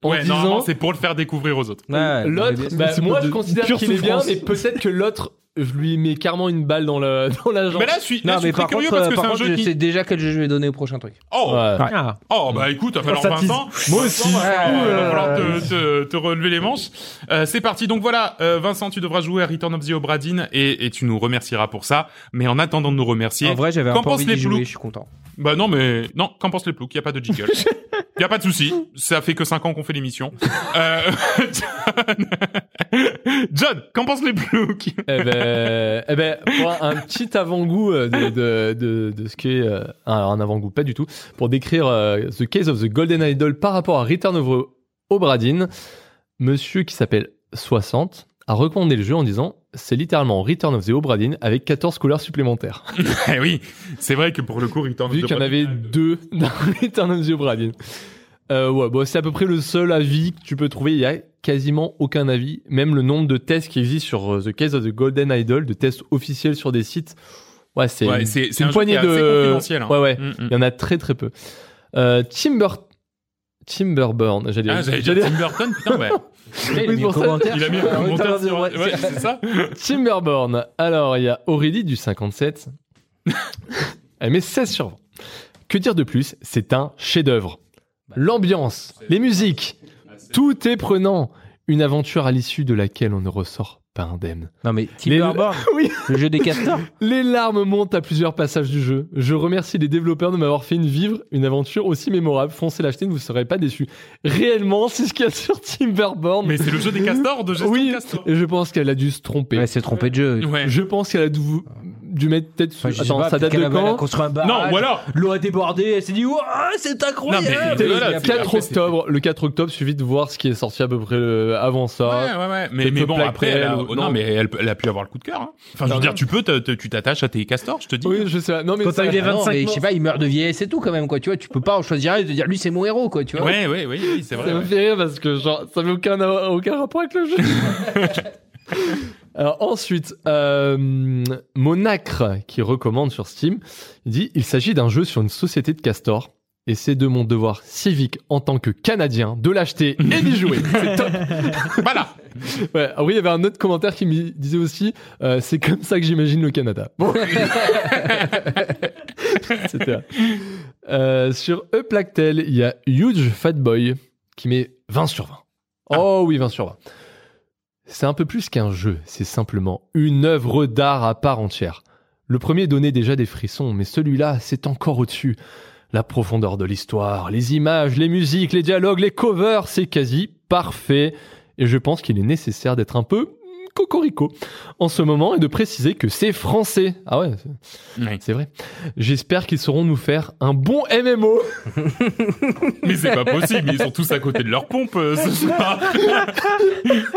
en Ouais, disant. normalement, c'est pour le faire découvrir aux autres. Ouais, ouais, L'autre, mais bien sûr. bah, C'est moi pas je de considère pure qu'il est bien, souffrance. mais peut-être que l'autre je lui mets carrément une balle dans, le, dans la jambe. Mais là, je suis, là, Non, je suis mais très par curieux contre, parce euh, que c'est par un contre, jeu je qui. sais déjà quel jeu je vais donner au prochain truc. Oh, Ouais. Ah. oh, bah écoute, va falloir Ça tease 20 ans. Moi aussi. euh, Il va falloir, Ouais. Euh, va falloir te, te- te relever les manches. Euh, c'est parti. Donc voilà, euh, Vincent, tu devras jouer à Return of the Obra Dinn et, et tu nous remercieras pour ça. Mais en attendant de nous remercier, En vrai, j'avais un Qu'en peu envie pensent les d'y jouer, ploucs je suis content. bah non mais non, qu'en pense les ploucs Il y a pas de jiggle. Il y a pas de souci. Ça fait que 5 ans qu'on fait l'émission. Euh, John, John qu'en pense les ploucs eh ben, eh ben, pour un petit avant-goût euh, de, de, de, de ce qu'est euh, alors un avant-goût pas du tout pour décrire euh, The Case of the Golden Idol par rapport à Return of Obra Dinn, monsieur qui s'appelle 60 a recommandé le jeu en disant c'est littéralement Return of the Obra Dinn avec 14 couleurs supplémentaires Eh oui, c'est vrai que pour le coup, Return of vu the euh, qu'il y en Obra avait Dinn- deux dans Return of the Obra Dinn. Euh, ouais, bon, c'est à peu près le seul avis que tu peux trouver. Il y a quasiment aucun avis. Même le nombre de tests qui existent sur euh, The Case of the Golden Idol, de tests officiels sur des sites. Ouais, c'est Ouais, une- c'est c'est c'est une un jeu poignée qui est assez de- confidentiel. hein. Ouais, ouais. Mm, mm. Il y en a très très peu. Euh, Timber... Timberburn, j'allais Ah, j'allais dire Tim Burton, putain, ouais. Il a Oui, mis pour un ça, commentaire Il a mis un sur- commentaire Return sur... of the- Ouais, c'est ça Timberborn. Alors, il y a Aurélie du 57. Elle met 16 sur 20. Que dire de plus C'est un chef-d'œuvre. L'ambiance, les musiques, tout est prenant. Une aventure à l'issue de laquelle on ne ressort pas indemne. Non, mais Les- Timberborn, Oui. le jeu des castors. Les larmes montent à plusieurs passages du jeu. Je remercie les développeurs de m'avoir fait une vivre une aventure aussi mémorable. Foncez l'acheter, vous ne serez pas déçus. Réellement, c'est ce qu'il y a sur Timberborn. Mais c'est le jeu des castors, de gestion oui, de castors. je pense qu'elle a dû se tromper. Ouais, c'est trompé de jeu. Ouais. Je pense qu'elle a dû, dû mettre peut-être. Enfin, je sais Attends, pas, ça peut-être date de qu'elle avait- elle a quand construit un Non, barrage, ou alors, L'eau a débordé, elle s'est dit Ouah, c'est Non, incroyable mais- Et voilà, il c'est- a fait- 4 après, octobre, le 4 octobre, suffit de voir ce qui est sorti à peu près euh, avant ça. Ouais, ouais, ouais. Mais, Quelques mais bon, plaques après, elle a, réelles ou- non, non. mais elle, peut- elle a pu avoir le coup de cœur. Hein. Enfin, je Non, veux dire, non. tu peux, te- te- tu t'attaches à tes castors, je te dis. Oui, je sais. pas. Non, mais Quand ça- t'as eu les Ah non, 25 mais je sais pas, il meurt de vieillesse et tout quand même quoi. Tu vois, tu peux pas en choisir un et te dire lui c'est mon héros quoi. Tu vois. ouais, ouais, ouais, oui, c'est vrai. Ça me ouais. fait rire parce que genre, ça n'a aucun, aucun rapport avec le jeu. Alors ensuite, euh, Monacre, qui recommande sur Steam, dit « Il s'agit d'un jeu sur une société de castors. Et c'est de mon devoir civique en tant que Canadien de l'acheter et d'y jouer. C'est top. Voilà. Ouais. Ah oui, il y avait un autre commentaire qui me disait aussi euh, c'est comme ça que j'imagine le Canada. Bon. C'était. Euh, sur Eplactel, il y a Huge Fat Boy qui met 20 sur 20. Oh oui, 20 sur 20. C'est un peu plus qu'un jeu, c'est simplement une œuvre d'art à part entière. Le premier donnait déjà des frissons, mais celui-là, c'est encore au-dessus. La profondeur de l'histoire, les images, les musiques, les dialogues, les covers, c'est quasi parfait. Et je pense qu'il est nécessaire d'être un peu cocorico en ce moment et de préciser que c'est français. Ah ouais, c'est- Ouais. c'est vrai. J'espère qu'ils sauront nous faire un bon MMO. Mais c'est pas possible, ils sont tous à côté de leur pompe euh, ce soir.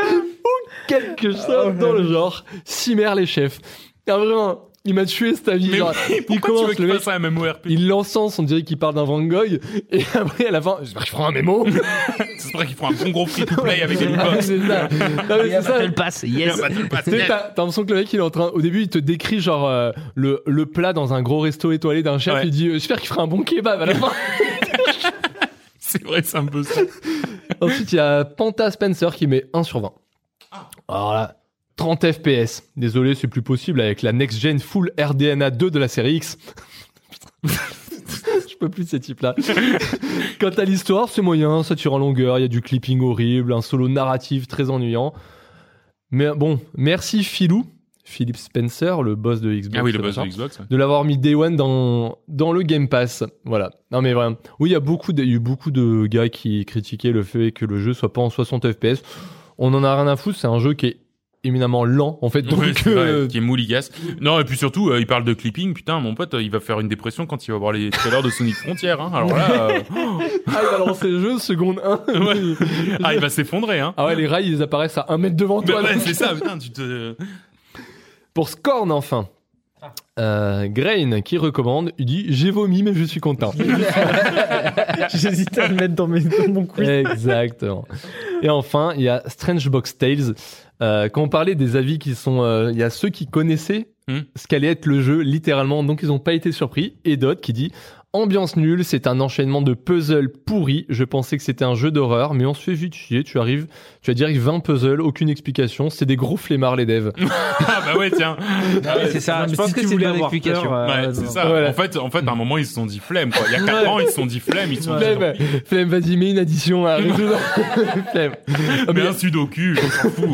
quelque Ah chose dans le genre. Cimer les chefs. Ah, vraiment, il m'a tué cette avis. Mais Genre, oui, pourquoi tu veux commence, qu'ils le fassent un MMORP il l'encense, on dirait qu'il parle d'un Van Gogh. Et après, à la fin, j'espère qu'ils feront un mémo. J'espère qu'ils feront un bon gros free-to-play avec des Ah, lootbox. c'est ça. Non, mais Il y a c'est ça. Battle Pass, yes. Bah, tu le passes Tu sais, net. T'as t'as l'impression que le mec il est en train. Au début, il te décrit genre euh, le, le plat dans un gros resto étoilé d'un chef. Ouais. Il dit euh, J'espère qu'il fera un bon kebab à la fin. C'est vrai, c'est un peu ça. Ensuite, il y a Panta Spencer qui met 1 sur 20. Alors là, 30 FPS. Désolé, c'est plus possible avec la next gen full RDNA 2 de la série X. Je peux plus de ces types-là. Quant à l'histoire, c'est moyen, ça tire en longueur, il y a du clipping horrible, un solo narratif très ennuyant. Mais bon, merci Philou, Philip Spencer, le boss de Xbox. Ah oui, le ce boss de matin Xbox. ouais. de l'avoir mis Day One dans, dans le Game Pass. Voilà. Non mais vraiment. Oui, il y a beaucoup de, il y a eu beaucoup de gars qui critiquaient le fait que le jeu soit pas en 60 FPS. On en a rien à foutre, c'est un jeu qui est éminemment lent en fait. Donc Ouais, c'est euh, vrai, qui est mouligasse. Non, et puis surtout, euh, il parle de clipping. Putain, mon pote, euh, il va faire une dépression quand il va voir les trailers de Sonic Frontier. Hein. Alors là, euh, ah, il va lancer le jeu seconde 1. Ouais. ah, il va s'effondrer. Hein. Ah ouais, les rails ils apparaissent à un mètre devant Bah toi. ouais, c'est ça, putain, tu te. Pour Scorn enfin. Euh, Grain qui recommande, il dit j'ai vomi mais je suis content. J'hésitais à le mettre dans, mes, dans mon quiz. Exactement. Et enfin, il y a Strange Box Tales. Euh, quand on parlait des avis qui sont, euh, il y a ceux qui connaissaient Hmm. ce qu'allait être le jeu littéralement, donc ils n'ont pas été surpris, et d'autres qui disent Ambiance nulle, c'est un enchaînement de puzzles pourris. Je pensais que c'était un jeu d'horreur, mais on se fait vite chier. Tu arrives, tu as direct 20 puzzles, aucune explication. C'est des gros flemmards, les devs. Ah bah ouais, tiens. Ah ouais. c'est ça. mais Je pense si que tu c'est une voulais bonne avoir explication. peur, Ah, Ouais, euh, c'est non. ça. Voilà. En fait, en fait, à un moment, ils se sont dit flemme, quoi. Il y a 4 Ouais. ans, ils se sont dit flemme, ils se sont dit. Flemme, flemme, vas-y, mets une addition à résoudre. Flemme. Ah, mais Mais un sudoku, on s'en fout.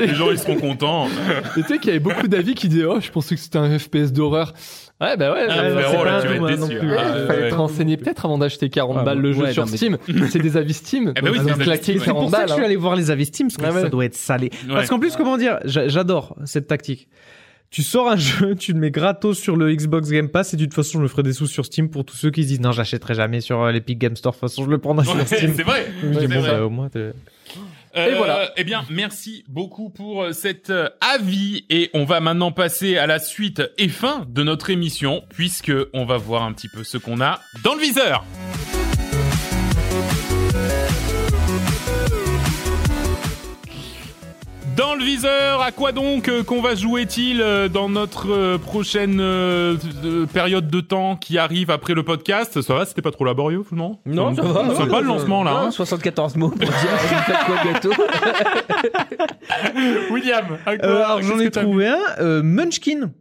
Les gens, ils seront contents. Et tu sais qu'il y avait beaucoup d'avis qui disaient Oh, je pensais que c'était un FPS d'horreur. Ouais, bah ouais. Ah, ouais, frérot, c'est là, pas tu vas un être déçu. Ah, jeu, moi, non plus. ouais, Ouais, Fallait ouais. te renseigner peut-être avant d'acheter 40 Ah, balles le jeu ouais, sur non, mais- Steam. c'est des avis Steam. Eh ben oui, Donc, c'est des avis claquer Steam, ouais. C'est hein. 40 pour ça que balles. hein. je suis allé voir les avis Steam, parce que Ouais, ouais. ça doit être salé. Ouais. Parce qu'en plus, comment dire, j'a- j'adore cette tactique. Tu sors un jeu, tu le mets gratos sur le Xbox Game Pass et de toute façon, je me ferai des sous sur Steam pour tous ceux qui se disent non, j'achèterai jamais sur euh, l'Epic Game Store. De toute façon, je le prendrai sur Ouais, Steam. c'est vrai. Je me dis, c'est bon, vrai. bah, au moins, t'es- Euh, Et voilà. Eh bien, merci beaucoup pour euh, cet euh, avis et on va maintenant passer à la suite et fin de notre émission puisque on va voir un petit peu ce qu'on a dans le viseur. Dans le viseur, à quoi donc euh, qu'on va jouer-il euh, dans notre euh, prochaine euh, euh, période de temps qui arrive après le podcast Ça va, c'était pas trop laborieux, tout le monde Non, ça va. Sympa Ouais, le lancement là. non, hein. 74 mots pour dire vous faites quoi bientôt William, à quoi- Euh, alors, qu'est-ce j'en que ai t'as trouvé un, euh, Munchkin.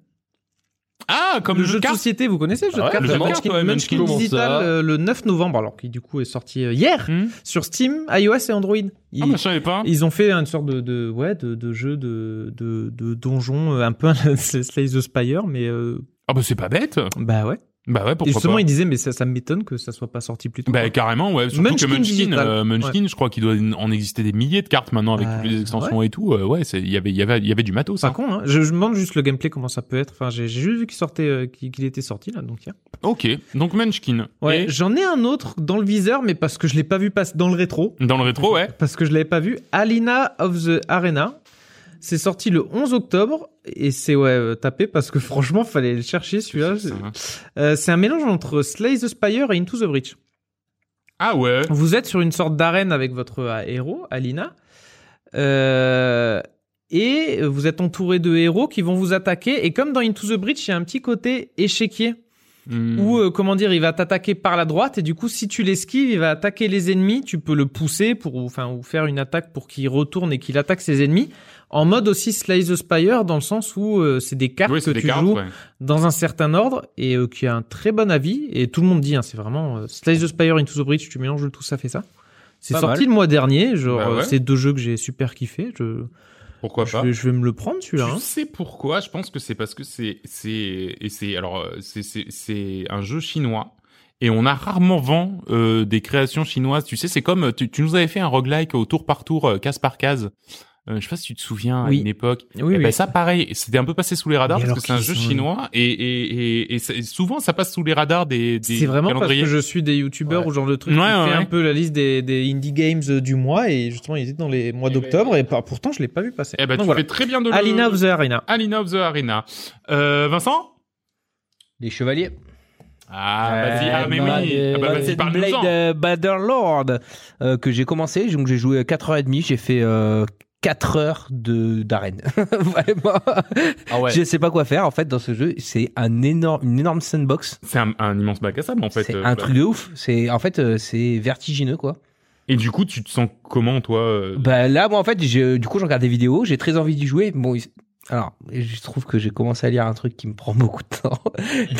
Ah, comme le jeu de cartes. société, vous connaissez le jeu Ah ouais, de cartes le jeu de Munchkin, cartes, ouais, Munchkin Munchkin. Digital Comment ça euh, le 9 novembre, alors qui du coup est sorti euh, hier Hmm. sur Steam, iOS et Android. Il- Ah, bah, je savais pas. Ils ont fait une sorte de, de ouais de, de jeu de, de, de donjon euh, un peu un Slay the Spire mais euh, Ah, bah, c'est pas bête. bah ouais. Bah, ouais, Et pourquoi justement pas. ils disaient mais ça, ça m'étonne que ça soit pas sorti plus tôt. Bah, quoi. carrément, ouais. Surtout Munchkin que Munchkin, digital. euh, Munchkin je crois qu'il doit en exister des milliers de cartes maintenant avec Euh, toutes les extensions et tout. Euh, ouais, c'est- il y avait, il y avait, il y avait du matos, ça. c'est pas con hein. Je, je me demande juste le gameplay comment ça peut être. Enfin j'ai j'ai juste vu qu'il sortait euh, qu'il qu'il était sorti là donc hier. Ok. Donc, Munchkin. Ouais. Et J'en ai un autre dans le viseur mais parce que je l'ai pas vu passer dans le rétro dans le rétro, ouais. parce que je l'avais pas vu. Alina of the Arena. C'est sorti le 11 octobre et c'est ouais euh, tapé parce que franchement fallait le chercher celui-là. Ça va. Euh, c'est un mélange entre Slay the Spire et Into the Breach. Ah, ouais. Vous êtes sur une sorte d'arène avec votre euh, héros, Alina. Euh, et vous êtes entouré de héros qui vont vous attaquer. Et comme dans Into the Breach, il y a un petit côté échiquier. Hmm. Où, euh, comment dire, il va t'attaquer par la droite. Et du coup, si tu l'esquives, il va attaquer les ennemis. Tu peux le pousser pour, ou- enfin, ou faire une attaque pour qu'il retourne et qu'il attaque ses ennemis. En mode aussi Slay the Spire, dans le sens où euh, c'est des cartes Oui, que c'est des tu cartes, joues ouais. dans un certain ordre et euh, qui a un très bon avis. Et tout le monde dit, hein, c'est vraiment euh, Slay the Spire into the Breach, tu mélanges le tout, ça fait ça. C'est Pas sorti le mois dernier, genre Bah ouais. euh, c'est deux jeux que j'ai super kiffé. Je, Pourquoi je, pas? vais, je vais me le prendre celui-là. hein. Tu sais pourquoi Je pense que c'est parce que c'est c'est et c'est alors euh, c'est c'est c'est un jeu chinois et on a rarement vend euh, des créations chinoises. Tu sais, c'est comme euh, tu, tu nous avais fait un roguelike au tour par tour, euh, case par case. Euh, je sais pas si tu te souviens Oui. à une époque. hein. Oui, Eh oui. ben, ça pareil, c'était un peu passé sous les radars Mais parce alors que c'est un jeu qu'ils sont- chinois et et et, et c'est- souvent ça passe sous les radars des des c'est vraiment parce calendriers. que je suis des youtubeurs Ouais. ou genre de truc qui Ouais, ouais, fait ouais. un peu la liste des, des indie games euh, du mois et justement ils étaient dans les mois Eh ben, d'octobre et par- pourtant je l'ai pas vu passer. Eh ben, Donc tu voilà. fais très bien de le- Alina of the Arena. Alina of the Arena. Euh, Vincent. Les chevaliers. Ah, vas-y, ah, mais bah, oui. euh, Ah, bah, bah, vas-y, c'est parle-nous-en. Blade euh, Bannerlord euh, que j'ai commencé. Donc j'ai joué 4h30, j'ai fait 4 heures de d'arène. Vraiment. Ah ouais. Je sais pas quoi faire en fait dans ce jeu. C'est un énorme, une énorme sandbox. C'est un, un immense bac à sable en fait. c'est euh, bah. un truc de ouf. C'est en fait euh, c'est vertigineux quoi. Et du coup, tu te sens comment, toi euh, Bah là, moi, en fait, j'ai- du coup, je regarde des vidéos, j'ai très envie d'y jouer. Bon, il- alors, je trouve que j'ai commencé à lire un truc qui me prend beaucoup de temps,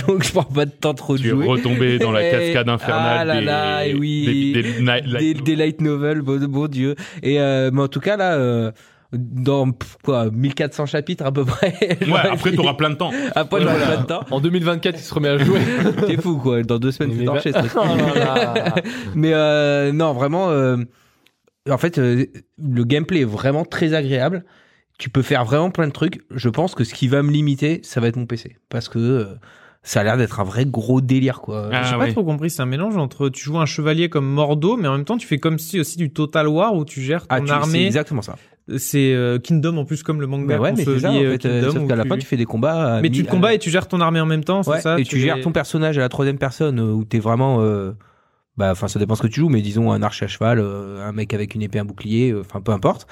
donc je prends pas de temps trop de Tu es jouer. retombé dans la Eh, cascade infernale ah là des, là, et oui. des, des night- Des, light- des light novels, bon, bon Dieu. Et euh, mais en tout cas, là, euh, dans pff, quoi, 1400 chapitres à peu près. Ouais, après, t'auras plein de temps. Après, j'aurai Voilà. pas de temps. En 2024, il se remet à jouer. T'es fou, quoi. Dans deux semaines, Mais tu bah- torché, ce truc. Oh là là. Mais euh, non, vraiment, euh, en fait, euh, le gameplay est vraiment très agréable. Tu peux faire vraiment plein de trucs. Je pense que ce qui va me limiter, ça va être mon PC. Parce que euh, ça a l'air d'être un vrai gros délire, quoi. Ah, J'ai pas ouais. trop compris, c'est un mélange entre tu joues un chevalier comme Mordo, mais en même temps tu fais comme si aussi du Total War où tu gères ton Ah, tu- c'est armée. exactement ça. C'est euh, Kingdom en plus comme le manga. Bah ouais, qu'on mais se c'est ça, en lit, euh, fait. euh, Kingdom, sauf où qu'à la fin, tu fais des combats. à Mais mi- tu te à- combats et tu gères ton armée en même temps, c'est Ouais, ça et tu, gères ton personnage à la troisième personne, euh, où t'es vraiment... euh, bah, enfin, ça dépend ce que tu joues, mais disons un archer à cheval, euh, un mec avec une épée, un bouclier, euh, enfin, peu importe.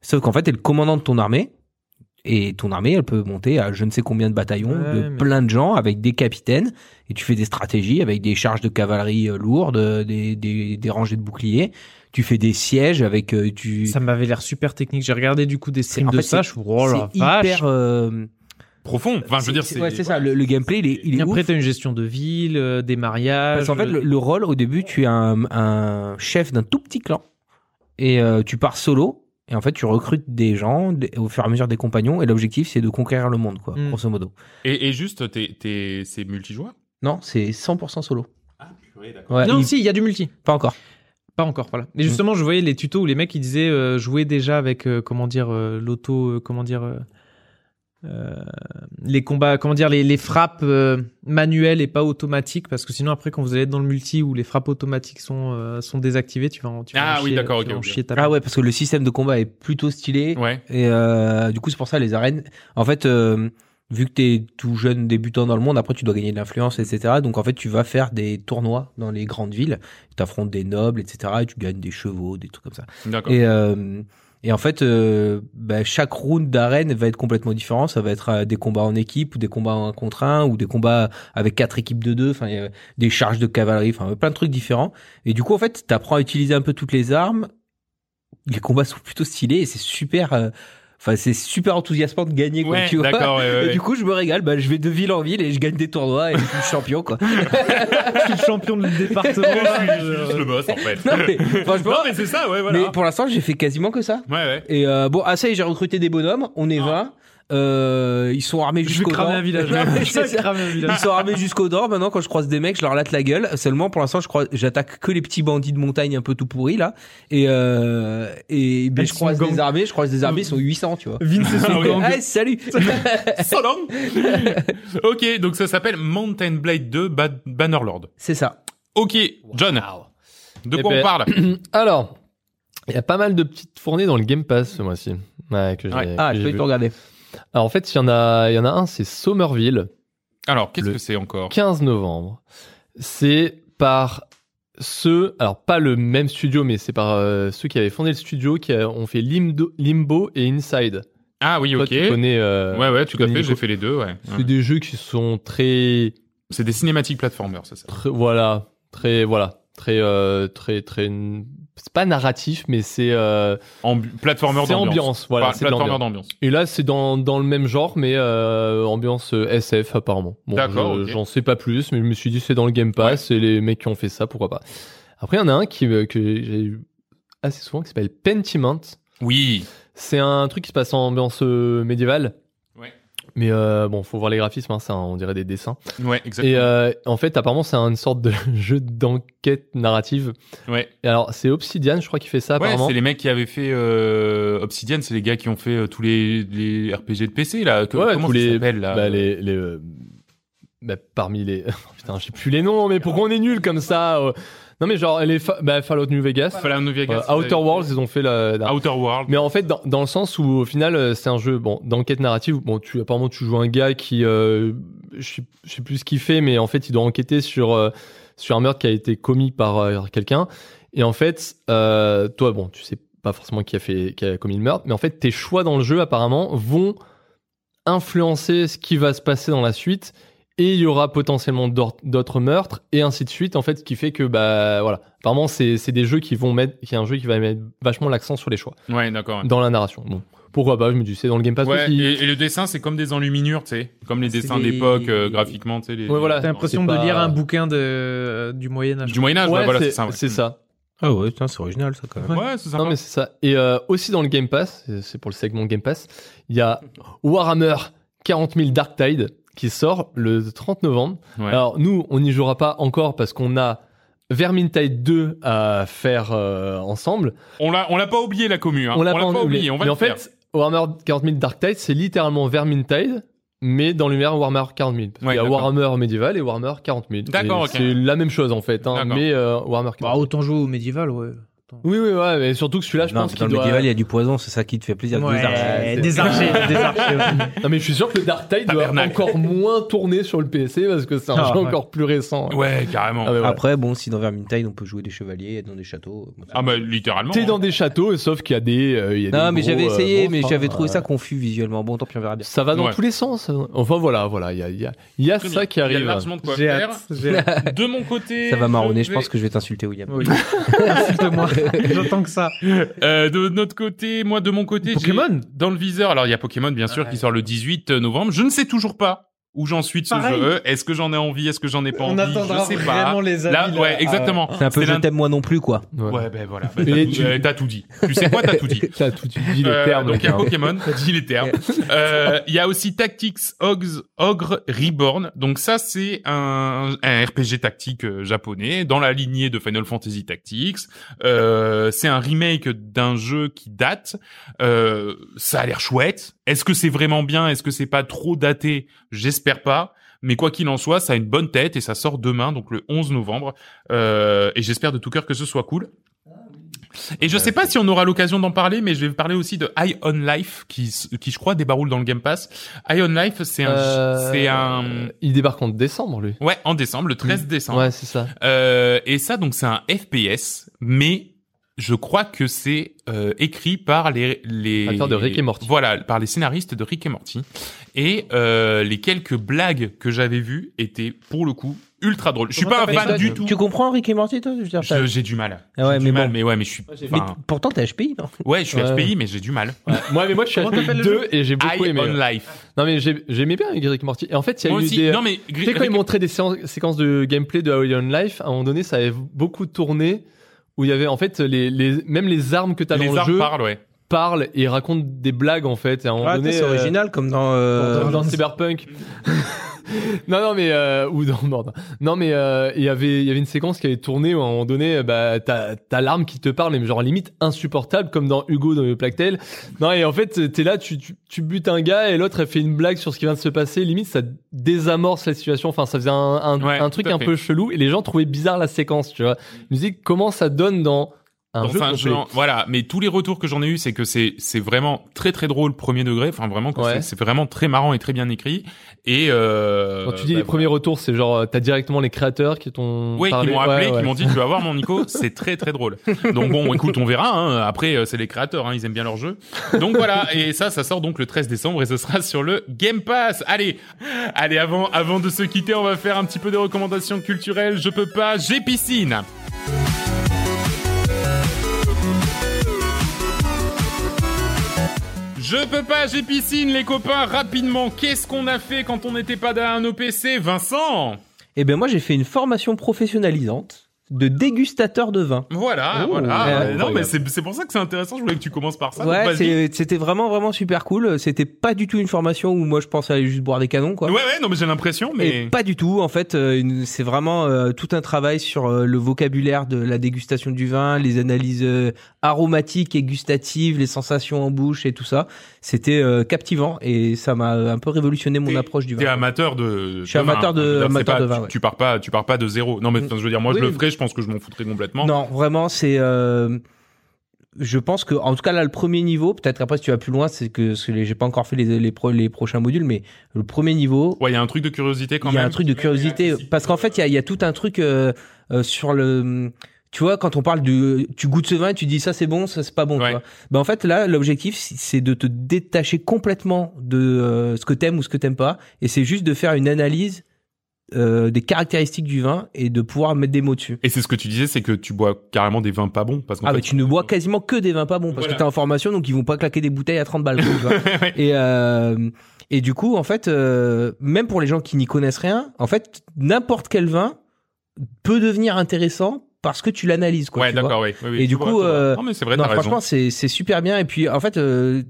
Sauf qu'en fait, t'es le commandant de ton armée, Et ton armée, elle peut monter à je ne sais combien de bataillons, Ouais, de mais- plein de gens, avec des capitaines. Et tu fais des stratégies avec des charges de cavalerie euh, lourdes, euh, des, des, des rangées de boucliers. Tu fais des sièges avec... euh, tu... Ça m'avait l'air super technique. J'ai regardé du coup des streams en de fait, ça. c'est- Je suis, oh la c'est vache. hyper... euh, Profond. Enfin, je veux dire, c'est. ouais, c'est ça. Le, le gameplay, il est, il est Et ouf. après, t'as une gestion de ville, euh, des Parce mariages. qu'en fait, le, le rôle, au début, tu es un, un chef d'un tout petit clan et euh, tu pars solo. Et en fait, tu recrutes des gens des- au fur et à mesure des compagnons. Et l'objectif, c'est de conquérir le monde, quoi, Mm. grosso modo. Et, et juste, t'es, t'es, c'est multijoueur. Non, c'est 100% solo. Ah, purée, d'accord. Ouais, Non, il- Mm. si, il y a du multi. Pas encore. Pas encore, voilà. Mais justement, je voyais les tutos où les mecs ils disaient euh, jouer déjà avec euh, comment dire euh, l'auto, euh, comment dire euh, euh, les combats, comment dire les, les frappes euh, manuelles et pas automatiques, parce que sinon après quand vous allez être dans le multi où les frappes automatiques sont euh, sont désactivées, tu vas en, tu vas Ah en oui, chier, d'accord, tu vas ok, en ok. chier ta Ah ouais, parce que le système de combat est plutôt stylé. Ouais. Et euh, du coup, c'est pour ça les arènes. En fait, euh, vu que t'es tout jeune débutant dans le monde, après tu dois gagner de l'influence, etc. Donc en fait, tu vas faire des tournois dans les grandes villes. Tu affrontes des nobles, etc. Et tu gagnes des chevaux, des trucs comme ça. D'accord. Et, euh, et en fait, euh, bah, chaque round d'arène va être complètement différent. Ça va être euh, des combats en équipe ou des combats en un contre un ou des combats avec quatre équipes de deux. Enfin, il y a des charges de cavalerie. Enfin, plein de trucs différents. Et du coup, en fait, t'apprends à utiliser un peu toutes les armes. Les combats sont plutôt stylés et c'est super. euh, Enfin, c'est super enthousiasmant de gagner. quoi, ouais, tu vois. d'accord. ouais, ouais, Et du coup, je me régale. Bah, je vais de ville en ville et je gagne des tournois et je suis champion, quoi. je suis le champion du département. ouais. là, euh, Je suis juste je- le boss, en fait. Non, mais, franchement, Non, mais c'est ça, ouais, voilà. mais pour l'instant, j'ai fait quasiment que ça. Ouais, ouais. Et euh, bon, ah ça y est, j'ai recruté des bonhommes, on est 20. Euh, ils sont armés Je vais jusqu'aux dents. cramer un village. Non, mais Je c'est vais ça. cramer un Ils village. sont armés jusqu'aux dents. Maintenant, quand je croise des mecs, je leur latte la gueule. Seulement, pour l'instant, je crois, j'attaque que les petits bandits de montagne un peu tout pourris là. Et euh, et ben, Ah, Ils je sont croise gang. des armées. Je croise des armées. Ils sont 800, tu vois. Vince et son Ah ouais. gang. Ah, salut. So long. ok, donc ça s'appelle Mountain Blade 2 Ba- Bannerlord. C'est ça. Ok, John, de Eh quoi ben, on parle Alors, il y a pas mal de petites fournées dans le Game Pass ce mois-ci. Ouais, que j'ai- Ouais. que Ah, je j'ai peux vu. te regarder. Alors, en fait, il y en a, il y en a un, c'est Somerville, Alors, qu'est-ce le- que c'est encore 15 novembre. C'est par ceux, alors pas le même studio, mais c'est par euh, ceux qui avaient fondé le studio qui a- ont fait Limbo, Limbo et Inside. Ah oui, Toi, ok. tu connais. euh, ouais, ouais, tout à connais fait, Nico. j'ai fait les deux, ouais. C'est Ouais. des jeux qui sont très C'est des cinématiques platformers, ça, ça. très- voilà très voilà très euh, très très c'est pas narratif mais c'est euh, Ambu- platformer c'est d'ambiance. ambiance voilà Enfin, c'est de platformer l'ambiance. d'ambiance. et là c'est dans, dans le même genre mais euh, ambiance euh, SF apparemment bon, D'accord, je- ok. j'en sais pas plus mais je me suis dit c'est dans le Game Pass et les mecs qui ont fait ça pourquoi pas après il y en a un qui euh, que j'ai eu assez souvent qui s'appelle Pentiment Oui. c'est un truc qui se passe en ambiance euh, médiévale Ouais. mais euh, bon faut voir les graphismes hein, ça on dirait des dessins Ouais, exactement. Et euh, en fait, apparemment, c'est une sorte de jeu d'enquête narrative. ouais, Et alors, c'est Obsidian, je crois, qui fait ça, ouais apparemment. c'est les mecs qui avaient fait euh, Obsidian, c'est les gars qui ont fait euh, tous les, les RPG de PC, là. Que- Ouais, comment tous ça les- s'appelle, là Bah, les, les, euh, bah, parmi les. Putain, j'ai plus les noms, mais pourquoi on est nul comme ça euh Non, mais genre, les fa- bah, Fallout New Vegas, Fallout New Vegas, euh, c'est- Outer Worlds, ils ont fait la. la- Outer World. Mais en fait, dans, dans le sens où au final, euh, c'est un jeu bon d'enquête narrative. Bon, tu apparemment tu joues un gars qui, euh, je sais- je sais plus ce qu'il fait, mais en fait, il doit enquêter sur euh, sur un meurtre qui a été commis par euh, quelqu'un. Et en fait, euh, toi, bon, tu sais pas forcément qui a fait, qui a commis le meurtre, mais en fait, tes choix dans le jeu apparemment vont influencer ce qui va se passer dans la suite. Et il y aura potentiellement d'or- d'autres meurtres et ainsi de suite. En fait, ce qui fait que bah voilà, apparemment c'est c'est des jeux qui vont mettre, qui est un jeu qui va mettre vachement l'accent sur les choix Ouais, d'accord. ouais. dans la narration. Bon, pourquoi pas Je me dis, c'est dans le Game Pass Ouais, aussi. et, et le dessin, c'est comme des enluminures, tu sais. Comme les C'est dessins des- d'époque, euh, graphiquement, tu sais. les- Ouais, Ah, voilà. T'as l'impression C'est de pas- lire un bouquin de euh, du Moyen Âge. Du Moyen-Âge, Ouais, voilà, c'est c'est ça. ouais. c'est ça. Ah ouais, putain, c'est original ça quand même. Ouais, c'est Non, sympa. mais c'est ça. Et euh, aussi dans le Game Pass, c'est- c'est pour le segment Game Pass, il y a Warhammer 40 000 Dark Tide qui sort le 30 novembre. Ouais. Alors, nous, on n'y jouera pas encore parce qu'on a Vermintide 2 à faire euh, ensemble. On l'a, on l'a pas oublié, la commu, hein. On l'a pas, oublié, on va mais le en faire. fait, Warhammer 40 000 Dark Tide, c'est littéralement Vermintide, mais dans l'univers Warhammer 40 000. Parce Ouais, qu'il y a d'accord. Warhammer médiéval et Warhammer 40 000. D'accord, Et ok. C'est la même chose en fait, hein, D'accord. mais euh, Warhammer 40 Bah, 000. autant jouer au médiéval, ouais. pourtant. Oui, oui, ouais, mais surtout que celui-là, je non, pense mais dans qu'il le doit. médiéval, il y a du poison, c'est ça qui te fait plaisir. Ouais, Des archers. c'est- des archers, des archers. ouais. Non, mais je suis sûr que le Dark Tide doit Tabernacle. encore moins tourner sur le PSC parce que c'est un Ah, jeu ouais. encore plus récent. Ouais, carrément. Ah, mais ouais. Après, bon, si dans Vermintide, on peut jouer des chevaliers, être dans des châteaux. Ah bah littéralement. T'es dans des châteaux, sauf qu'il y a des. euh, il y a non, des mais gros, j'avais euh, essayé, monstres, mais hein. j'avais trouvé ça confus visuellement. Bon, tant pis, on verra bien. Ça va dans Ouais. tous les sens. Enfin voilà, voilà, il y a, il y a- il y a Très ça bien. qui Il y a arrive. largement de quoi J'ai faire. hâte. j'ai hâte. De mon côté. Ça va marronner, je vais- pense que je vais t'insulter, William. Oui. Insulte-moi. J'entends que ça. Euh, de notre côté, moi de mon côté, j'ai- Pokémon dans le viseur. Alors il y a Pokémon bien sûr Ouais. qui sort le 18 novembre. Je ne sais toujours pas où j'en suis de ce Pareil. jeu. Est-ce que j'en ai envie Est-ce que j'en ai pas On envie attendra Je sais vraiment pas. les avis. Là, là. Ah, ouais, exactement. C'est un peu C'était je l'un- t'aime moi non plus, quoi. Ouais, ben voilà. Ben, Et t'as, tout- tu- euh, t'as tout dit. Tu sais quoi T'as tout dit. T'as tout tu dis les Euh, termes. donc mec, il y a hein. Pokémon, dis les termes. Euh, Il y a aussi Tactics Ogre, Ogre Reborn. Donc ça c'est un, un RPG tactique euh, japonais dans la lignée de Final Fantasy Tactics. Euh, c'est un remake d'un jeu qui date. Euh, ça a l'air chouette. Est-ce que c'est vraiment bien Est-ce que c'est pas trop daté J'espère pas. Mais quoi qu'il en soit, ça a une bonne tête et ça sort demain, donc le 11 novembre. Euh, et j'espère de tout cœur que ce soit cool. Et je sais pas si on aura l'occasion d'en parler, mais je vais parler aussi de Eye on Life, qui, s- qui je crois débaroule dans le Game Pass. Eye on Life, c'est un, Euh, c'est un, Il débarque en décembre, lui. ouais, en décembre, le 13 décembre. Ouais, c'est ça. Euh, et ça, donc, c'est un FPS, mais je crois que c'est euh, écrit par les les Acteurs de Rick et Morty. Voilà, par les scénaristes de Rick et Morty. Et euh, les quelques blagues que j'avais vues étaient pour le coup ultra drôles. Je suis Comment pas un t'appelles fan ça, du tu- tout. Tu comprends Rick et Morty, toi Je veux dire, t'as- Je- J'ai du mal. Ah ouais, J'ai du mais mal, bon. mais ouais, mais je suis. Mais enfin, t- pourtant, t'es HPI, non ouais, je suis Ouais. HPI, mais j'ai du mal. Moi, mais moi, je suis à Comment t'appelles le 2 et j'ai beaucoup Eye aimé. on ouais. Life. Non, mais j'ai- j'aimais bien Rick et Morty. Et en fait, il y a Moi eu aussi. des. non mais Tu sais, quand Rick- ils montraient des séances- séquences de gameplay de How on Life, à un moment donné, ça avait beaucoup tourné où il y avait en fait les, les même les armes que t'as les dans le armes jeu parlent, ouais. parlent et racontent des blagues en fait. Et à un moment Ah, t'es, donné, c'est euh, original, comme dans. euh, dans, dans Cyberpunk. non, non, mais euh, ou dans Mordor. Non, mais euh, il y avait il y avait une séquence qui avait tourné où à un moment donné, euh, bah t'as t'as l'arme qui te parle, mais genre limite insupportable, comme dans Hugo dans le Plague Tale. Non, et en fait t'es là, tu, tu tu butes un gars et l'autre elle fait une blague sur ce qui vient de se passer, limite ça désamorce la situation. Enfin, ça faisait un un, Ouais, un truc tout à un fait. peu chelou et les gens trouvaient bizarre la séquence, tu vois. Ils me disaient comment ça donne dans un Dans jeu un complet. jeu en- voilà, mais tous les retours que j'en ai eu, c'est que c'est c'est vraiment très très drôle premier degré. Enfin vraiment, que Ouais. c'est- c'est vraiment très marrant et très bien écrit. Et euh, Quand tu dis bah, les premiers retours, c'est genre euh, t'as directement les créateurs qui t'ont Ouais, qui parlé. m'ont appelé, Ouais, qui ouais. m'ont dit tu vas voir mon Nico, c'est très très drôle. Donc bon, écoute, on verra. hein. Après, euh, c'est les créateurs, hein, ils aiment bien leur jeu. Donc voilà, et ça, ça sort donc le 13 décembre et ce sera sur le Game Pass. Allez, allez, avant avant de se quitter, on va faire un petit peu de recommandations culturelles. Je peux pas, j'ai piscine. Je peux pas, j'ai piscine, les copains, rapidement, qu'est-ce qu'on a fait quand on n'était pas dans un OPC, Vincent Eh bien, moi, j'ai fait une formation professionnalisante de dégustateur de vin. Voilà, Oh, voilà. Euh, ouais, non, incroyable. mais c'est c'est pour ça que c'est intéressant. Je voulais que tu commences par ça. Ah, donc ouais, vas-y. c'est- c'était vraiment, vraiment super cool. C'était pas du tout une formation où moi, je pensais aller juste boire des canons, quoi. Ouais, ouais, non, mais j'ai l'impression, mais. Et pas du tout, en fait, euh, une- c'est vraiment euh, tout un travail sur euh, le vocabulaire de la dégustation du vin, les analyses euh, aromatiques et gustatives, les sensations en bouche et tout ça. C'était euh, captivant et ça m'a euh, un peu révolutionné mon T'es- approche du T'es vin. amateur de. Je suis amateur de- Je veux dire, c'est amateur pas- de vin, tu- ouais. Tu pars pas, tu pars pas de zéro. Non, mais enfin, je veux dire, moi, je Oui. le ferais. Je pense que je m'en foutrais complètement. Non, vraiment, c'est. euh, je pense que, en tout cas, là, le premier niveau, peut-être après, si tu vas plus loin, c'est que, parce que les- j'ai pas encore fait les, les, pro- les prochains modules, mais le premier niveau, Ouais, il y a un truc de curiosité quand il y même. a un truc de curiosité. Parce qu'en fait, il y a, il y a tout un truc euh, euh, sur le. Tu vois, quand on parle du. Tu goûtes ce vin et tu dis ça c'est bon, ça c'est pas bon. tu Ouais. vois. Ben, en fait, là, l'objectif, c- c'est de te détacher complètement de euh, ce que t'aimes ou ce que t'aimes pas. Et c'est juste de faire une analyse euh, des caractéristiques du vin et de pouvoir mettre des mots dessus. Et c'est ce que tu disais, c'est que tu bois carrément des vins pas bons. Parce qu'en Ah, fait, mais tu ne bois quasiment que des vins pas bons parce Voilà. que t'es en formation, donc ils vont pas claquer des bouteilles à 30 balles. quoi, tu vois. Ouais. Et, euh, et du coup, en fait, euh, même pour les gens qui n'y connaissent rien, en fait, n'importe quel vin peut devenir intéressant parce que tu l'analyses. quoi, ouais, tu vois. d'accord, ouais. Oui, oui, Et tu du vois, coup, tu vois. euh, Non, mais c'est vrai, Non, t'as raison. franchement, c'est c'est super bien. Et puis, en fait, euh,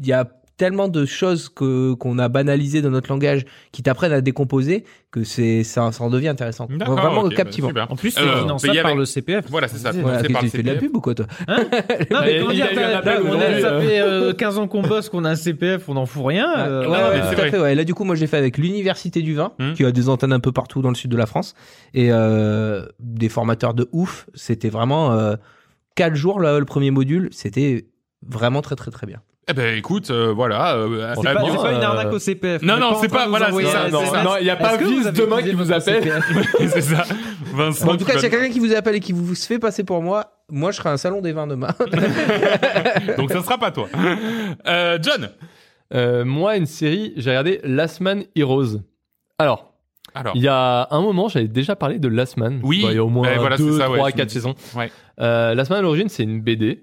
il y a tellement de choses que qu'on a banalisées dans notre langage qui t'apprennent à décomposer que c'est ça, ça en devient intéressant. D'accord, Vraiment ok, bah, captivant. super. En plus, c'est Euh, financé payé par avec- le CPF. Voilà, c'est ça. Voilà, Voilà, financé qu'est-ce par que le tu fais de la CPF. pub ou quoi, toi Non, mais comment Il a dire, eu t'as- un appel t'as- on a- aujourd'hui, ça euh. fait euh, 15 ans qu'on bosse, qu'on a un CPF, on n'en fout rien. Ah, euh, ouais, non, ouais, mais tout c'est à vrai. fait, ouais. Là, du coup, moi, je l'ai fait avec l'Université du Vin, Hmm. qui a des antennes un peu partout dans le sud de la France, et euh, des formateurs de ouf. C'était vraiment euh, 4 jours là, le premier module. C'était vraiment très très très bien. Eh ben écoute, euh, voilà. euh, C'est à- à Pas- Bon, c'est bien- pas une euh, arnaque au CPF. non, On est non, en c'est train pas- de vous voilà, envoyer c'est ça, un non, SMS. non, il n'y a pas Est-ce que vous Viz avez demain utilisé qui vous votre appelle. CPF? c'est ça. Vincent. en tout tu cas, vas- s'il y a quelqu'un qui vous appelle et qui vous se fait passer pour moi, moi je serai à un salon des vins demain. Donc ça sera pas toi. Euh, John. Euh, moi, une série, j'ai regardé Last Man Heroes. Alors, Alors. il y a un moment, j'avais déjà parlé de Last Man. Oui. Bah, il y a au moins Ouais, voilà, 2, c'est ça, ouais, 3, tu me 4 dis. saisons. Ouais. Euh, Last Man à l'origine, c'est une BD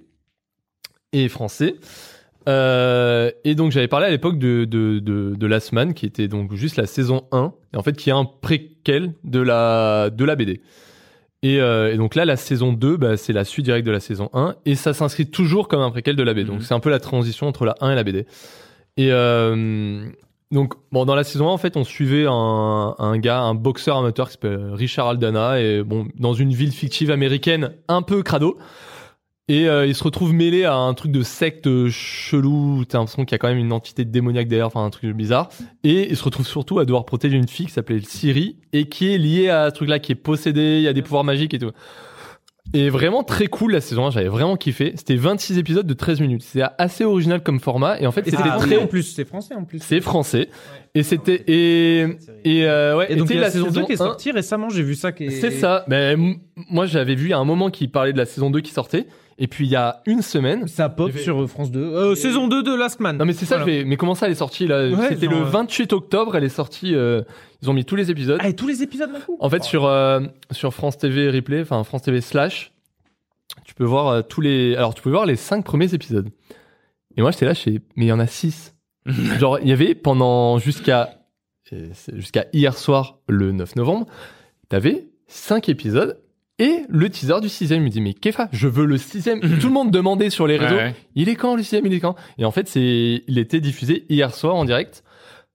et français. Euh, et donc j'avais parlé à l'époque de, de, de, de Last Man, qui était donc juste la saison 1, et en fait qui est un préquel de la, de la BD. Et, euh, et donc là, la saison 2, bah, c'est la suite directe de la saison 1, et ça s'inscrit toujours comme un préquel de la BD. Mhm. Donc c'est un peu la transition entre la 1 et la BD. Et euh, donc, bon, dans la saison 1, en fait, on suivait un, un gars, un boxeur amateur qui s'appelle Richard Aldana, et bon, dans une ville fictive américaine un peu crado. Et euh, il se retrouve mêlé à un truc de secte euh, chelou. T'as l'impression qu'il y a quand même une entité démoniaque derrière, enfin un truc bizarre. Et il se retrouve surtout à devoir protéger une fille qui s'appelait Siri et qui est liée à ce truc-là, qui est possédée, il y a des pouvoirs magiques et tout. Et vraiment très cool la saison 1, j'avais vraiment kiffé. C'était 26 épisodes de 13 minutes. C'était assez original comme format et en fait Et c'est c'était français très en plus, c'est français en plus. c'est français. Et c'était. Et, et, euh, ouais, Et donc tu sais, il y a la saison 2 qui est 1, sortie récemment, j'ai vu ça qui est- C'est ça. Mais m- moi, j'avais vu à un moment qu'il parlait de la saison 2 qui sortait. Et puis, il y a une semaine. Ça pop sur France 2. Euh, saison 2 de Last Man. Non, mais c'est ça, Voilà. je vais- mais comment ça, elle est sortie là Ouais, C'était genre, le euh, 28 octobre, elle est sortie. euh, ils ont mis tous les épisodes. Ah, et tous les épisodes d'un coup En fait, sur, euh, sur France TV Replay, enfin France TV Slash, tu peux voir euh, tous les. Alors, tu peux voir les 5 premiers épisodes. Et moi, j'étais là, je fais, mais il y en a 6. Genre, il y avait pendant jusqu'à euh, c'est- jusqu'à hier soir, le 9 novembre, t'avais 5 épisodes et le teaser du 6 me dit, mais Kefa, je veux le 6 Tout le monde demandait sur les réseaux, Ouais, ouais. il est quand le 6 Il est quand Et en fait, c'est il était diffusé hier soir en direct,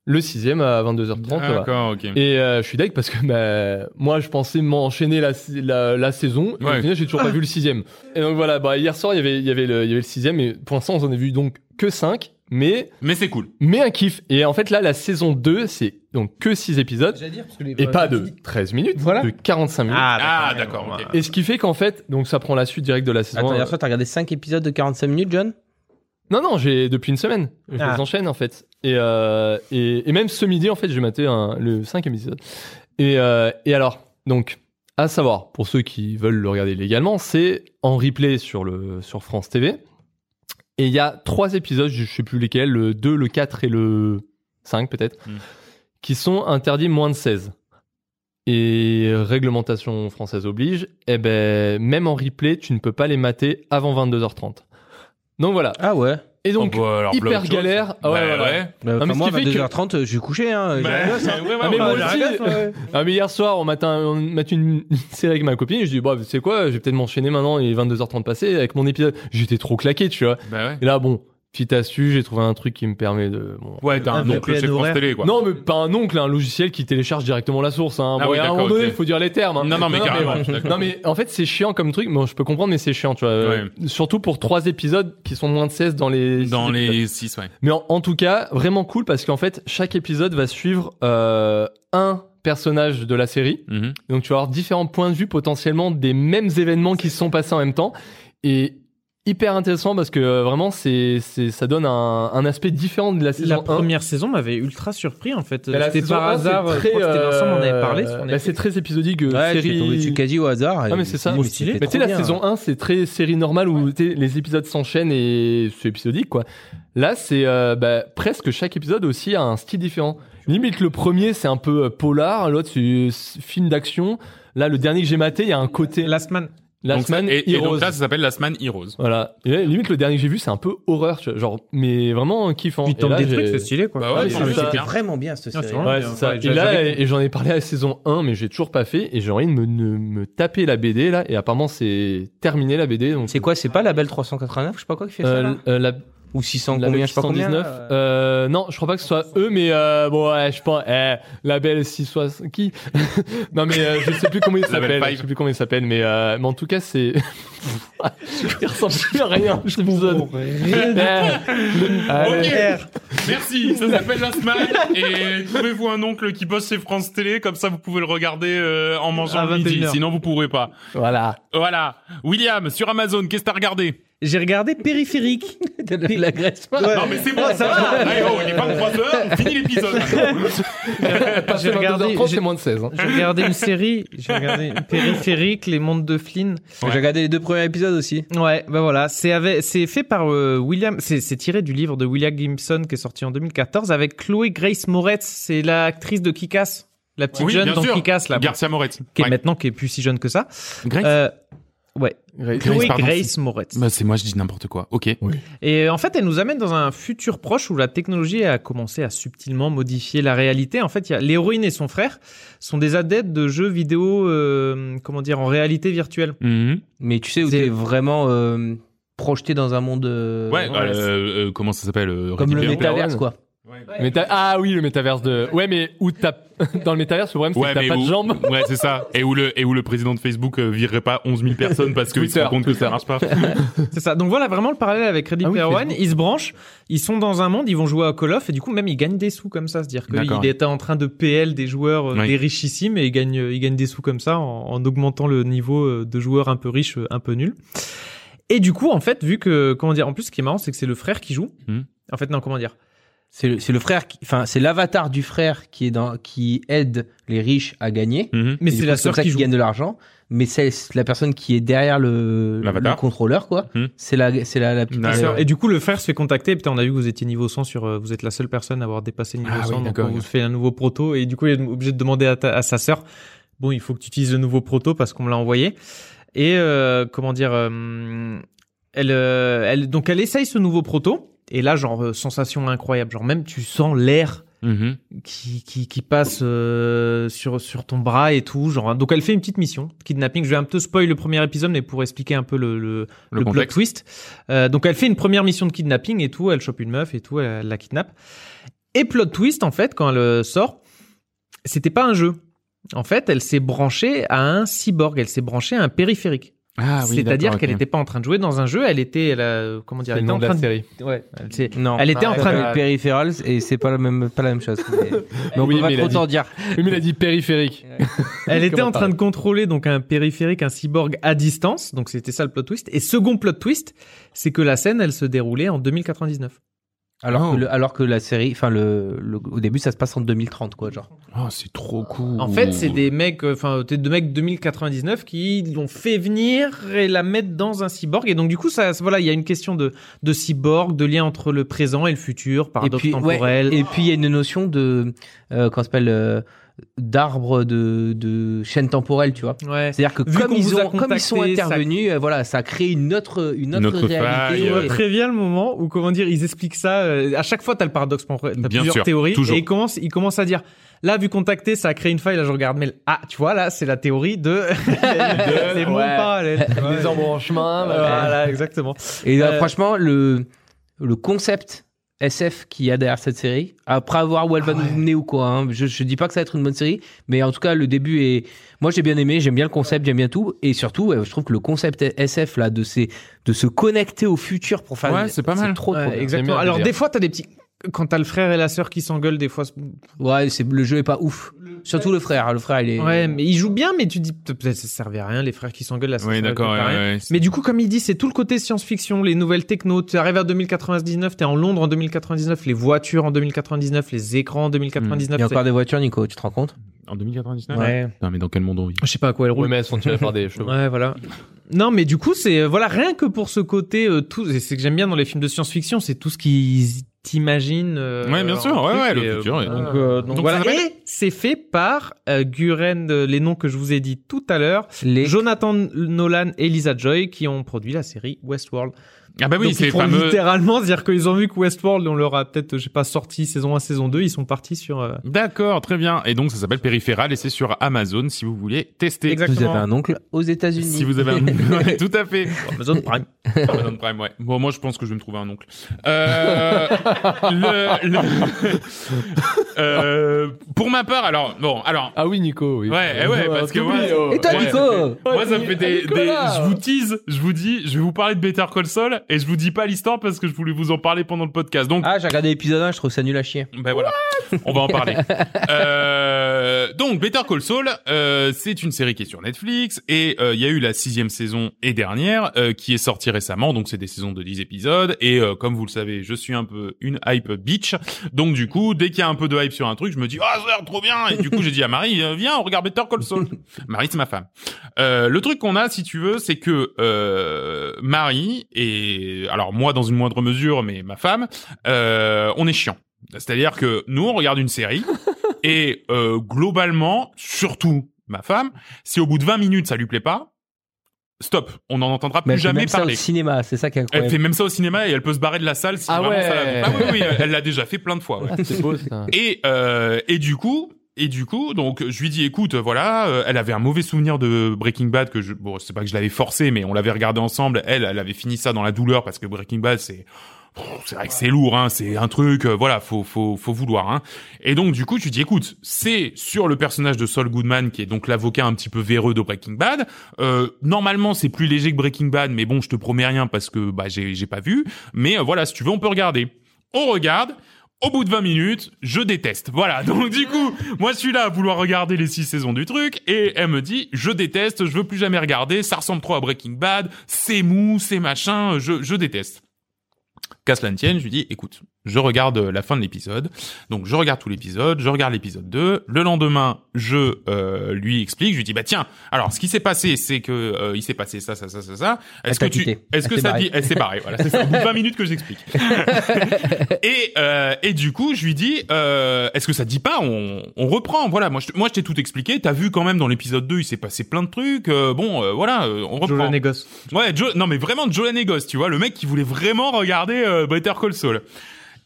le 6 à 22h30. voilà. D'accord, ok. Et euh, je suis deg parce que bah, moi je pensais m'enchaîner la, la, la saison et Ouais. au final j'ai toujours pas vu le sixième. Et donc voilà, bah, hier soir il y avait- il y avait le il y avait le sixième et pour l'instant on en a vu donc que cinq, mais, Mais c'est cool. mais un kiff. Et en fait là la saison 2 c'est donc que six épisodes dire, parce que les et pas de 13 minutes, Voilà. de 45 minutes. Ah, d'accord, ok. Et ce qui fait qu'en fait, donc ça prend la suite directe de la saison. euh, Attends, un. hier soir, t'as regardé 5 épisodes de 45 minutes, John Non, non, j'ai depuis une semaine. Je Ah. les enchaîne en fait. Et, euh, et, et même ce midi, en fait, j'ai maté un- le cinquième épisode. Et, euh, et alors, donc, à savoir, pour ceux qui veulent le regarder légalement, c'est en replay sur, le, sur France TV. Et il y a trois épisodes, je sais plus lesquels, le 2, le 4 et le 5 peut-être, Mm. qui sont interdits moins de 16. Et réglementation française oblige, eh ben, même en replay, tu ne peux pas les mater avant 22h30. Donc voilà. Ah ouais. Et donc, Oh, bah, alors, plein hyper autre chose. galère. Ah ouais, Bah, voilà. ouais. Ah, mais ce moi, qui fait que- 22h30, je suis couché. Hein, Bah, J'ai- ouais, ouais, Ah, mais ouais, moi ouais. aussi. hein. Ah, mais hier soir, on matin, on mate une une série avec ma copine. et Je dis, bah, c'est quoi, je vais peut-être m'enchaîner maintenant. Il est 22h30 passé avec mon épisode. J'étais trop claqué, tu vois. Bah ouais. Et là, bon, petit assu, j'ai trouvé un truc qui me permet de. bon. Ouais, t'as Un un oncle VPN chez France horaire. Télé, quoi. Ah, Non, mais pas un oncle, un logiciel qui télécharge directement la source. Hein. Ah Bon, oui, et à un d'accord, moment donné, ok. il faut dire les termes. hein. Non, non, mais carrément, bon. je suis d'accord. non, mais en fait, c'est chiant comme truc. Bon, je peux comprendre, mais c'est chiant, tu vois. Euh, Surtout pour trois épisodes qui sont moins de 16 dans les. Dans six épisodes. les 6, ouais. Mais en, en tout cas, vraiment cool parce qu'en fait, chaque épisode va suivre euh, un personnage de la série. Mhm. Donc tu vas avoir différents points de vue potentiellement des mêmes événements qui se sont passés en même temps. Et hyper intéressant parce que euh, vraiment, c'est, c'est, ça donne un, un aspect différent de la saison La 1. première saison m'avait ultra surpris en fait. Mais la C'était saison par 1, hasard, c'est je crois que c'était Vincent, on en avait parlé. euh, sur bah, Netflix. c'est très épisodique. euh, Ouais, série... Ah, je suis tombé dessus quasi au hasard. et mais c'est ça. c'était Mais stylé. trop Mais tu sais, la bien. saison 1, c'est très série normale où tu sais, les épisodes s'enchaînent et c'est épisodique, quoi. Là, c'est euh, bah, presque chaque épisode aussi a un style différent. Limite, le premier, c'est un peu euh, polar, l'autre, c'est c'est film d'action. Là, le dernier que j'ai maté, il y a un côté Last Man. Donc, Last ça- Man et, et Heroes. donc là, ça s'appelle Last Man Heroes. Voilà. Et là, limite, le dernier que j'ai vu, c'est un peu horreur, tu vois, genre, mais vraiment kiffant. Tu Et tentes là, des j'ai- trucs, Ah c'est stylé quoi. Bah ouais, mais c'est c'est mais ça. c'est C'était bien. vraiment bien cette Non, c'est série. vraiment- Ouais, Ouais, c'est ça. ouais, Et j'avais là, avec et j'en ai parlé à la saison 1, mais j'ai toujours pas fait. Et j'ai envie de me, de me taper la BD, là. Et apparemment, c'est terminé la BD. donc- C'est quoi C'est pas la Belle 389, je sais pas quoi qui fait ça Euh, là euh, la- Ou 600 La combien, belle je sais pas combien. 619. là. Euh, non, je crois pas que ce soit eux, mais euh, bon, ouais, je pense. Eh, la belle 660. Qui Non, mais euh, je sais plus comment il La belle s'appelle. Je five. sais plus comment il s'appelle, mais, euh, mais en tout cas, c'est. il ressemble plus à rien. Eh, Je vous donne. Ok. Merci, ça s'appelle Jasmine et trouvez-vous un oncle qui bosse chez France Télé, comme ça vous pouvez le regarder euh, en mangeant À le midi, 21h. sinon vous pourrez pas. Voilà. Voilà. William, sur Amazon, qu'est-ce que t'as regardé J'ai regardé Périphérique. De la Grèce. pas. Ouais. Non mais c'est bon, ça va Allez, oh, il est pas 3 heures, on finit l'épisode maintenant. Parce que J'ai regardé- 22h30, j'ai- c'est moins de 16. hein. J'ai regardé une série, j'ai regardé Périphérique, Les Mondes de Flynn. Ouais. J'ai regardé les deux premiers épisodes aussi. Ouais, bah voilà, c'est avec- c'est fait par euh, William, c'est c'est tiré du livre de William Gibson qui est sorti en 2014 avec Chloé Grace Moretz, c'est l'actrice de Kick-Ass, la petite Oui, jeune bien dans sûr. Kick-Ass là, Garcia Moretz. qui est Ouais. maintenant qui est plus si jeune que ça. Grace Euh, ouais, Chloé pardon, Grace Moretz. Bah, c'est moi, je dis n'importe quoi. Ok. Et euh, en fait, elle nous amène dans un futur proche où la technologie a commencé à subtilement modifier la réalité. En fait, il y a l'héroïne et son frère sont des adeptes de jeux vidéo, euh, comment dire, en réalité virtuelle. Mhm. Mais tu sais où C'est- t'es vraiment euh, projeté dans un monde. euh, Ouais, voilà, euh, euh, comment ça s'appelle euh, Comme Ready le Player One métaverse, One. quoi. Méta- Ah oui, le métaverse de. Ouais, mais où t'as. Dans le métaverse, le problème, c'est Ouais, que mais t'as pas où- de jambes. Ouais, c'est ça. Et où le et où le président de Facebook euh, virerait pas 11 000 personnes parce qu'il se Twitter, rend compte que ça marche pas. C'est ça. Donc voilà vraiment le parallèle avec Ready Ah oui, Player One. Facebook. Ils se branchent, ils sont dans un monde, ils vont jouer à Call of et du coup même ils gagnent des sous comme ça. C'est-à-dire qu'il D'accord. était en train de PL des joueurs, euh, Oui. des richissimes et ils gagnent, ils gagnent des sous comme ça en, en augmentant le niveau euh, de joueurs un peu riches, euh, un peu nuls. Et du coup en fait vu que, comment dire, en plus ce qui est marrant c'est que c'est le frère qui joue. Hmm. En fait non, comment dire. C'est le, c'est le frère, qui- enfin c'est l'avatar du frère qui est dans, qui aide les riches à gagner. Mhm. Et du Mais c'est coup, la comme sœur ça qui qu'il joue. gagne de l'argent. Mais c'est la personne qui est derrière le, L'avatar. le contrôleur, quoi. Mhm. C'est la, c'est la, la petite D'accord. sœur. Et du coup, le frère se fait contacter. Putain, on a vu que vous étiez niveau 100 sur, euh, vous êtes la seule personne à avoir dépassé le niveau Ah oui, 100. donc d'accord. on vous fait un nouveau proto. Et du coup, il est obligé de demander à, ta- à sa sœur, bon, il faut que tu utilises le nouveau proto parce qu'on me l'a envoyé. Et, euh, comment dire, euh, elle, euh, elle, donc elle essaye ce nouveau proto. Et là, genre, euh, sensation incroyable. Genre, même tu sens l'air Mhm. qui, qui, qui passe euh, sur, sur ton bras et tout. Genre, hein. donc elle fait une petite mission, kidnapping. Je vais un peu spoil le premier épisode, mais pour expliquer un peu le, le, Le le plot contexte. twist. Euh, donc elle fait une première mission de kidnapping et tout, elle chope une meuf et tout, elle, la kidnappe. Et plot twist, en fait, quand elle euh, sort, c'était pas un jeu. En fait, elle s'est branchée à un cyborg, elle s'est branchée à un périphérique. Ah C'est-à-dire d'accord, qu'elle ok. n'était pas en train de jouer dans un jeu, elle était, elle a- euh, comment dire, C'est elle le était nom en de train la de... série. Ouais, elle s'est- Non. Elle était en Elle train de- s'appelle Peripherals et c'est pas la même, pas la même chose. Mais, mais on Oui, peut pas mais il a trop dit- t'en dire. Oui, mais il a dit périphérique. Elle était en Comment train de contrôler donc un périphérique, un cyborg à distance. Donc c'était ça le plot twist. Et second plot twist, c'est que la scène, elle se déroulait en 2099. Alors, Oh. que le- alors que la série, enfin le, le- au début ça se passe en 2030, quoi, genre. Oh, c'est trop cool. En fait, c'est des mecs, euh, enfin, des deux mecs 2099 qui l'ont fait venir et la mettre dans un cyborg. Et donc du coup, ça, ça- voilà, il y a une question de, de cyborg, de lien entre le présent et le futur, et paradoxe puis, ouais, temporel. et puis il y a une notion de, euh, qu'on s'appelle euh, d'arbre de, de chaîne temporelle, tu vois. Ouais. C'est-à-dire que Vu comme qu'on ils, vous a ont, comme ils sont contacté, ça- intervenus, euh, voilà, ça crée une autre, une autre, Notre faille, réalité. euh, Et- Très bien le moment où, comment dire, ils expliquent ça. euh, à chaque fois, t'as le paradoxe, t'as Bien plusieurs sûr, théories. toujours. Et ils commencent, ils commencent à dire, là, vu contacté, ça a créé une faille, là, je regarde, mais ah, tu vois, là, c'est la théorie de, les mondes ouais. parallèles. Les embranchements. voilà. voilà, exactement. Et euh, Euh, franchement, le, le concept SF qu'il y a derrière cette série, après avoir où elle va Ah nous mener ou quoi, hein, je, je dis pas que ça va être une bonne série, mais en tout cas, le début est. Moi, j'ai bien aimé, j'aime bien le concept, j'aime bien tout, et surtout, ouais, je trouve que le concept SF, là, de, ces, de se connecter au futur pour faire. Ouais, c'est pas mal. trop, trop Ouais, bien. exactement. bien Alors, le des fois, t'as des petits, quand t'as le frère et la sœur qui s'engueulent, des fois, c'est- Ouais, c'est- le jeu est pas ouf. Surtout le frère, hein, le frère, il est. ouais, mais ils jouent bien, mais tu te dis, peut-être, ça servait à rien, les frères qui s'engueulent, là, ça Oui, servait d'accord. peut-être ouais, à rien. ouais, c'est- Mais du coup, comme il dit, c'est tout le côté science-fiction, les nouvelles techno. Tu arrives à 2099, t'es en Londres en 2099, les voitures en 2099, les écrans en 2099. Il y a encore des voitures, Nico, tu te rends compte En 2099 Ouais. Non, mais dans quel monde on vit Je sais pas à quoi elle Ouais, roule. mais elles sont tirées par des chevaux. Ouais, voilà. Non, mais du coup, c'est euh, voilà rien que pour ce côté euh, tout. et C'est que j'aime bien dans les films de science-fiction, c'est tout ce qu'ils t'imaginent. euh, Ouais, bien en sûr, ouais, truc, ouais, et, le euh, futur. et- Donc, euh, donc Ah. Donc, voilà. ça s'appelle- Et c'est fait par euh, Guren, euh, les noms que je vous ai dit tout à l'heure, Les. Jonathan Nolan et Lisa Joy qui ont produit la série Westworld. Ah bah oui, Donc, c'est ils les font fameux. littéralement, c'est-à-dire qu'ils ont vu que Westworld, on leur a peut-être, je sais pas, sorti saison 1, saison 2, ils sont partis sur... euh, D'accord, très bien. Et donc ça s'appelle Périphéral et c'est sur Amazon si vous voulez tester. Exactement. Vous avez un oncle aux États-Unis. Si vous avez un Ouais, tout à fait. Amazon Prime. Amazon Prime, ouais. Bon, moi, je pense que je vais me trouver un oncle. Euh, le- le- Euh, pour ma part, alors, bon, alors, Ah oui, Nico, oui. oh. Ouais, eh ouais, parce que moi- Et toi, Ouais. Nico moi, ça me fait des, des- Nicolas je vous tease, je vous dis, je vais vous parler de Better Call Saul et je vous dis pas l'histoire parce que je voulais vous en parler pendant le podcast. Donc, Ah, j'ai regardé l'épisode 1, je trouve ça nul à chier. Ben voilà, on va en parler. Euh, donc, Better Call Saul, euh, c'est une série qui est sur Netflix et euh, il y a eu la sixième saison et dernière euh, qui est sortie récemment. Donc, c'est des saisons de 10 épisodes et euh, comme vous le savez, je suis un peu une hype bitch. Donc, du coup, dès qu'il y a un peu de hype sur un truc, je me dis ah ça a l'air trop bien et du coup, j'ai dit à Marie euh, viens on regarde Better Call Saul. Marie c'est ma femme. Euh, le truc qu'on a, si tu veux, c'est que euh, Marie et alors moi dans une moindre mesure, mais ma femme, euh, on est chiant. C'est-à-dire que nous, on regarde une série et euh, globalement, surtout ma femme, si au bout de 20 minutes ça lui plaît pas, stop, on n'en entendra plus Mais elle fait jamais même ça au parler. cinéma, c'est ça qui est Elle incroyable. fait même ça au cinéma et elle peut se barrer de la salle si Ah vraiment ça ouais. la... Ah oui, oui, elle l'a déjà fait plein de fois. ouais. Ah, c'est beau, ça. Et euh, et du coup. Et du coup, donc je lui dis, écoute, voilà, euh, elle avait un mauvais souvenir de Breaking Bad que je, bon, c'est pas que je l'avais forcé, mais on l'avait regardé ensemble. Elle, elle avait fini ça dans la douleur parce que Breaking Bad, c'est, pff, c'est vrai que c'est lourd, hein, c'est un truc, euh, voilà, faut faut faut vouloir, hein. Et donc du coup, je lui dis, écoute, c'est sur le personnage de Saul Goodman qui est donc l'avocat un petit peu véreux de Breaking Bad. Euh, normalement, c'est plus léger que Breaking Bad, mais bon, je te promets rien parce que bah j'ai j'ai pas vu. Mais euh, voilà, si tu veux, on peut regarder. On regarde. Au bout de 20 minutes, je déteste. Voilà. Donc du coup, moi je suis là à vouloir regarder les six saisons du truc et elle me dit je déteste, je veux plus jamais regarder, ça ressemble trop à Breaking Bad, c'est mou, c'est machin, je je déteste. Qu'à cela ne tienne, je lui dis écoute, je regarde euh, la fin de l'épisode. Donc je regarde tout l'épisode, je regarde l'épisode 2. Le lendemain, je euh, lui explique, je lui dis bah tiens, alors ce qui s'est passé, c'est que euh, il s'est passé ça ça ça ça ça. Est-ce que t'a tu quitté. est-ce Elle que s'est ça barrée. dit elle s'est barrée, voilà, c'est ça. Au bout de 20 minutes que j'explique. Et, euh, et du coup, je lui dis, euh, est-ce que ça te dit pas on, on reprend, voilà. Moi, je, te- moi, je t'ai tout expliqué. T'as vu quand même dans l'épisode 2, il s'est passé plein de trucs. euh, bon, euh, voilà, euh, on reprend. Jolan et Goss. Ouais, Joe, non mais vraiment Joe Lanegos, tu vois, le mec qui voulait vraiment regarder euh, Better Call Saul.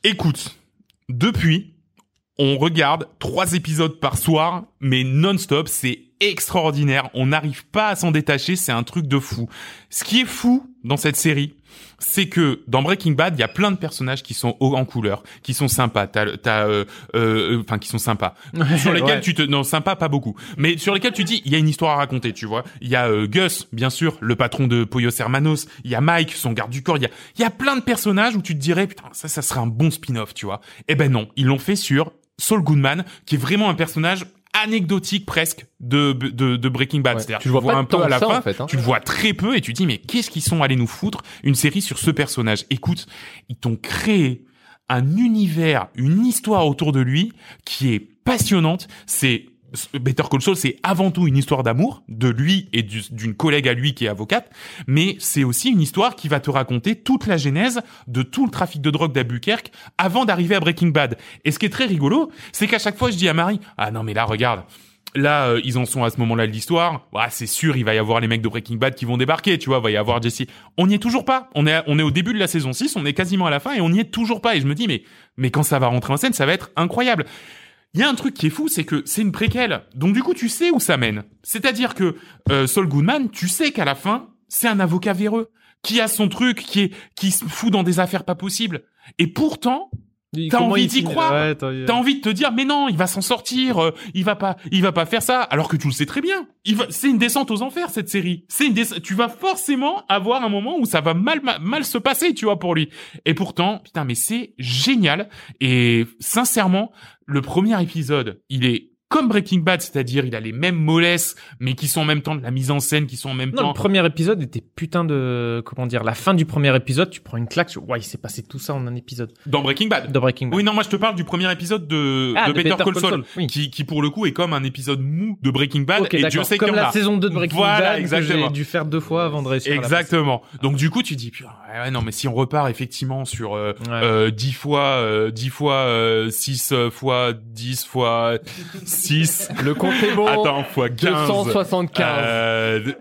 Écoute, depuis, on regarde trois épisodes par soir, mais non-stop, c'est extraordinaire. On n'arrive pas à s'en détacher, c'est un truc de fou. Ce qui est fou dans cette série, c'est que dans Breaking Bad, il y a plein de personnages qui sont hauts en couleur, qui sont sympas, t'as, le- t'as, euh, euh, enfin, qui sont sympas, sur lesquels ouais. tu te, non, sympa pas beaucoup, mais sur lesquels tu dis, il y a une histoire à raconter, tu vois. Il y a euh, Gus, bien sûr, le patron de Pollos Hermanos. Il y a Mike, son garde du corps. Il y a, il y a plein de personnages où tu te dirais, putain, ça, ça serait un bon spin-off, tu vois. Eh ben non, ils l'ont fait sur Saul Goodman, qui est vraiment un personnage anecdotique presque de de, de Breaking Bad. Ouais, C'est-à-dire, tu le vois vois pas un tant peu à que la ça, fin, en fait, hein. tu le vois très peu et tu te dis, mais qu'est-ce qu'ils sont allés nous foutre une série sur ce personnage Écoute, ils t'ont créé un univers, une histoire autour de lui qui est passionnante. C'est Better Call Saul, c'est avant tout une histoire d'amour de lui et du- d'une collègue à lui qui est avocate, mais c'est aussi une histoire qui va te raconter toute la genèse de tout le trafic de drogue d'Albuquerque avant d'arriver à Breaking Bad. Et ce qui est très rigolo, c'est qu'à chaque fois je dis à Marie, ah non mais là regarde. Là, euh, ils en sont à ce moment-là de l'histoire. Ah, c'est sûr, il va y avoir les mecs de Breaking Bad qui vont débarquer, tu vois, va y avoir Jesse. On n'y est toujours pas. On est, à- on est au début de la saison 6, on est quasiment à la fin et on n'y est toujours pas. Et je me dis, mais, mais quand ça va rentrer en scène, ça va être incroyable. Il y a un truc qui est fou, c'est que c'est une préquelle. Donc du coup, tu sais où ça mène. C'est-à-dire que euh, Saul Goodman, tu sais qu'à la fin, c'est un avocat véreux qui a son truc, qui est qui se fout dans des affaires pas possibles. Et pourtant, T'as Comment envie ils d'y finissent croire. Ouais, t'as- euh. t'as envie de te dire mais non, il va s'en sortir, euh, il va pas, il va pas faire ça, alors que tu le sais très bien. Il va, c'est une descente aux enfers cette série. C'est une descente- tu vas forcément avoir un moment où ça va mal ma- mal se passer, tu vois, pour lui. Et pourtant, putain, mais c'est génial. Et sincèrement, le premier épisode, il est comme Breaking Bad, c'est-à-dire il a les mêmes mollesses, mais qui sont en même temps de la mise en scène, qui sont en même Non, le temps. premier épisode était putain de... Comment dire La fin du premier épisode, tu prends une claque. tu- Ouais, il s'est passé tout ça en un épisode Dans Breaking Bad. de Breaking Bad. Oui, non, moi je te parle du premier épisode de, Ah, de Better, Call, Saul, oui. qui, qui pour le coup est comme un épisode mou de Breaking Bad, Ok, Ah, et Dieu d'accord. sait qu'il y Comme en la a. saison 2 de Breaking Voilà, Bad exactement. que j'ai dû faire deux fois avant de réussir à la Exactement. Donc du coup, tu dis putain, ouais, ouais, non mais si on repart effectivement sur euh, passer. Ouais. euh, 10 fois euh, 10 fois euh, 6 euh, fois 10 fois 6 Le compte est bon. attends fois 15 275. euh,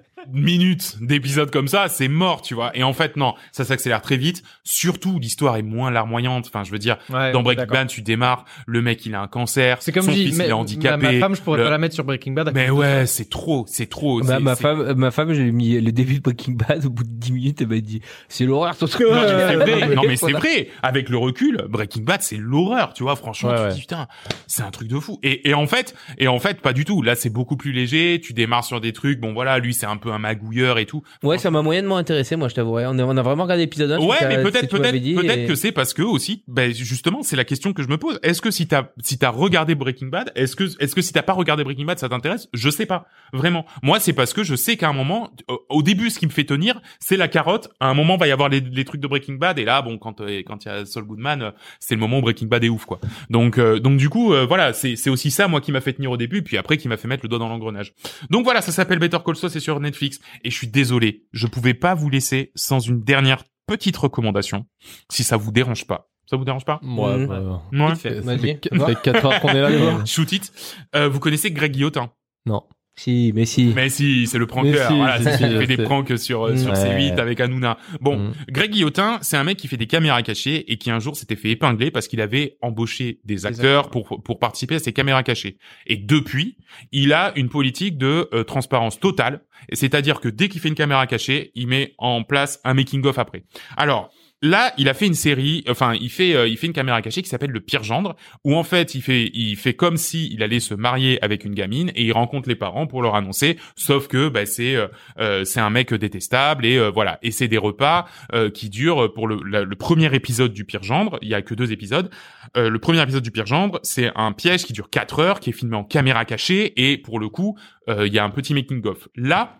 minutes d'épisodes comme ça, c'est mort, tu vois. Et en fait, non, ça s'accélère très vite. Surtout, l'histoire est moins larmoyante. Enfin, je veux dire, Ouais, dans Breaking d'accord. Bad, tu démarres, le mec, il a un cancer, C'est comme son je dis, fils, mais- il est ma- Ma, handicapé. femme, je pourrais le- pas la mettre sur Breaking Bad. Mais ouais, c'est trop, c'est trop. Ma, c'est- ma c'est- femme, ma femme, j'ai mis le début de Breaking Bad. Au bout de 10 minutes, elle m'a dit C'est l'horreur ton truc. Non, mais c'est vrai. Non, mais c'est Voilà. vrai. Avec le recul, Breaking Bad, c'est l'horreur, tu vois. Franchement, Ouais, tu te ouais. dis putain, c'est un truc de fou. Et, et en fait, et en fait, pas du tout. Là, c'est beaucoup plus léger. Tu démarres sur des trucs. Bon, voilà, lui, c'est un peu un magouilleur et tout. Ouais, ça m'a moyennement intéressé, moi, je t'avouerais. On a, on a vraiment regardé l'épisode 1. Ouais, mais peut-être, peut-être, peut-être eh, que c'est parce que aussi, ben justement, c'est la question que je me pose. Est-ce que si t'as, si t'as regardé Breaking Bad, est-ce que, est-ce que si t'as pas regardé Breaking Bad, ça t'intéresse Je sais pas, vraiment. Moi, c'est parce que je sais qu'à un moment, euh, au début, ce qui me fait tenir, c'est la carotte. À un moment, va y avoir les, les trucs de Breaking Bad, et là, bon, quand euh, quand il y a Saul Goodman, euh, c'est le moment où Breaking Bad est ouf, quoi. Donc, euh, donc du coup, euh, voilà, c'est, c'est aussi ça, moi, qui m'a fait tenir au début, puis après, qui m'a fait mettre le doigt dans l'engrenage. Donc voilà, ça s'appelle Better Call Saul, c'est sur Netflix. Et je suis désolé, je pouvais pas vous laisser sans une dernière petite recommandation, si ça vous dérange pas. Ça vous dérange pas Moi, Mhm. bah, Non. hein? ça fait qu- ça fait 4 heures qu'on est là, quoi. Shoot it. Euh, vous connaissez Greg Guillotin Non. Si, mais si. Mais si, c'est le Mais pranker. si, voilà, si, c'est si, celui qui je fait des sais. pranks sur euh, sur Ouais. C8 avec Hanouna. Bon, Mhm. Greg Guillotin, c'est un mec qui fait des caméras cachées et qui un jour s'était fait épingler parce qu'il avait embauché des acteurs pour pour participer à ces caméras cachées. Et depuis, il a une politique de euh, transparence totale, Et c'est-à-dire que dès qu'il fait une caméra cachée, il met en place un making of après. Alors Là, il a fait une série, enfin, il fait, euh, il fait une caméra cachée qui s'appelle Le Pire Gendre, où en fait, il fait, il fait comme si il allait se marier avec une gamine et il rencontre les parents pour leur annoncer, sauf que bah, c'est, euh, euh, c'est un mec détestable et euh, voilà, et c'est des repas euh, qui durent pour le, la- le premier épisode du Pire Gendre. Il y a que deux épisodes. Euh, le premier épisode du Pire Gendre, c'est un piège qui dure quatre heures, qui est filmé en caméra cachée et pour le coup, euh, il y a un petit making of. Là.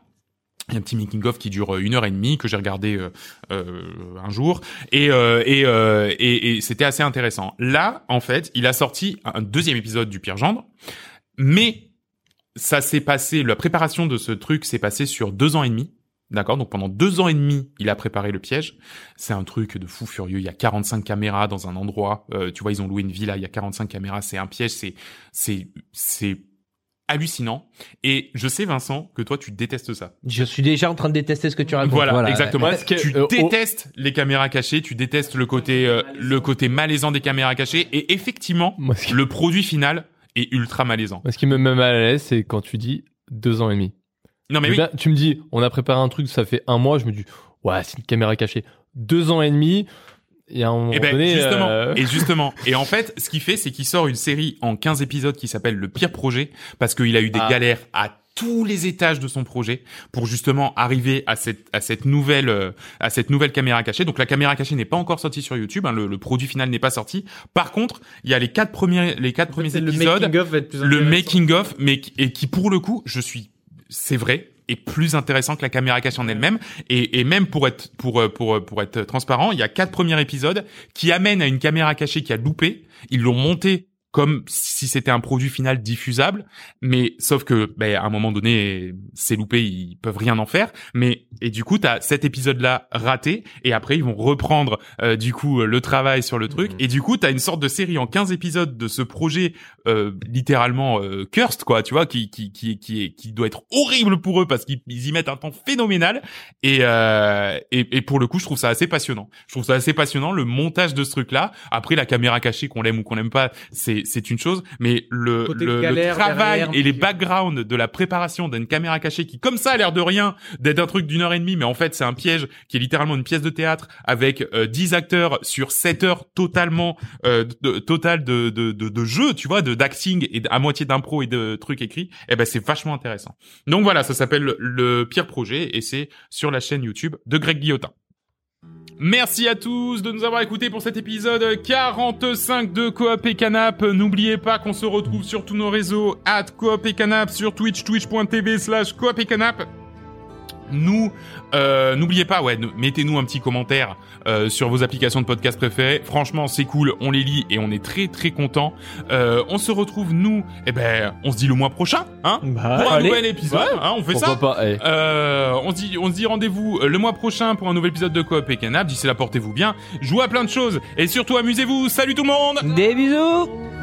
Il y a un petit making of qui dure euh, une heure et demie que j'ai regardé euh, euh, un jour et euh, et, euh, et, et c'était assez intéressant. Là, en fait, il a sorti un deuxième épisode du Pire Gendre, mais ça s'est passé, la préparation de ce truc s'est passée sur deux ans et demi. D'accord Donc pendant deux ans et demi, il a préparé le piège. C'est un truc de fou furieux. Il y a 45 caméras dans un endroit. Euh, tu vois, ils ont loué une villa. Il y a 45 caméras. C'est un piège. C'est c'est c'est hallucinant. Et je sais, Vincent, que toi, tu détestes ça. Je suis déjà en train de détester ce que tu racontes. Voilà, exactement. Ouais, ce qui est- tu euh, au- détestes les caméras cachées, tu détestes le côté euh, le côté malaisant des caméras cachées et effectivement, Moi, ce qui, le produit final est ultra malaisant. moi, ce qui me met mal à l'aise, c'est quand tu dis deux ans et demi. Non mais Je veux oui, dire, tu me dis, on a préparé un truc, ça fait un mois, je me dis, ouais, c'est une caméra cachée. Deux ans et demi, il y a un moment et ben donné. justement, euh, et justement, et en fait, ce qu'il fait, c'est qu'il sort une série en 15 épisodes qui s'appelle Le pire projet parce qu'il a eu des Ah. galères à tous les étages de son projet pour justement arriver à cette à cette nouvelle euh, à cette nouvelle caméra cachée. Donc la caméra cachée n'est pas encore sortie sur YouTube, hein, le, le produit final n'est pas sorti. Par contre, il y a les quatre premiers les quatre premiers le épisodes making of va être plus le intéressant. making of mais qui- et qui pour le coup je suis c'est vrai est plus intéressant que la caméra cachée en elle-même et, et même pour être pour euh, pour euh, pour être transparent il y a quatre premiers épisodes qui amènent à une caméra cachée qui a loupé ils l'ont monté comme si c'était un produit final diffusable mais sauf que ben, à un moment donné c'est loupé ils peuvent rien en faire mais et du coup t'as cet épisode là raté et après ils vont reprendre euh, du coup le travail sur le truc et du coup t'as une sorte de série en 15 épisodes de ce projet euh, littéralement euh, cursed quoi tu vois qui qui qui qui, est- qui doit être horrible pour eux parce qu'ils ils y mettent un temps phénoménal et, euh, et et pour le coup je trouve ça assez passionnant je trouve ça assez passionnant le montage de ce truc là après la caméra cachée qu'on l'aime ou qu'on l'aime pas c'est c'est une chose mais le Côté le, le galère travail derrière, et les donc, euh, backgrounds de la préparation d'une caméra cachée qui comme ça a l'air de rien d'être un truc d'une heure et demie mais en fait c'est un piège qui est littéralement une pièce de théâtre avec euh, 10 acteurs sur 7 heures totalement euh, de, total de, de, de, de jeu, tu vois, de d'acting et d- à moitié d'impro et de trucs écrits, eh ben c'est vachement intéressant. Donc voilà, ça s'appelle le pire projet et c'est sur la chaîne YouTube de Greg Guillotin. Merci à tous de nous avoir écoutés pour cet épisode 45 de Coop et Canap. N'oubliez pas qu'on se retrouve sur tous nos réseaux, at Coop et Canap, sur Twitch, twitch.tv slash Coop et Canap. Nous, euh, n'oubliez pas, ouais, n- mettez-nous un petit commentaire euh, sur vos applications de podcast préférées. Franchement, c'est cool, on les lit et on est très très content. on se retrouve nous, eh ben, on se dit le mois prochain, hein, Bah, pour un allez. nouvel épisode. hein, on fait ça. pourquoi pas eh. Euh, on se dit, on se dit rendez-vous euh, le mois prochain pour un nouvel épisode de Coop et Canap. D'ici là, portez-vous bien, jouez à plein de choses et surtout amusez-vous. Salut tout le monde. Des bisous